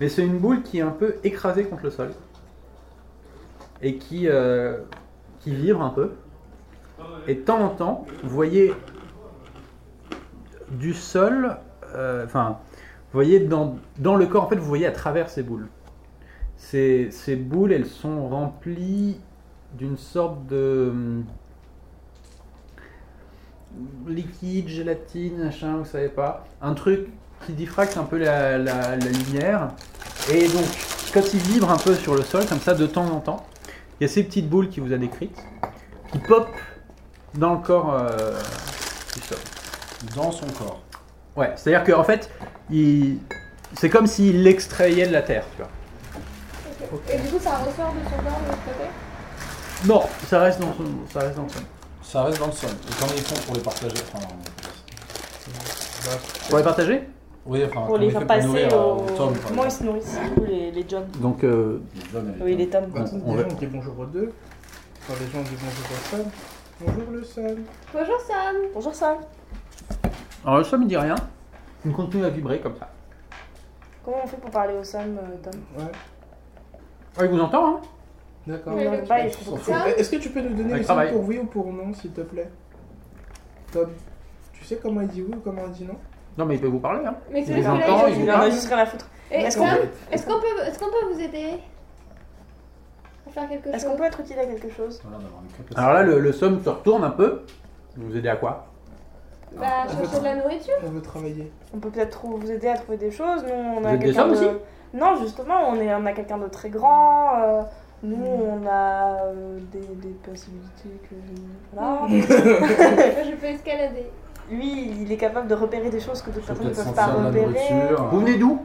Mais c'est une boule qui est un peu écrasée contre le sol. Et qui, euh, qui vibre un peu. Et de temps en temps, vous voyez du sol, euh, enfin, vous voyez dans, dans le corps, en fait, vous voyez à travers ces boules. Ces, ces boules, elles sont remplies d'une sorte de hum, liquide, gélatine, machin, vous savez pas. Un truc qui diffracte un peu la, la- la lumière. Et donc, quand il vibre un peu sur le sol, comme ça, de temps en temps, il y a ces petites boules qui vous a décrites, qui pop dans le corps euh, du sol. Dans son corps. Ouais, c'est-à-dire qu'en fait, il... c'est comme s'il l'extrayait de la terre, tu vois. Ok. Et du coup, ça ressort de son corps de l'autre côté Non, ça reste dans son... Ça reste dans son... Ça reste dans le sol. Et comment ils font pour les partager enfin, Bah, Pour les partager Oui, enfin, Pour comment les ils font faire passer nourrir, euh, au. Tom, par Comment ils exemple. se nourrissent, du coup, les, les John Donc, euh, Les John et les Oui, Tom. les Tom. Bah, on les va- gens qui bonjour aux deux. Quand les gens disent bonjour au Sam. Bonjour le Sam. Bonjour Sam Bonjour, Sam. alors le somme il dit rien, il continue à vibrer comme ça. Comment on fait pour parler au Sam, euh, Tom Ouais, Ah, il vous entend, hein d'accord. Ouais, Non, le- pas, il faut S'en que fout. ça. Euh, Est-ce que tu peux nous donner Avec les travail. signes pour oui ou pour non, s'il te plaît Tom, tu sais comment il dit oui ou comment il dit non Non, mais il peut vous parler, hein Mais Il celui vous qui l'a entend, eu, il je- vous Il en a juste rien à foutre. Et Est-ce Sam, qu'on- est-ce qu'on peut, est-ce qu'on peut vous aider à faire quelque Est-ce chose qu'on peut être utile à quelque chose Voilà, d'avoir une capacité. Alors là, le, le somme se retourne un peu. Vous aidez à quoi Bah, chercher de la nourriture On veut travailler. On peut peut-être trou- vous aider à trouver des choses. Nous, on Vous a êtes des quelqu'un hommes de. Non, justement, on, est, on a quelqu'un de très grand. euh, nous, on a euh, des, des possibilités que. [laughs] Voilà. Moi, je peux escalader. Lui, il est capable de repérer des choses que d'autres Je peux personnes ne peuvent peut-être pas sentir la repérer. nourriture. Vous venez d'où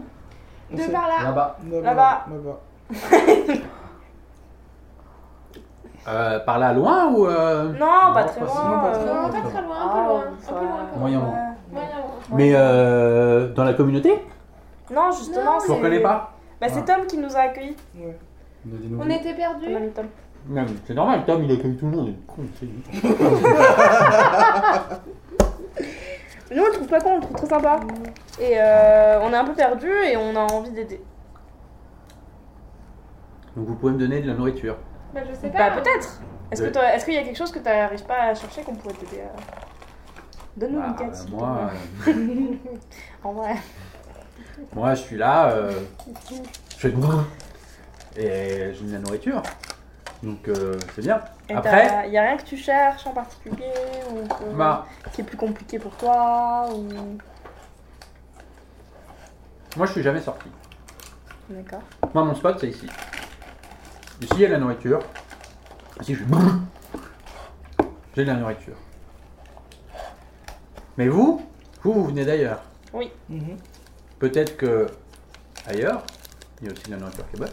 On De sait- par là Là-bas. Là-bas. Là-bas. euh, Par là, loin ou. euh, Non, pas Non, très pas si- loin. non, pas très euh, Non, pas très loin, un peu loin. Un ça- peu loin quand même. Moyen. ouais. loin. Moyen. Mais euh, dans la communauté Non, justement, Non, c'est. Vous reconnaissez pas Bah, c'est Tom qui nous a accueillis. Ouais. Ne dis-nous On rien. était perdus. On a mis Tom. Non, mais c'est normal, Tom il accueille tout le monde, il est con, c'est lui. Mais Nous, on le trouve pas con, on le trouve très sympa. Et euh, on est un peu perdu et on a envie d'aider. [laughs] Donc vous pouvez me donner de la nourriture. Bah, je sais pas. Bah, peut-être. Est-ce que Oui. t'aurais- est-ce qu'il y a quelque chose que t'arrives pas à chercher qu'on pourrait t'aider à. Donne-nous Bah, une quête, s'il te moi, plaît. euh, [laughs] En vrai. moi, je suis là, euh, je fais. Et j'ai de la nourriture. Donc euh, c'est bien. Et Après- t'as- y a rien que tu cherches en particulier ou que- Bah, qui est plus compliqué pour toi ou. Moi, je suis jamais sorti. D'accord. Moi, mon spot, c'est ici. Ici, il y a de la nourriture. Ici, je fais J'ai de la nourriture. Mais vous, vous, vous venez d'ailleurs. Mhm. Peut-être que ailleurs, il y a aussi de la nourriture qui est bonne.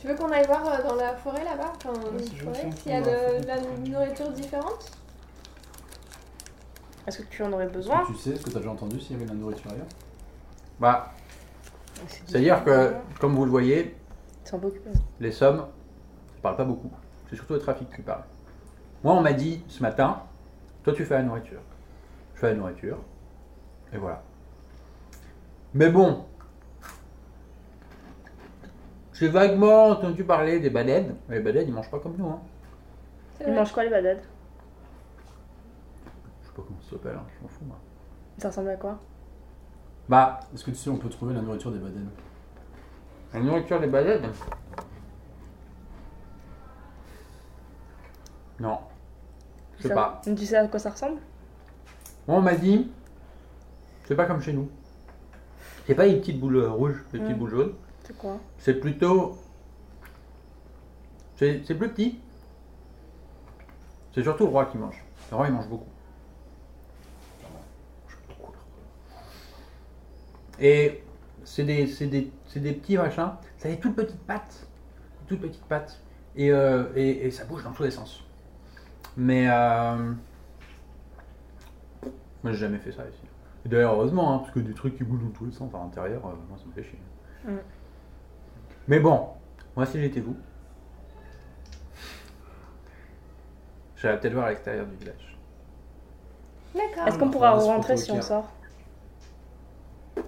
Tu veux qu'on aille voir euh, dans la forêt là-bas Enfin, dans Ouais, une c'est gentil, forêt, on s'il y a va de, faire de la des- nourriture différente Est-ce que tu en aurais Est-ce que besoin Tu sais, est-ce que t'as déjà entendu s'il y avait de la nourriture ailleurs Bah, c'est-à-dire que, comme vous le voyez, C'est un peu occupé. les sommes ne parlent pas beaucoup. C'est surtout le trafic qui parle. Moi, on m'a dit ce matin, toi, tu fais la nourriture. Je fais la nourriture. Et voilà. Mais bon, j'ai vaguement entendu parler des baleines. Mais Les baleines, ils mangent pas comme nous. Hein. C'est Ils vrai. mangent quoi les badads Je sais pas comment ça s'appelle, hein, je m'en fous. Moi. Ça ressemble à quoi Bah, Est-ce que tu sais, on peut trouver la nourriture des baleines la nourriture des baleines Non, je sais Ça- pas. Tu sais à quoi ça ressemble Moi, on m'a dit, c'est pas comme chez nous. C'est pas les petites boules euh, rouges, les petites Mm. boules jaunes. C'est quoi C'est plutôt. C'est c'est plus petit. C'est surtout le roi qui mange. Le roi, il mange beaucoup. Il mange beaucoup, le roi. Et c'est des, c'est des, c'est des petits machins. Ça a des toutes petites pattes. Toutes petites pattes. Et, euh, et, et ça bouge dans tous les sens. Mais. euh, Moi, j'ai jamais fait ça ici. Et D'ailleurs, heureusement, hein, parce que des trucs qui bougent dans tous les sens, à l'intérieur, euh, moi, ça me fait chier. Mm. Mais bon, moi, si j'étais vous, j'allais peut-être voir à l'extérieur du village. D'accord. Est-ce qu'on on pourra va se rentrer si retrouver on au sort Ça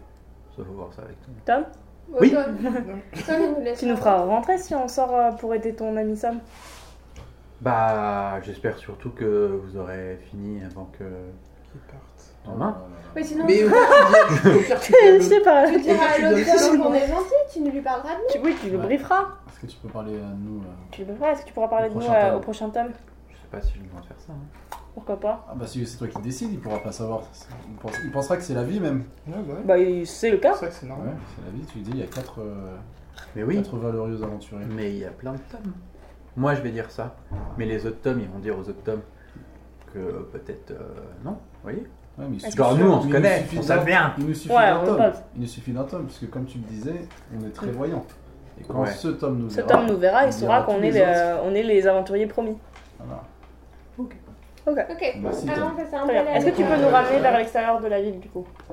faut voir ça avec toi. Tom Bon, Oui. [laughs] Tom, Tom, il nous laisse. Tu nous feras rentrer si on sort euh, pour aider ton ami Sam Bah, j'espère surtout que vous aurez fini avant que. Qui partent. Demain Euh, Mais sinon, Mais au pire, tu- au pire, [laughs] tu Je gardes- sais pas. tu diras à Et tu l'autre donnes- Tom qu'on est gentil, tu ne lui parleras de nous. Tu- Oui, tu le Ouais. brieferas. Est-ce que tu peux parler à nous euh Tu le brieferas. Est-ce que tu pourras parler Au de nous prochain euh, tome. au prochain tome Je sais pas si je dois faire ça. hein. Pourquoi pas Ah bah si c'est toi qui décides, il pourra pas savoir. Il, pense- il pensera que c'est la vie même. Ouais, bah ouais. Bah, il- c'est le C'est cas. vrai que c'est normal. Ouais, c'est la vie, tu dis, il y a quatre, euh, Mais oui, quatre valeureux aventuriers. mais il y a plein de tomes. Moi, je vais dire ça. Mais les autres tomes, ils vont dire aux autres tomes que peut-être. euh, non, vous voyez Ouais, mais il Est-ce suffit- Genre, nous, on il se nous connaît, suffit on d'un- savait bien. Il nous suffit Ouais, d'un on tome. passe. Il nous suffit d'un tome, parce que comme tu le disais, on est très Mm. voyants. Et quand Ouais. ce tome nous Ce verra, tome nous verra, on il saura verra tous qu'on est, les le- on est les aventuriers promis. Voilà. Ok. Bah, Merci Ah non, Tom. ça, c'est un Très bien. bel Est-ce que tu peux ami. nous ramener vers l'extérieur de la ville du coup Oh,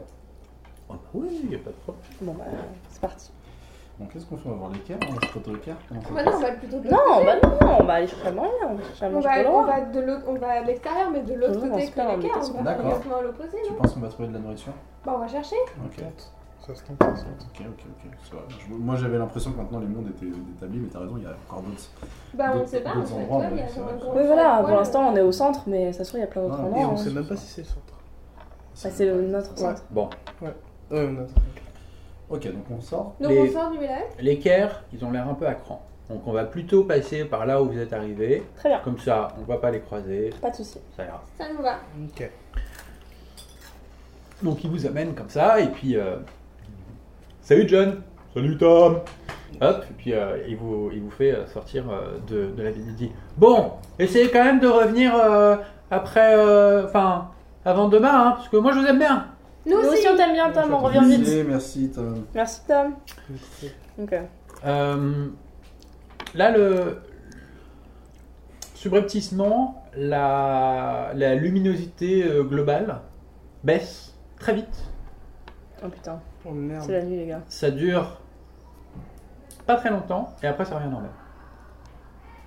bah oui, il n'y a pas de problème. Bon bah c'est parti. Bon, qu'est-ce qu'on fait On va voir l'équerre On va se frotter au l'équerre Comment ça se Bah passe non, on va plutôt de l'autre Non, côté. bah non, non, on va aller chercher à manger, on va chercher à On manger va, pour le on roi. va de l'autre, on va à l'extérieur, mais de Non, l'autre non, côté c'est que pas la un guerre, on va D'accord. complètement à l'opposé, Tu non penses qu'on va trouver de la nourriture Bah on va chercher. Ok, ok, Ça se tente, ça se tente. ok. ok. C'est vrai. Je- Moi j'avais l'impression que maintenant les mondes étaient établis, mais t'as raison, il y a encore d'autres. Bah on D'autres- sait pas, d'autres en fait, endroits, ouais, il y ouais, a c'est genre un vrai. grand Oui voilà, poil, pour l'instant on est au centre, mais ça se trouve il y a plein d'autres Ah, et Et endroits. on hein. sait même pas si c'est le centre. Bah, c'est le notre centre. Bon, Ouais, on a- Ok, donc on sort. Donc Les- on sort du village. l'équerre, ils ont l'air un peu à cran. Donc, on va plutôt passer par là où vous êtes arrivés. Très bien, Comme ça, on va pas les croiser. pas de souci. Ça ira. Ça nous va. Ok. Donc il vous amène comme ça, et puis... euh, Salut John Salut Tom Hop, et puis euh, il, vous, il vous fait euh, sortir euh, de, de la ville. Il dit, bon, essayez quand même de revenir euh, après... euh, Enfin, avant demain, hein, parce que moi je vous aime bien Nous Nous aussi aussi on t'aime bien Tom, on revient vite. Merci, Merci Tom. Merci Tom. Ok. Euh, Là, le... Subrepticement, la, la luminosité euh, globale baisse très vite. Oh putain, Oh c'est merde. la nuit les gars. Ça dure pas très longtemps et après ça revient normal.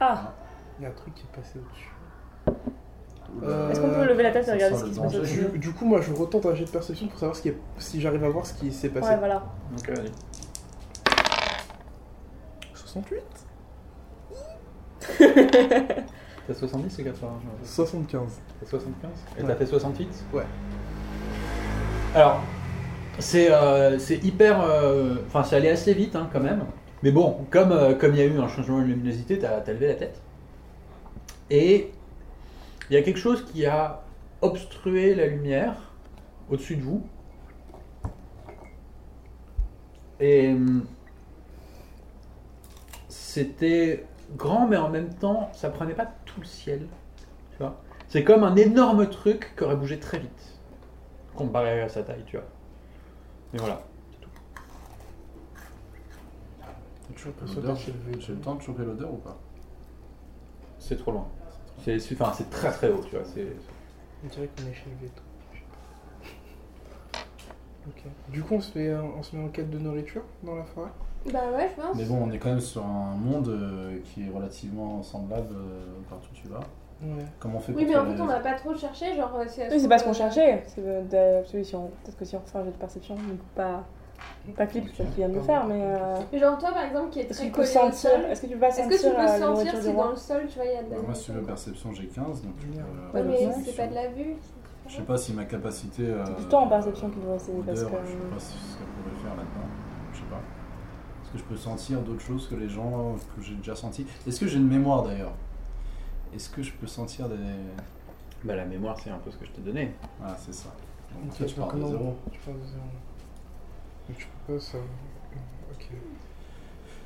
Ah, Il y a un truc qui est passé au-dessus. Oula. est-ce qu'on peut Euh, lever la tête et ça regarder sent ce qui le se passe danger. au-dessus Je- du coup, moi, je retente un jet de perception pour savoir ce qui est, si j'arrive à voir ce qui s'est passé. Ouais voilà. Donc, euh, 68 t'as 70 ou 80 je sais 75. pas. T'as 75 Et Ouais. t'as fait 68 Ouais. Alors, c'est euh, c'est hyper. euh, Enfin, c'est allé assez vite hein, quand même. Mais bon, comme euh, comme il y a eu un changement de luminosité, t'as as levé la tête. Et il y a quelque chose qui a obstrué la lumière au-dessus de vous. Et hum, c'était grand, mais en même temps, ça prenait pas tout le ciel. Tu vois C'est comme un énorme truc qui aurait bougé très vite, comparé à sa taille, tu vois. Mais voilà. J'ai toujours l'impression L'odeur, d'être J'ai chez le j'ai le temps de choper l'odeur ou pas C'est trop loin. C'est c'est- enfin, c'est très très haut, tu vois. c'est- On dirait qu'on est chez le veto. [laughs] Ok. Du coup, on se, fait, on se met en quête de nourriture dans la forêt Bah ouais, je pense. Mais bon, on est quand même sur un monde euh, qui est relativement semblable euh, partout où tu vas. Ouais. Comment on fait Oui, pour mais en faire fait, on les- n'a pas trop cherché, genre. euh, Oui, c'est pas ce qu'on cherchait, c'est de- de- parce que si on- Peut-être que si on refait un jeu de perception, on peut pas. Pas clip, c'est ce qu'il vient de nous faire, mais. euh, Mais Genre toi, par exemple, qui est Est-ce que tu très peux collé au sentir sol. Est-ce que tu peux pas Est-ce sentir que tu euh, peux la sentir nourriture si du dans roi le sol, tu vois, il y a de la. Bah, Moi, si tu veux perception, j'ai 15, donc je peux, euh, Ouais, Ouais, mais donc, c'est pas de la vue. Je sais pas si ma capacité. euh, C'est plutôt en perception qu'il doit essayer parce odeur, que. Je sais pas si- ce qu'elle pourrait faire là-dedans. Je sais pas. Est-ce que je peux sentir d'autres choses que les gens euh, que j'ai déjà senti Est-ce que j'ai une mémoire d'ailleurs Est-ce que je peux sentir des. Bah, la mémoire, c'est un peu ce que je t'ai donné. Voilà, Ah, c'est ça. Donc, en Ok, fait, je donc pars de non, zéro. Tu pars de zéro. Donc tu peux pas ça. Ok.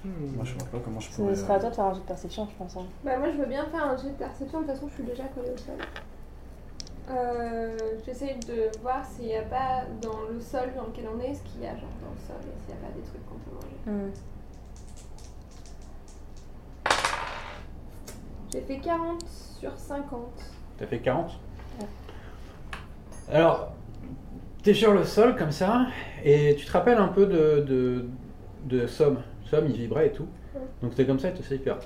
Hmm. Moi, je vois pas comment je Ce pourrais. serait à toi de faire un jeu de perception, je pense. hein. Bah moi je veux bien faire un jet de perception, de toute façon je suis déjà collée au sol. Euh, J'essaie de voir s'il n'y a pas dans le sol dans lequel on est, ce qu'il y a genre dans le sol et s'il n'y a pas des trucs qu'on peut manger. J'ai fait 40 sur 50. T'as fait 40 Ouais. Alors, t'es sur le sol comme ça, et tu te rappelles un peu de, de, de Somme. Somme, il vibrait et tout. Ouais. Donc t'es comme ça, il te fait peur.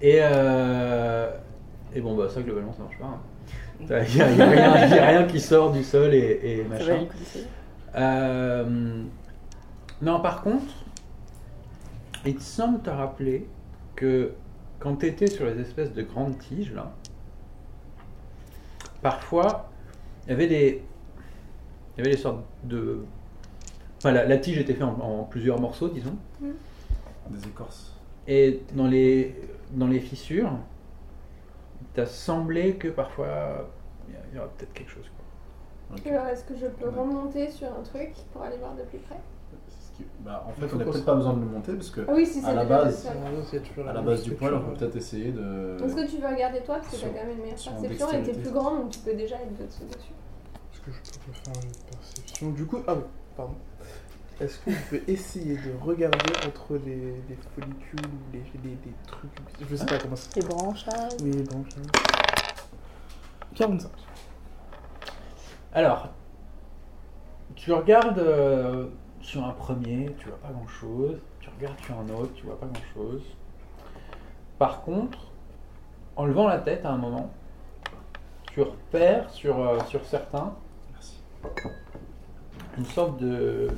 et, euh, et bon, bah ça, globalement, ça marche pas. Il n'y a, y a rien- y a rien qui sort du sol et, et Ça machin. va lui coûter cher. Euh, non, par contre, il te semble te rappeler que quand tu étais sur les espèces de grandes tiges, là, parfois, il y avait des, il y avait des sortes de... Enfin, la, la tige était faite en, en plusieurs morceaux, disons. euh, Des écorces. Et dans les, dans les fissures, il t'a semblé que parfois, il y a- il y, aura peut-être quelque chose. quoi. Ok. Alors, Est-ce que je peux Ouais. remonter sur un truc pour aller voir de plus près C'est ce qui- Bah, en fait, Faut on n'a qu'on peut-être se- pas besoin de le monter parce que Ah oui, si À c'est la déjà le base. sol. Ah, non, c'est toujours à la même base du poil, on structure, peut ouais. peut-être essayer de. Est-ce que tu veux regarder toi Parce que t'as sur- quand même une meilleure sur perception et t'es dextérité. plus grand donc tu peux déjà être dessus. dessus. Est-ce que je peux faire une perception Du coup, ah oui, pardon. Est-ce que je peux essayer de regarder entre les, les follicules ou les, les, les trucs Je sais pas comment ça Les branches, là. Oui, donc. euh, 45. Alors, tu regardes euh, sur un premier, tu vois pas grand chose. Tu regardes sur un autre, tu vois pas grand chose. Par contre, en levant la tête à un moment, tu repères sur, euh, sur certains Merci. une sorte de,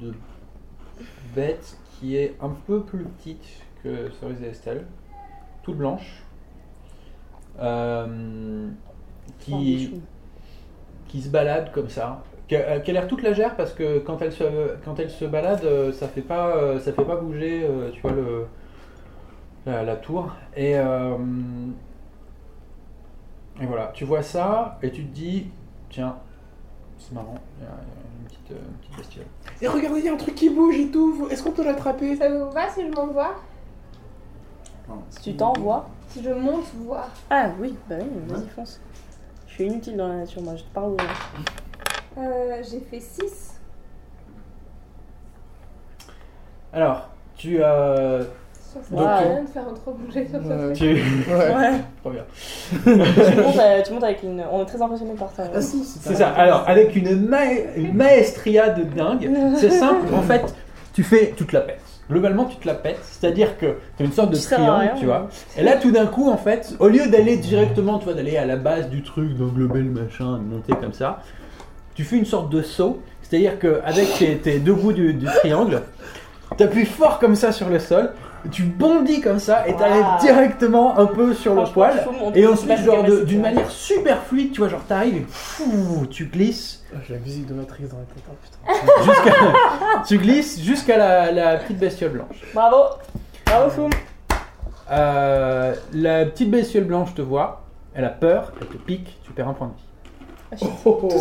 de bête qui est un peu plus petite que Cerise et Estelle, toute blanche, euh, qui, qui se balade comme ça, qui a, qui a l'air toute légère parce que quand elle se, quand elle se balade, euh, ça fait pas, euh, ça fait pas bouger, euh, tu vois le la, la tour. Et, euh, et voilà, tu vois ça et tu te dis, tiens, c'est marrant, il y a, il y a une petite, euh, une petite bestiole. Et regardez, il y a un truc qui bouge et tout. faut- Est-ce qu'on peut l'attraper Ça vous va si je monte voir Si tu t'envoies. Si je monte voir. Ah oui, bah oui, vas-y, fonce. Je suis inutile dans la nature, moi, je te parle. hein. Euh, J'ai fait 6. Alors, tu, euh, Sur cette Donc, rien de faire un trop bouger sur ce Ouais. truc. tu, Ouais. Ouais. Trop bien. tu, montes, euh, tu montes avec une. On est très impressionnés par ça. Ah si, c'est C'est ça. Alors, avec une, ma- une maestria de dingue, c'est simple. En fait, tu fais, tu te la pètes. Globalement, tu te la pètes. C'est-à-dire que tu as une sorte de Tu sers à triangle, rien, tu vois. Et là, tout d'un coup, en fait, au lieu d'aller directement, tu vois, d'aller à la base du truc, d'englober le machin, de monter comme ça, tu fais une sorte de saut. C'est-à-dire qu'avec tes, tes deux bouts du, du triangle, tu appuies fort comme ça sur le sol, tu bondis comme ça et tu Waouh. directement un peu sur le poil. Et ensuite, genre de- d'une manière super fluide, tu vois, genre t'arrives et fou, tu glisses Ah, J'ai la musique de Matrix dans la tête. Oh, putain. jusqu'à [laughs] tu glisses jusqu'à la, la petite bestiole blanche. Bravo Bravo, Foum Euh, la petite bestiole blanche te voit, elle a peur, elle te pique, tu perds un point de Tout vie. ça pour ça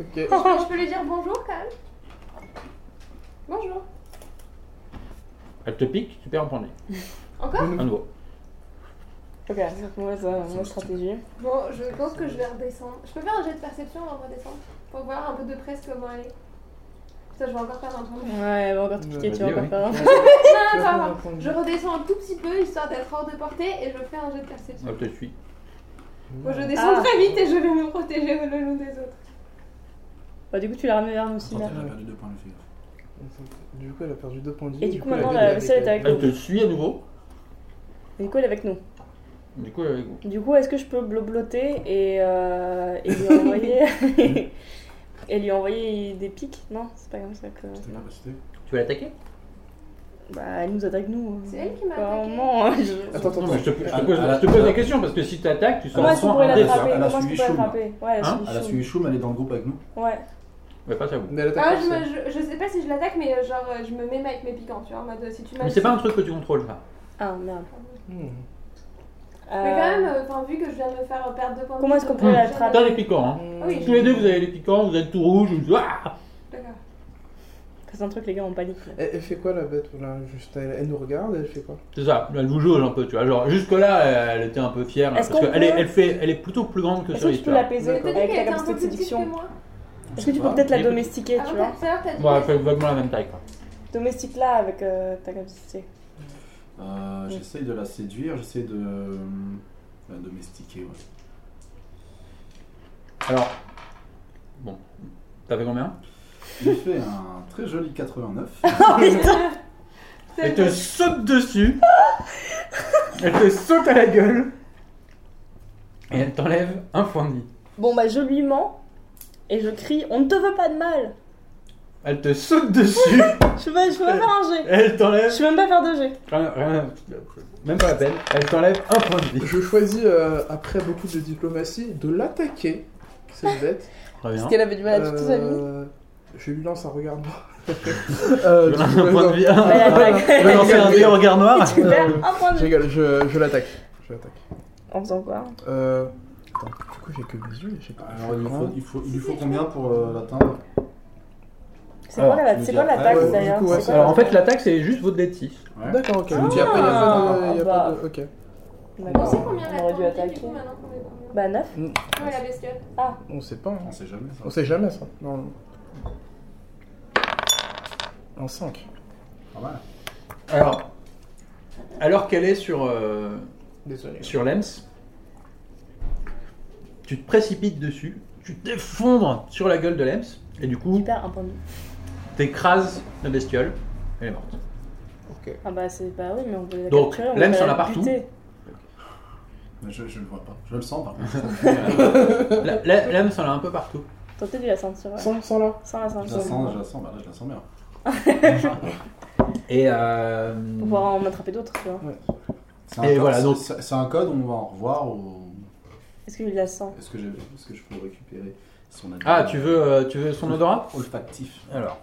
Oh, Ok. Je peux, je peux lui dire bonjour quand même Bonjour. Elle te pique, tu perds un point de vie. Encore Un nouveau. Ok, c'est une mauvaise, euh, mauvaise stratégie. Bon, je pense que je vais redescendre. Je peux faire un jet de perception avant de redescendre Pour voir un peu de près comment elle est. Putain, je vais encore faire un tour. Ouais, va encore te piquer, tu vas encore Ouais. bah, faire un. Non, non, Attends, non, attends. Je redescends un tout petit peu histoire d'être hors de portée et je fais un jet de perception. Elle te suit. Bon, je descends Ah. très vite et je vais me protéger le long des autres. Bah, du coup, tu l'as ramené vers nous aussi, Attends, là. elle a perdu deux points de vie. Du coup, elle a perdu deux points de vie. Et du coup, maintenant, elle a la des- vaisselle est avec Elle te nous. suit à nouveau. Du coup, elle est avec nous. Du coup, elle est avec vous. Du coup, est-ce que je peux blobloter et, euh, et lui envoyer. [laughs] et lui envoyer des pics Non, c'est pas comme ça que. C'était capacité. Tu vas l'attaquer Bah, elle nous attaque, nous. C'est elle qui m'a Bah, attaqué. non, Ah, je... Attends, attends, Non, mais je te, je te Ah, pose, ah, ah, je te pose la ah. question parce que si tu attaques, tu Comment seras est-ce qu'on soit pourrait un la dé, l'attraper elle Comment a est-ce qu'on suivi pourrait Choum. l'attraper Ouais, elle a Hein Elle a Choum. suivi Choum, elle est dans le groupe avec nous. Ouais. mais pas ça vous. Mais elle attaque Ah, je, personne. me- je, je sais pas si je l'attaque, mais euh, genre euh, je me mets avec mes piquants, tu vois, en mode euh, si tu m'as. Mais c'est pas un truc que tu contrôles ça. Ah merde. Hmm. Euh, Mais quand même, euh, enfin, vu que je viens de me faire perdre deux points de Comment vie, est-ce qu'on je- peut Hum. l'attraper T'as les piquants, hein. Ah oui. Tous les deux, vous avez les piquants, vous êtes tout rouge, vous... Ah D'accord. C'est un truc, les gars, on panique. là. Elle, elle fait quoi la bête là Juste, elle, elle nous regarde, elle fait quoi C'est ça, elle vous jauge un peu, tu vois. Genre, jusque-là, elle était un peu fière. Est-ce parce qu'on qu'elle est, peut- elle fait, elle est plutôt plus grande que Est-ce que tu Cerise, peux tu vois. l'apaiser D'accord. Peut-être avec qu'elle la était un capacité peu de plus petite que séduction moi. Est-ce que tu peux Ouais. peut-être la Il est petit. domestiquer, Avant tu tout vois à l'heure, t'as dit. Ouais, Bah, elle que- fait vaguement la même taille, quoi. Domestique-la avec euh, ta capacité. Euh, Oui. J'essaye de la séduire, j'essaye de euh, la domestiquer. ouais. Alors, bon, t'as fait combien J'ai fait un très [laughs] joli 89. Elle te saute [laughs] dessus. elle te saute à la gueule. Et elle t'enlève un point de vie. Bon, bah, je lui mens et je crie On ne te veut pas de mal Elle te saute dessus. [laughs] Je peux, je peux même pas un G elle Je t'enlève. peux même pas faire de G Rien- rien- Même pas la peine. Elle t'enlève un point de vie. Je choisis, euh, après beaucoup de diplomatie, de l'attaquer, cette bête. Très bien. Parce qu'elle avait du mal à tout Bah, amis. Euh, je lui lance un regard [laughs] noir. Euh, Tu du veux coup, un point de vie. non. Ouais, ouais, ouais. Tu veux lancer un dé au regard noir Tu perds un point Je de rigole, je, je l'attaque. Je l'attaque. En faisant quoi Euh... Attends, pourquoi j'ai que mes yeux J'ai Ah, pas... Alors, il, faut, il, faut, il lui faut combien pour euh, l'atteindre C'est quoi Alors, la- tu me c'est quoi dis- l'attaque Ah ouais, du d'ailleurs coup, ouais, C'est quoi Alors en fait, l'attaque c'est juste votre dé de six. Ouais. D'accord, ok. Je me dis après, il y a Ah, il y a pas bah. de... Ok. On D'accord. sait combien elle On a aurait dû attendu, du attaquer. coup, maintenant qu'on est combien Bah, 9. Ouais, la bestiole. On sait pas. hein. On sait jamais Oh. ça. On sait jamais ça. Non. En 5. Pas mal. Alors, alors qu'elle est sur, euh, Désolé. sur l'EMS, tu te précipites dessus, tu t'effondres sur la gueule de l'EMS, et du Tu coup, perds un point de vie. t'écrases la bestiole, elle est morte. Ok. Ah, bah, c'est pas oui, mais on voulait la Donc, capturer. on l'aime, voulait ça en a la partout. buter. Mais Je, je le vois pas. Je le [laughs] sens par contre. Euh, La- la- L'EMS, elle est un peu partout. Tentez de la sentir. ouais. Sans, sans là. Sans la je la sens, je sentir. la sens. Bah là, je la sens bien. Et, euh, Pour pouvoir en attraper d'autres, tu vois. C'est un Et code- voilà, c'est- donc- C'est c'est un code, on va en revoir. Ou... Est-ce que lui la sent Est-ce que, j'ai- est-ce que je peux récupérer son Ah, odorat tu veux, euh, tu veux son odorat Olfactif. Alors,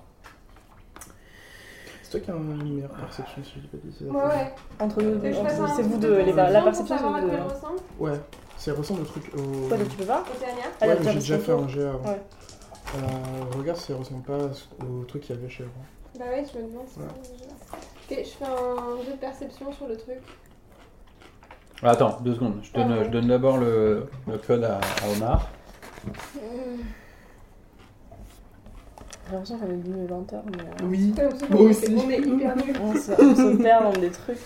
C'est toi qui as une meilleure perception si je dis pas de bêtises. Ouais, ouais. Entre nous Tu veux deux, que je entre fasse nous, un c'est vous petit deux, peu les gars. de La temps perception, Pour c'est savoir à vous quoi deux. elle ressemble, Ouais. Ça ressemble au truc au... Toi, tu peux pas au dernier. Allez, Ouais, mais Ah, tiens, j'ai parce déjà qu'on fait hein. peut- un GA avant. Ouais. Euh, regarde si ça ressemble pas à ce- au truc qu'il y avait chez moi. Bah ouais, je me demande si Ouais. c'est déjà. Ok, je fais un jeu de perception sur le truc. attends, deux secondes, je donne, je donne d'abord le, le code à, à Omar. J'ai l'impression qu'on est devenu lenteur, mais. euh, [laughs] Oui. T'as l'impression Moi qu'on est- aussi. On est hyper nuls. On se, [laughs] on se perd dans des trucs.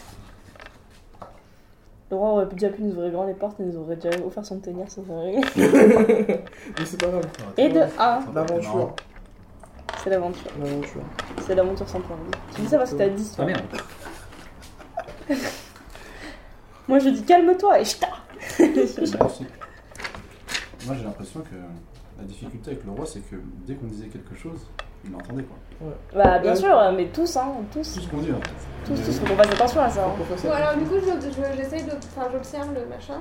Le roi aurait déjà pu nous ouvrir grand les portes et nous aurait déjà offert son ténir sans rien. Mais c'est pas grave. Et de Ah, 1, L'aventure. c'est l'aventure. L'aventure. C'est l'aventure sans point de vie. Tu dis ça parce que t'as 10. Ah merde Moi je dis calme-toi [laughs] et chta Moi j'ai l'impression que la difficulté avec le roi c'est que dès qu'on disait quelque chose, il l'entendait quoi. Bah bien sûr, mais tous, hein, tous. Tout ce qu'on dit en fait. Tous, Mais- tous, faut qu'on fasse attention à ça. hein. Pourquoi Bon, ça alors du coup, je- je- j'essaye de. Enfin, j'observe le machin.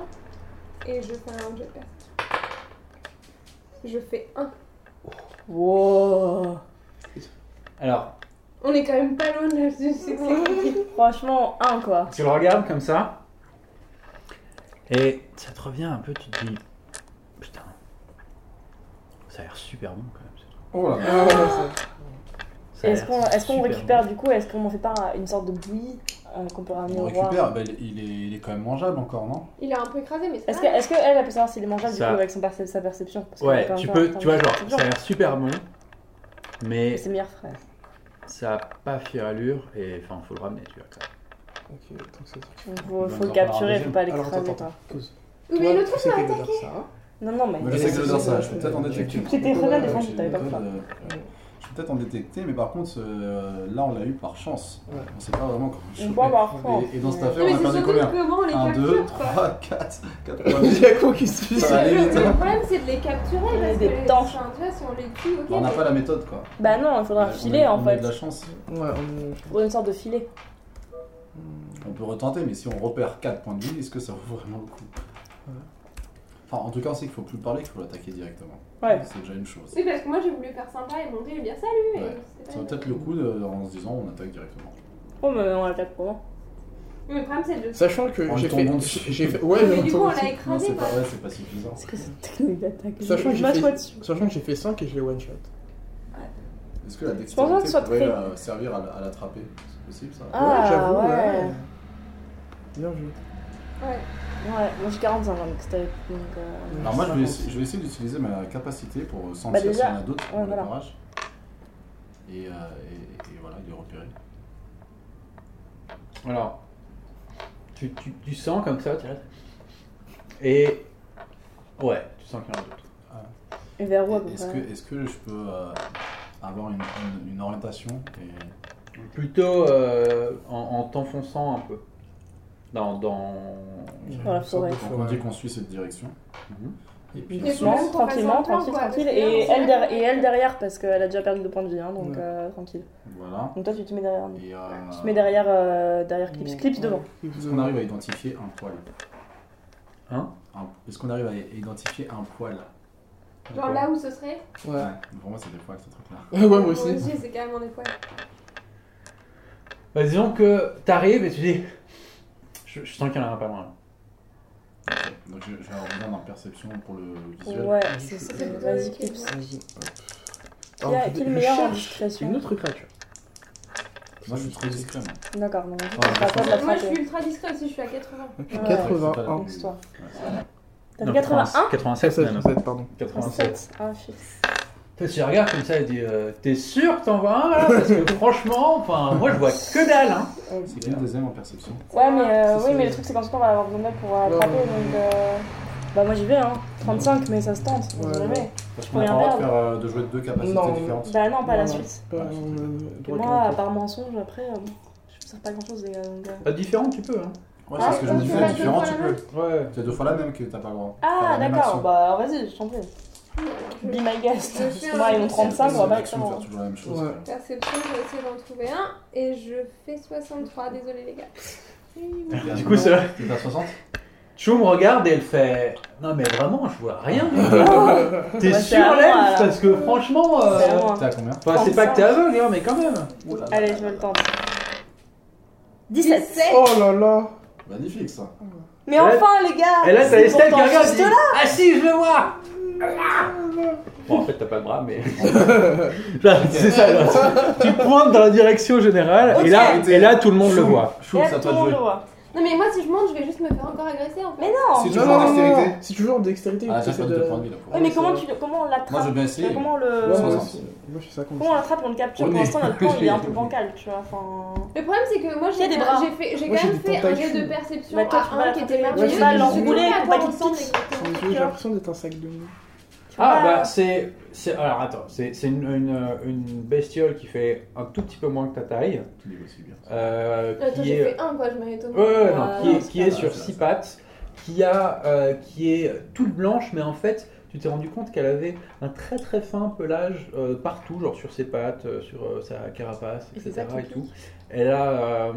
Et je fais un jeu de perception. Je fais un. Wow. Alors, On est quand même pas loin de la c'est compliqué. Franchement, 1 quoi. Tu le regardes comme ça. Et ça te revient un peu, tu te dis. Putain. Ça a l'air super bon quand même. ce truc. Oh là là. Ah, ouais, c'est- Ça a Est-ce l'air qu'on est qu'on super récupère bon. du coup, est-ce qu'on en fait pas une sorte de bouillie euh, qu'on peut ramener On au roi récupère, bah, il, est, il est quand même mangeable encore, non Il a un peu écrasé, mais c'est Est-ce que- pas grave. est-ce qu'elle elle, elle peut savoir s'il est mangeable Ça- du coup avec son perce- sa perception Parce qu'on a Ouais, quand même tu pas peux, atteint tu vois, la genre, perception. ça a l'air super bon, mais Mais C'est meilleur frère. ça a pas fière allure et enfin, faut le ramener, tu vois. ça. Ok, tant que ça dure. Donc, faut, Bah, faut le on capturer, parlera faut pas Alors attends, l'écraser attends, quoi. pause. Oui, Toi, mais le tu truc sais m'a qu'elle attaqué. veut dire ça. Non, non, mais. Moi je sais que je veux dire ça, je peux peut-être en détecter. Tu t'étais très bien Ouais, défendu, j'ai t'avais une pas peur. méthode, euh, Je peux peut-être en détecter, mais par contre, euh, là on l'a eu par chance. Ouais. On sait pas vraiment comment. On peut avoir froid. Et, et dans cette Mais- affaire, Non, mais on a c'est perdu surtout combien comment on les 1, 2, capture, quoi. 3, 4, 4 [laughs] Il y a quoi qui se Ça va passe aller Le, vite, le hein. problème c'est de les capturer parce des que les- temps. enfin, tu vois, si on les tue, ok. On n'a mais- pas la méthode quoi. Bah non, il On faudra a- filer on en a fait. de la chance. Ouais, on... Pour une sorte de filet. On peut retenter, mais si on repère 4 points de vie, est-ce que ça vaut vraiment le coup Ouais. Enfin, en tout cas, on sait qu'il faut plus parler, qu'il faut l'attaquer directement. Ouais. C'est déjà une chose. Oui, parce que moi j'ai voulu faire sympa et monter et dire salut. Ouais. Et c'était Ça pas vaut peut-être le coup de- en se disant on attaque directement. Oh, mais on attaque comment Mais le problème, c'est de le Sachant que En j'ai lui fait, j'ai tombant dessus. j'ai fait, ouais, Mais j'ai du coup, on entendu- l'a Non, écrasé, c'est quoi. pas, ouais, c'est pas suffisant. C'est que cette technique d'attaque. Je, Sachant que je j'ai m'assois fait- dessus. sachant que j'ai fait 5 et je l'ai one shot. Est-ce que la pense pas que dextérité ce soit pourrait très- euh, servir à, l- à l'attraper C'est possible ça Ah, ouais, j'avoue. ouais. Bien joué. Ouais. Ouais, moi j'ai 45 ans, donc c'était. Donc, euh, Alors moi, je vais, essa- je vais essayer d'utiliser ma capacité pour euh, sentir Bah, s'il y déjà, en a d'autres ouais, dans le voilà. barrage. Et, euh, et- et voilà, il est repéré. Alors, tu, tu, tu sens comme ça, tu restes. Et. Ouais, tu sens qu'il y en a d'autres. Et vers où à peu Est-ce que, près est-ce que je peux euh, avoir une, une- une orientation et... Plutôt euh, en, en t'enfonçant un peu. Dans. dans... Dans la forêt. Donc on dit qu'on suit cette direction. Mhm. Et puis Et ensuite, Doucement, tranquillement, qu'on fasse un plan, tranquille, quoi, tranquille. parce que là, on Et sait elle, pas derrière, comment et elle derrière, parce qu'elle a déjà perdu deux points de vie, hein, donc Ouais. euh, tranquille. voilà. Donc toi, tu te mets derrière nous. Et, euh, Tu te mets derrière, euh, derrière Clips. Clips devant. Est-ce qu'on arrive à identifier un poil Hein Un- Est-ce qu'on arrive à identifier un poil Genre là où ce serait Ouais. Pour moi, c'est des poils, ce truc-là. Ouais, ouais, moi aussi. c'est carrément des poils. Bah, disons que t'arrives et tu dis. Je, je sens qu'il y en a un pas loin. là. Donc je, je vais avoir besoin d'un perception pour le visuel. Ouais, Ouais, c'est je- ça. je- Vas-y, Clips. Vas-y, hop. Qui Alors, a- je- qui est je le meilleur en cherche Une discrétion autre créature. Moi, je suis trop discret. moi. D'accord, non. Ah, T'as pas de la Moi, je suis frapper. ultra discret aussi, je suis à 80. Ouais. 81. C'est toi. Ouais, c'est vrai. T'as Non, fait 81 87 même. 77, pardon. 87. 37. Ah, shit. Toi, tu regardes comme ça et dis euh, T'es sûr que t'en vois un là Parce que franchement, enfin, moi je vois que dalle. Hein. C'est qui le deuxième en perception Ouais, mais, euh, Ça, oui, c'est- mais le truc, c'est qu'ensuite, on va avoir besoin d'elle pour euh, Ouais, attraper, ouais, donc. ouais. euh, Bah, moi, j'y vais, hein. 35, mais ça se tente, on Ouais, sait jamais. ouais. Parce qu'on qu'on a a pas le droit de de, faire, de jouer de deux capacités Non. différentes. différentes. Bah, non, pas la Non, suite. Pas, Ouais, c'est euh, Et droit moi, à grand. part mensonge, après, euh, je me sers pas grand chose, les gars. donc, euh. Pas différent, tu peux. Hein. Ouais, Ah, c'est ce que je me tu disais, restes différent, deux tu fois la peux. Ouais. C'est deux fois la même que t'as pas le droit. Ah, Enfin, la même d'accord, action. bah, vas-y, je t'en prie. Je Be vais my guest. Je Parce suis que moi, ils ont un- 35, on C'est va une pas action de faire être toujours la même chose. Ouais. quand même. Perception, je vais essayer d'en trouver un. Et je fais 63, désolé les gars. Du coup, c'est là. T'es à 60 Chou me regarde et elle fait Non, mais vraiment, je vois rien. T'es Oh Ouais, c'est sûr, à moi, Lens alors. Parce que franchement. euh, C'est à moi. T'es à combien Enfin, c'est pas que t'es aveugle, hein, mais quand même. Oh là là. Allez, je me le tente. 17 Oh là là [laughs] Magnifique ça. Mais enfin, les gars Et là, t'as Ah, c'est Estelle qui pourtant regarde. juste dit, là. Ah, ah si, je le vois Bon, en fait, t'as pas le bras, [laughs] mais. [laughs] Là, c'est ça, Ah, là. Tu pointes dans la direction générale, Ok. et, là, et là, tout le monde le voit. Chou, Et c'est à là, tout le toi monde de le jouer. voit. Non mais moi, si je monte, je vais juste me faire encore agresser en fait. Mais non Si tu Non, veux non, en non, non, dextérité. non. Si tu joues en dextérité, Ah, tu j'ai essaies pas de de la- points de vie là pour Oui, moi. mais comment, tu, comment on Moi, je veux l'attrape bien Tu vois, essayer. Comment on Ouais, le... moi 60. aussi. Moi, je suis ça comme Comment on l'attrape, on le capture Pour On est- l'instant, notre plan, il est un peu bancal, tu vois. Enfin... Le problème, c'est que moi, Il y a j'ai des bras. j'ai fait, j'ai Moi, quand j'ai même des fait un tentacules. jet de perception Bah, toi, tu peux à un pas qui l'attraper. était Moi, merveilleux. je vais l'enrouler Je sais pour pas qu'il attends, ensemble, pique. Sans exactement. les yeux, j'ai l'impression d'être un sac de mou. Ah, vois bah, c'est. c'est- Alors, attends, c'est c'est une, une- une bestiole qui fait un tout petit peu moins que ta taille. Tu négocies bien. euh, Attends, qui j'ai est. fait un quoi, je m'arrête au Ouais, ouais, ouais, Ah, non, non, qui est, c'est qui pas est mal, sur ça. six pattes, qui, a, euh, qui est toute blanche, mais en fait, tu t'es rendu compte qu'elle avait un très très fin pelage euh, partout, genre sur ses pattes, euh, sur euh, sa carapace, Et c'est etc. ça Et qui tout. Elle a, euh,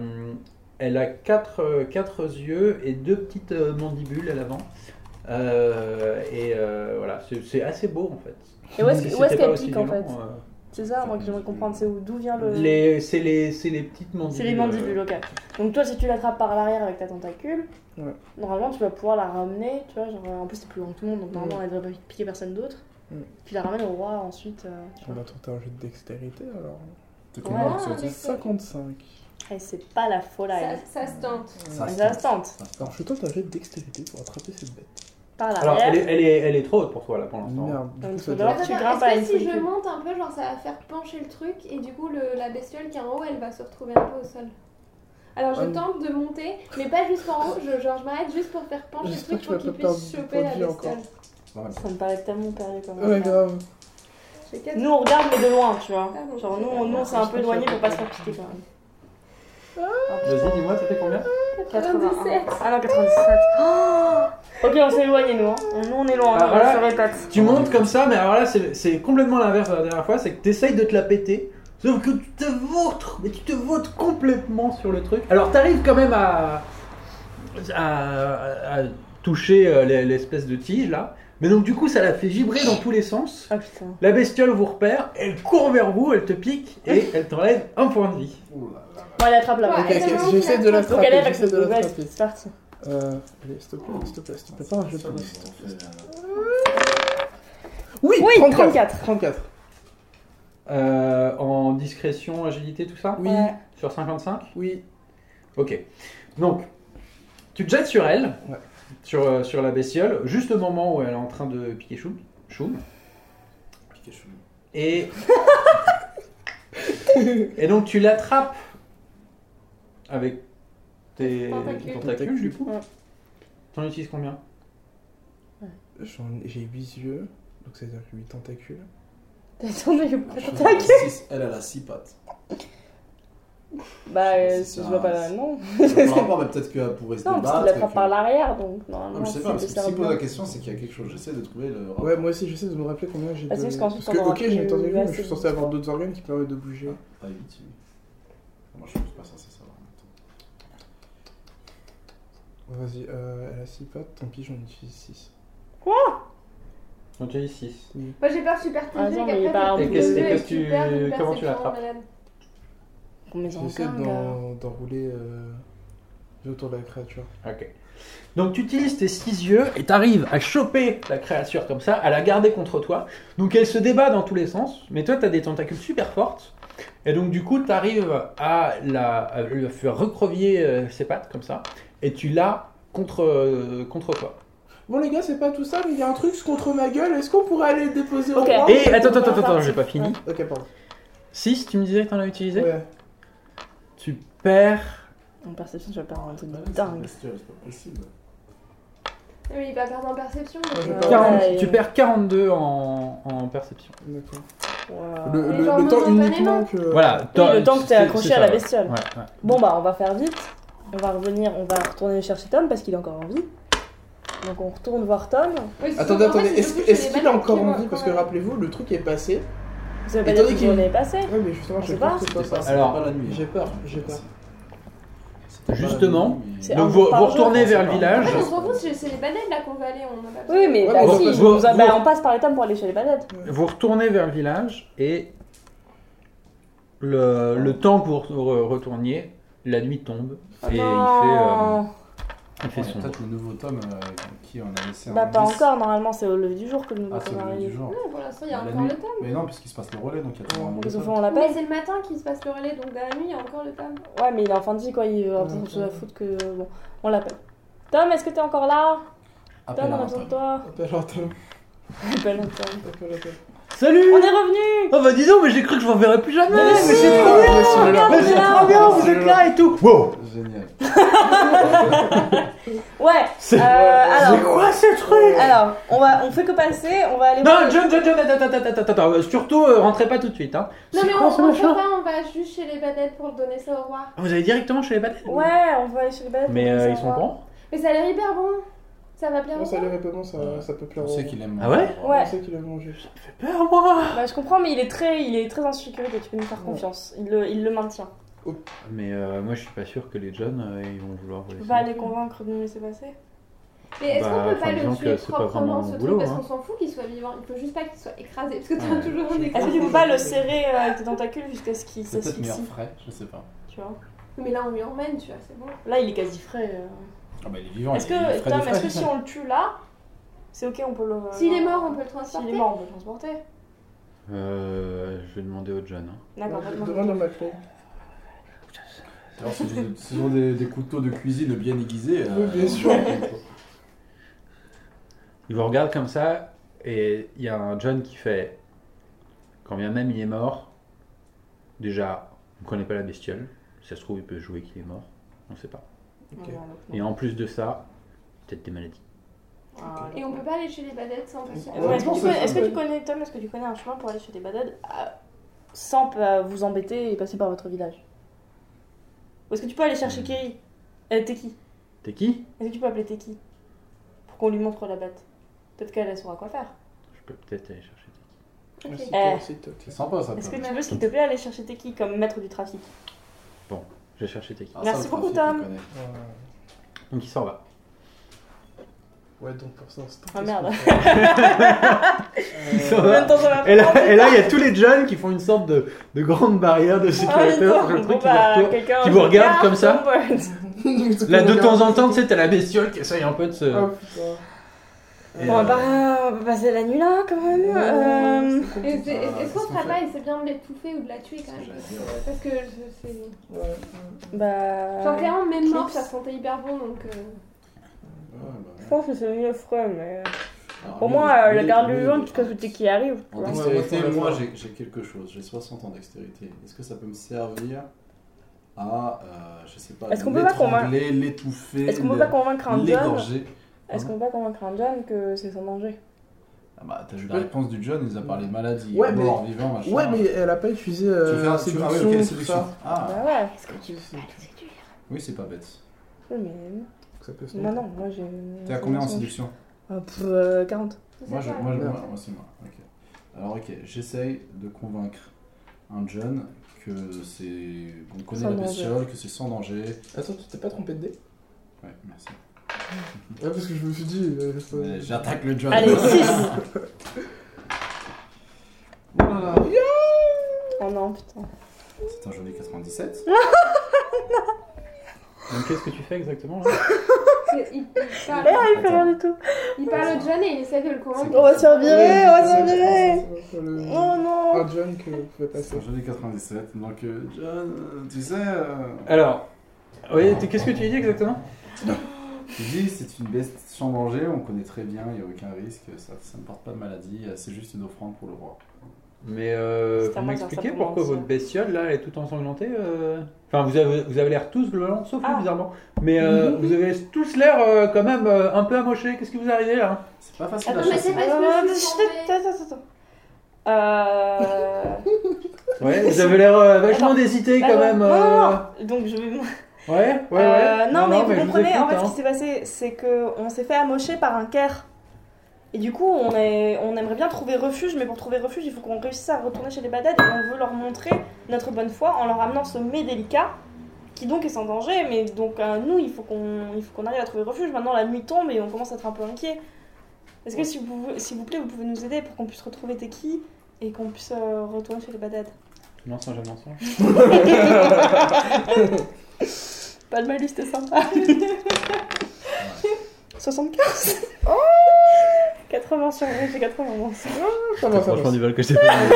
elle a quatre, euh, quatre yeux et deux petites euh, mandibules à l'avant. Euh, et euh, voilà, c'est- c'est assez beau en fait. Et où est-ce Si que- où est-ce c'était qu'elle pas aussi pique, en fait violent, euh, C'est ça, moi, que j'aimerais comprendre. C'est où- d'où vient le... les- C'est les, c'est les petites mandibules. euh. C'est les mandibules, ok. Donc toi, si tu l'attrapes par l'arrière avec ta tentacule, Ouais. normalement, tu vas pouvoir la ramener, tu vois, genre, euh, en plus, c'est plus loin que tout le monde, donc Mm. normalement, elle devrait piquer personne d'autre. Ouais. Tu la ramènes au roi, ensuite, euh, tu On vois. va tenter un jeu de dextérité alors. T'es Ouais. combien Ah, dextérité mais- 55. Et Eh, c'est pas la folie. Ça, ça se tente. Ça, Ça se tente. Alors je tente un jet de dextérité pour attraper cette bête. Par Alors, elle est, l'arrière. elle, est, elle est trop haute pour toi là pour l'instant. Merde, du coup ça Donc, il Euh, faut doit d'abord- être tu Attends, grimpes à la Est-ce que si je solitude. monte un peu, genre ça va faire pencher le truc et du coup le- la bestiole qui est en haut elle va se retrouver un peu au sol Alors je Ouais, mais- tente de monter, mais pas jusqu'en haut, je, genre je m'arrête juste pour faire pencher le J'espère truc que pour tu vas qu'il pas perdre puisse du point choper de la vie encore. bestiole. Pas mal. Ça me paraît tellement perdu quand même. Ouais, grave. J'ai quatre- Nous, on regarde, mais de loin, tu vois. Ah, donc Genre, j'ai nous, pas on, nous, on s'est Ah, un peu éloigné pour pas se faire piquer quand même. Ah, Vas-y, dis-moi, ça fait combien 81. 97. Ah non, 97. ok, on s'est éloigné, nous. hein. Nous, on est loin, Ah, on voilà. se répète. Tu montes comme ça, mais alors là, c'est c'est complètement l'inverse de la dernière fois, c'est que t'essayes de te la péter, sauf que tu te vautres, mais tu te vautres complètement sur le truc. Alors t'arrives quand même à, à, à toucher euh, l'e- l'espèce de tige là, Mais donc, du coup, ça la fait vibrer dans tous les sens. Ah putain. La bestiole vous repère, elle court vers vous, elle te pique et elle t'enlève un point de vie. Ouh là là. Bon, elle attrape là. Ouais. bas Ok, ok, J'essaie de Donc l'attraper. elle est avec J'essaie ses de deux l'attraper. c'est parti. Euh, allez, s'il te plaît, s'il te plaît, s'il te plaît, pas un jeu de police. Oui, 34. 34. 34. Euh, en discrétion, agilité, tout ça Oui, Ouais. [laughs] Sur 55 oui. Ok. Donc, tu te jettes sur elle, Ouais. sur, euh, sur la bestiole, juste au moment où elle est en train de piquer Choum. Choum. Pikachu. [laughs] Et. et donc tu l'attrapes avec tes Tentacules. tentacules, du coup. Ouais. T'en utilises combien J'en- J'ai 8 yeux, donc c'est-à-dire 8 tentacules. T'as attendu que Je je crois qu'elle t'attaque a six- Elle, elle a 6 pattes. Bah, C'est euh, si je vois ça. pas, non. Je comprends pas, mais peut-être qu'elle pourrait se Non, parce débattre. qu'il l'attrape et par que- l'arrière, donc Non, normalement. mais je sais pas, parce Ah, c'est que le si pose la cerveau. question, c'est qu'il y a quelque chose. J'essaie de trouver le. rapport. Ouais, moi aussi, j'essaie de me rappeler combien j'ai de. Ah, c'est juste qu'ensuite, Parce que, on aura ok, j'ai plus une tentacule, mais je suis assez censé avoir d'autres organes qui permettent de bouger. Pas vite, oui. Moi, je suis pas censé savoir. en même temps. Vas-y, euh, elle a 6 pattes, tant pis, j'en utilise 6. J'en utilise 6. Moi j'ai peur super Ah, téléphonique non, mais après. il est pas t'as un plus peu- de Et qu'est-ce- jeu et qu'est-ce tu que tu- perds une comment tu perception l'attrapes malade. Combien ils ont J'essaie encore, là d'en- d'enrouler euh, autour de la créature. Ok. Donc tu utilises tes six yeux et t'arrives à choper la créature comme ça, à la garder contre toi. Donc elle se débat dans tous les sens, mais toi t'as des tentacules super fortes. Et donc du coup t'arrives à la à lui faire recrovier euh, ses pattes comme ça, et tu l'as contre, euh, contre toi. Bon, les gars, c'est pas tout ça, mais il y a un truc contre ma gueule, est-ce qu'on pourrait aller le déposer Ok. au roi Et attends, attends, attends, attends, j'ai pas fini. Ok, pardon. 6, tu me disais que t'en as utilisé Ouais. Tu perds. En perception, tu vas perdre un truc Ouais, de c'est Ah, dingue. bestiole, C'est pas possible. Oui, il va perdre en perception. Moi, je mais- perds. 40 Ouais. tu perds 42 en, en perception. D'accord. Waouh. Le, Mais le- genre le temps momentanément. uniquement que. Voilà, Oui, le temps que t'es c'est- accroché c'est à ça, la ouais. bestiole. Ouais, ouais. Bon, bah, on va faire vite. On va revenir, on va retourner chercher Tom parce qu'il est encore en vie. Donc, on retourne voir Tom. Oui, c'est Attendez, surtout, en fait, attendez, c'est est-ce surtout est-ce les qu'il a malades encore qui envie meurent, Parce quand que même. rappelez-vous, le truc est passé. Ça veut pas Et dire tandis que qu'il- j'en ai passé. Ouais, mais justement, On j'ai sait peur pas. que ce soit C'était ça. pas- c'était Alors, pas la nuit. hein. j'ai peur, j'ai peur. C'était pas la Justement, nuit, mais- c'est Donc un vous, jour par vous jour, retournez c'est vers le pas- village. Ouais, Ah, mais on se rend compte, c'est c'est les bananes là qu'on va aller, on en a pas Oui, mais Ouais, bah, mais si, vous- nous a- vous- bah, on passe par les Tom pour aller chez les balettes. Vous retournez vers le village et le, le temps que vous re- retourniez, la nuit tombe et euh, il non. fait, euh, il fait Ouais, sombre. Peut-être le nouveau tome euh, qui on a laissé un. Bah, pas indice. encore, normalement, c'est au lever du jour que nous Ah, c'est on le arrive. du jour. Ouais, pour l'instant, il y a La encore nuit. le temps. Mais non, puisqu'il se passe le relais, donc il y a toujours un relais. Les enfants, on Mais l'appelle. c'est le matin qu'il se passe le relais, donc dans la nuit, il y a encore le temps. Ouais, mais il est en fin de vie, quoi. Il a Ouais, autre chose ouais. à foutre que. Bon, on l'appelle. Tom, est-ce que t'es encore là Appel Tom, à on a un besoin de tome. toi. Appelle Anton, [laughs] Appelle Tom. appelle Anton. Salut On est revenu Oh bah dis donc, mais j'ai cru que je vous reverrais plus jamais Mais si, c'est trop bien regarde, Mais c'est regarde. trop bien, vous êtes là et tout Wow Génial. Ouais C'est Euh, alors. C'est quoi ce truc Alors, on, va, on fait que passer, on va aller Non, voir- John, John, John, attends, attends, attends, attends, attends, euh, surtout euh, rentrez pas tout de suite. Hein. Non, C'est mais quoi on ce rentre machin pas, on va juste chez les bananes pour donner ça au roi. Ah, Vous allez directement chez les batailles Ouais, on va aller chez les balettes. Mais on va euh, les ils sont voir. grands Mais ça a l'air hyper bon. Ça va bien. Non, Oh, ça a au roi l'air un peu bon, ça, ça peut plaire. On au- sait qu'il aime. Ah ouais On Ouais. sait qu'il a mangé. Père, moi Bah, je comprends, mais il est très, il est très en sécurité, tu peux nous faire confiance. Il le, il le maintient. Mais euh, moi je suis pas sûr que les John euh, ils vont vouloir vous Tu laisser. peux pas les convaincre de nous laisser passer Mais est-ce Bah, qu'on peut enfin, pas disons le que tuer c'est pas vraiment proprement ce mon truc boulot, parce hein. qu'on s'en fout qu'il soit vivant, il faut juste pas qu'il soit écrasé parce que t'as Ouais. toujours un Est-ce écrasé. que tu peux pas le serrer euh, avec tes tentacules jusqu'à ce qu'il Peut-être meilleur s'asphyxie frais, je sais pas. Tu vois [laughs] Mais là on lui emmène, tu vois, c'est bon. Là, il est quasi frais. euh. Ah bah il est vivant. Est-ce il est que, frais Tom, de est-ce frais. que si on le tue là, c'est ok, on peut le. S'il est mort, on peut le S'il transporter. est mort, on peut le transporter. Euh, je vais demander aux John. hein. D'accord, Ah, pas de mort. Demande à Macron. Alors, ce sont des- ce sont des, des couteaux de cuisine bien aiguisés. euh, Oui, bien sûr. Il vous regarde comme ça et il y a un John qui fait quand bien même il est mort. Déjà, on connaît pas la bestiole. Si ça se trouve, il peut jouer qu'il est mort. On sait pas. Ok. Non, non, non. Et en plus de ça, peut-être des maladies. Ah, Et on peut pas aller chez les badettes sans passer. Est-ce que- est-ce que, tu Ouais, connais- est-ce que c'est- tu connais, Tom, est-ce que tu connais un chemin pour aller chez les badades euh, sans euh, vous embêter et passer par votre village Ou est-ce que tu peux aller chercher Kerry euh, Teki T'es qui Est-ce que tu peux appeler Teki Pour qu'on lui montre la bête. Peut-être qu'elle elle saura quoi faire. Je peux peut-être aller chercher. Merci, Ok. toi, Eh. merci, toi. C'est sympa ça. Est-ce que Tom. tu veux, s'il te plaît, aller chercher Teki comme maître [laughs] du trafic Je vais chercher Teki. Ah, ça, Merci le beaucoup, trafic, on Tom. connaît. Euh, Donc il s'en va. Ouais, donc pour ça, on se tente. Ah, merde. Qu'est-ce qu'on fait Ça Euh, En [laughs] même temps, ça va Et là, [laughs] prendre- et là, il y a tous les jeunes qui font une sorte de, de grande barrière de Ah, oui, sécurité entre le bon, truc qui bah, leur tourne. quelqu'un qui vous regarde comme ça. tombe. Là, de temps en temps, tu sais, t'as la bestiole qui essaye un peu de se. Oh putain. Et, Ah, Bon, euh, bah, on va passer la nuit là quand même. Euh, C'est Et c'est- compliqué. Est-ce qu'est-ce est-ce qu'on qu'on ferait fait pas, il c'est bien de l'étouffer ou de la tuer quand même C'est ce que j'allais Parce que dire, ouais. je- c'est. Ouais, ouais. Bah. Genre clairement, même mort, Clips. ça sentait hyper bon donc. euh, bah, Je pense que c'est mieux frais, mais. Alors, Au lui, moins, euh, lui, la garde lui, le vivant, jusqu'à ce que tu qui arrive. tu En vois. Ouais, dextérité, ouais, faut la moi faire. j'ai j'ai quelque chose, j'ai 60 ans dextérité. Est-ce que ça peut me servir à, euh, je sais pas, Est-ce qu'on peut pas l'étrangler, l'étouffer, Est-ce qu'on peut le- pas convaincre un John l'égorger hein. Est-ce qu'on peut pas convaincre un John que c'est sans danger ah bah, T'as vu la réponse du John, il nous a parlé maladie, Ouais, mort, vivant, machin. Ouais, mais elle a pas utilisé euh, Tu veux faire- tu veux- ah oui, ok, séduction, tout séduction. ça. Ah, Bah ouais. Est-ce que tu Ah, veux oui, c'est pas bête. Oui, mais. Ça peut se Moi non, moi j'ai. T'es à combien en séduction Ah, pff, euh, 40. je sais Moi, je, pas. moi, je- Merde. moi- moi, c'est moi. ok. Alors, ok, j'essaye de convaincre un John que c'est. qu'on connaît Sans la danger. bestiole, que c'est sans danger. Attends, tu t'es pas trompé de dé Ouais, merci. Ouais, parce que je me suis dit. euh, ça- Ouais, J'attaque le John. Allez, [laughs] 6 Oh là là. Oh non, putain. C'est un joli 97. Donc, qu'est-ce que tu fais exactement là C'est- Il, il Eh, parle, il fait rien du tout. il parle au John et il essaie de le C'est- convaincre. On va se faire virer, on va se Ouais, faire c'est- virer. c'est- c'est- c'est le- Oh Ah, non. Un John que vous pouvez C'est passer. un joli 97. Donc, euh, John, euh, tu sais, euh, Alors, oui, t'es- qu'est-ce que tu dis exactement tu dis c'est une bestie sans danger, on connaît très bien, il n'y a aucun risque, ça, ça ne porte pas de maladie, euh, c'est juste une offrande pour le roi. Mais euh, C'est à vous moi de faire ça m'expliquez pour pourquoi l'ancien. votre bestiole là elle est tout ensanglantée euh Enfin, vous avez, vous avez l'air tous violents, sauf lui, Ah. bizarrement. Mais euh, [laughs] vous avez tous l'air euh, quand même euh, un peu amoché. Qu'est-ce qui vous arrive là [laughs] C'est pas facile Attends, à mais chasser. Ah c'est pas- Euh, je me suis chut, tombée. Attends, attends, [laughs] attends. Euh. Ouais, vous avez l'air euh, vachement Attends. désité Bah quand non, même. non, euh, non, non. Donc je vais. Ouais, ouais, Euh, ouais. non, mais vous je comprenez, en écoute, fait, hein. ce qui s'est passé, c'est que on s'est fait amocher par un caire. Et du coup, on, est, on aimerait bien trouver refuge, mais pour trouver refuge, il faut qu'on réussisse à retourner chez les badades et on veut leur montrer notre bonne foi en leur amenant ce mets délicat, qui donc est sans danger, mais donc euh, nous, il faut qu'on il faut qu'on arrive à trouver refuge. Maintenant, la nuit tombe et on commence à être un peu inquiet. Est-ce que, s'il vous, s'il vous plaît, vous pouvez nous aider pour qu'on puisse retrouver Teki et qu'on puisse euh, retourner chez les badades Mensonge à mensonge. Pas de malus, c'était [laughs] sympa. 75 [laughs] 80 sur 20, j'ai 80 moins. Ça va, ça va. Franchement, du vol que je t'ai fait.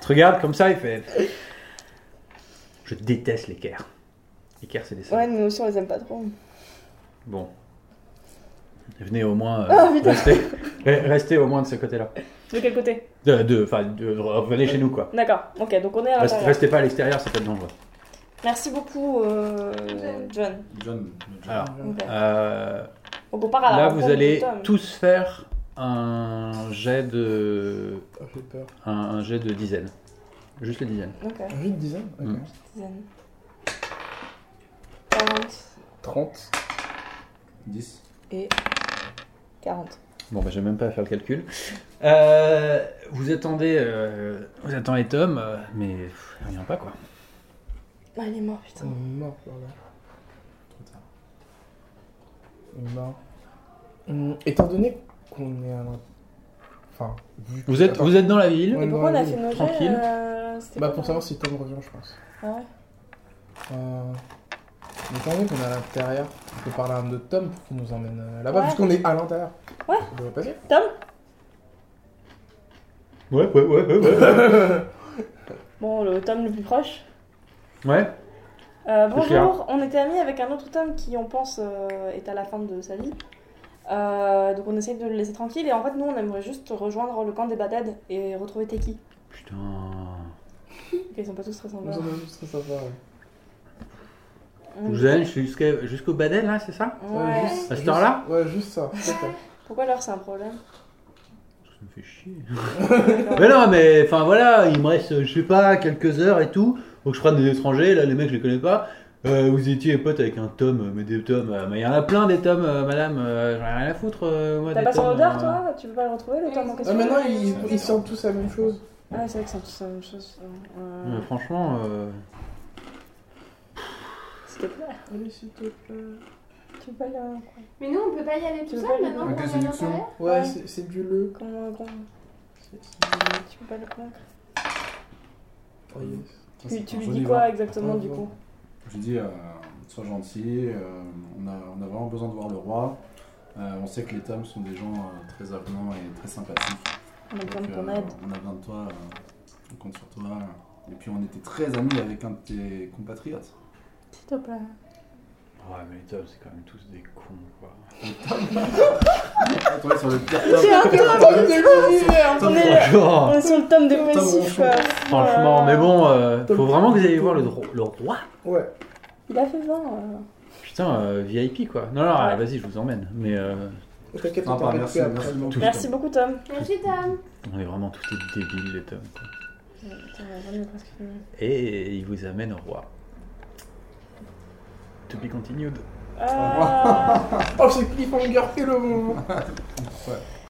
Tu [laughs] regardes comme ça, il fait. Je déteste l'équerre. L'équerre, c'est des salauds. Ouais, nous aussi on les aime pas trop. Bon. Venez au moins. euh, Ah, putain. restez, re- restez au moins de ce côté-là. De quel côté De, de, enfin, de- revenez chez nous, quoi. D'accord, ok, donc on est à Restez, l'intérieur. restez pas à l'extérieur, c'est pas dangereux. Merci beaucoup, euh, John. John, le John. Ah, Alors, Ok. euh, Donc on part à la là, rencontre vous de allez Tom. tous faire un jet de. Ah, J'ai peur. Un, un jet de dizaine. Juste les dizaines. Ok, Un jeu de Ah, dizaine Ok. Mm. Zen. 40 30. 10. et 40. Bon, bah, j'ai même pas à faire le calcul. Euh, vous attendez, euh, vous attendez Tom, euh, mais pff, il revient pas quoi. Ah, il est mort, putain. On est mort par là. Trop tard. On est mort. Hum, Étant donné qu'on est à l'in- Enfin, vu que- Vous êtes, Attends. vous êtes dans la ville. Ouais. Et pourquoi on a non, fait nos jets tranquille. euh, c'était Bah, quoi, pour euh, savoir si Tom revient, je pense. Ah ouais Euh, Étant donné qu'on est à l'intérieur, on peut parler à un autre Tom pour qu'il nous emmène euh, là-bas, Ouais. puisqu'on est à l'intérieur. Ouais. Ça devrait passer. Ouais, ouais, ouais, ouais. Ouais. [laughs] Bon, le Tom le plus proche. ouais. Euh, clair. bonjour, on était amis avec un autre tome qui, on pense, euh, est à la fin de sa vie. Euh, donc on essaye de le laisser tranquille et en fait nous on aimerait juste rejoindre le camp des badades et retrouver Teki. Putain. Ok, ils sont pas tous très sympas. Nous on est juste très sympa. ouais. On- Vous allez jusqu'à- jusqu'au badel là, c'est ça Ouais. Euh, juste- À cette heure-là juste- Ouais, juste ça. tout à fait. Pourquoi leur c'est un problème Ça me fait chier. [laughs] mais non, mais enfin voilà, il me reste, euh, je sais pas, quelques heures et tout. Faut que je prenne des étrangers, là les mecs je les connais pas. Euh, vous étiez pote avec un tome, euh, mais des tomes, euh, mais il y en a plein des tomes, euh, madame, euh, j'en ai rien à foutre. euh, moi, T'as des pas son tomes, odeur euh, toi Tu peux pas le retrouver le tome en Ah, question maintenant, ils, ils sentent tous la même chose. Ah c'est vrai que c'est tous la même chose. Euh, mais franchement, euh, S'il te plaît. Allez, s'il te plaît. Tu veux pas la. Mais nous, on peut pas y aller Tu tout veux seul pas maintenant le- qu'on est à Gazoduction. l'intérieur Ouais, Ouais. c'est c'est du le. Comment comment- C'est- c'est du le. Tu peux pas le convaincre. Oh, yes. Ça, Tu, c'est tu un lui joli dis vin. quoi exactement Un du Ah, vin. coup Je lui dis, euh, sois gentil, euh, on, a, on a vraiment besoin de voir le roi. Euh, on sait que les Tomes sont des gens euh, très avenants et très sympathiques. On a besoin de Donc, ton euh, aide. On a besoin de toi, euh, on compte sur toi. Et puis on était très amis avec un de tes compatriotes. S'il te plaît. Ouais, mais les tops, c'est quand même tous des cons, [laughs] quoi. On est tombé sur le pire C'est un Tom. tome de l'univers Tom on est- on est sur le tome dépressif. Tom Ronchon. euh, Franchement, voilà. mais bon, euh, faut vraiment que vous ayez voir le, dro- le roi. Ouais, Il a fait 20. euh. Putain, euh, VIP quoi. Non, non, Ouais. euh, vas-y, je vous emmène. Mais euh, t'inquiète, on Non, t'en pas, fait merci, plus après. merci beaucoup. Merci beaucoup, Tom. Merci, Tom. on est vraiment tous des débiles, les tomes. Quoi. Ouais, putain, on est presque fini. Et il vous amène au roi. To be continued. Ah, [laughs] Oh, ce cliffhanger et le moment Ouais.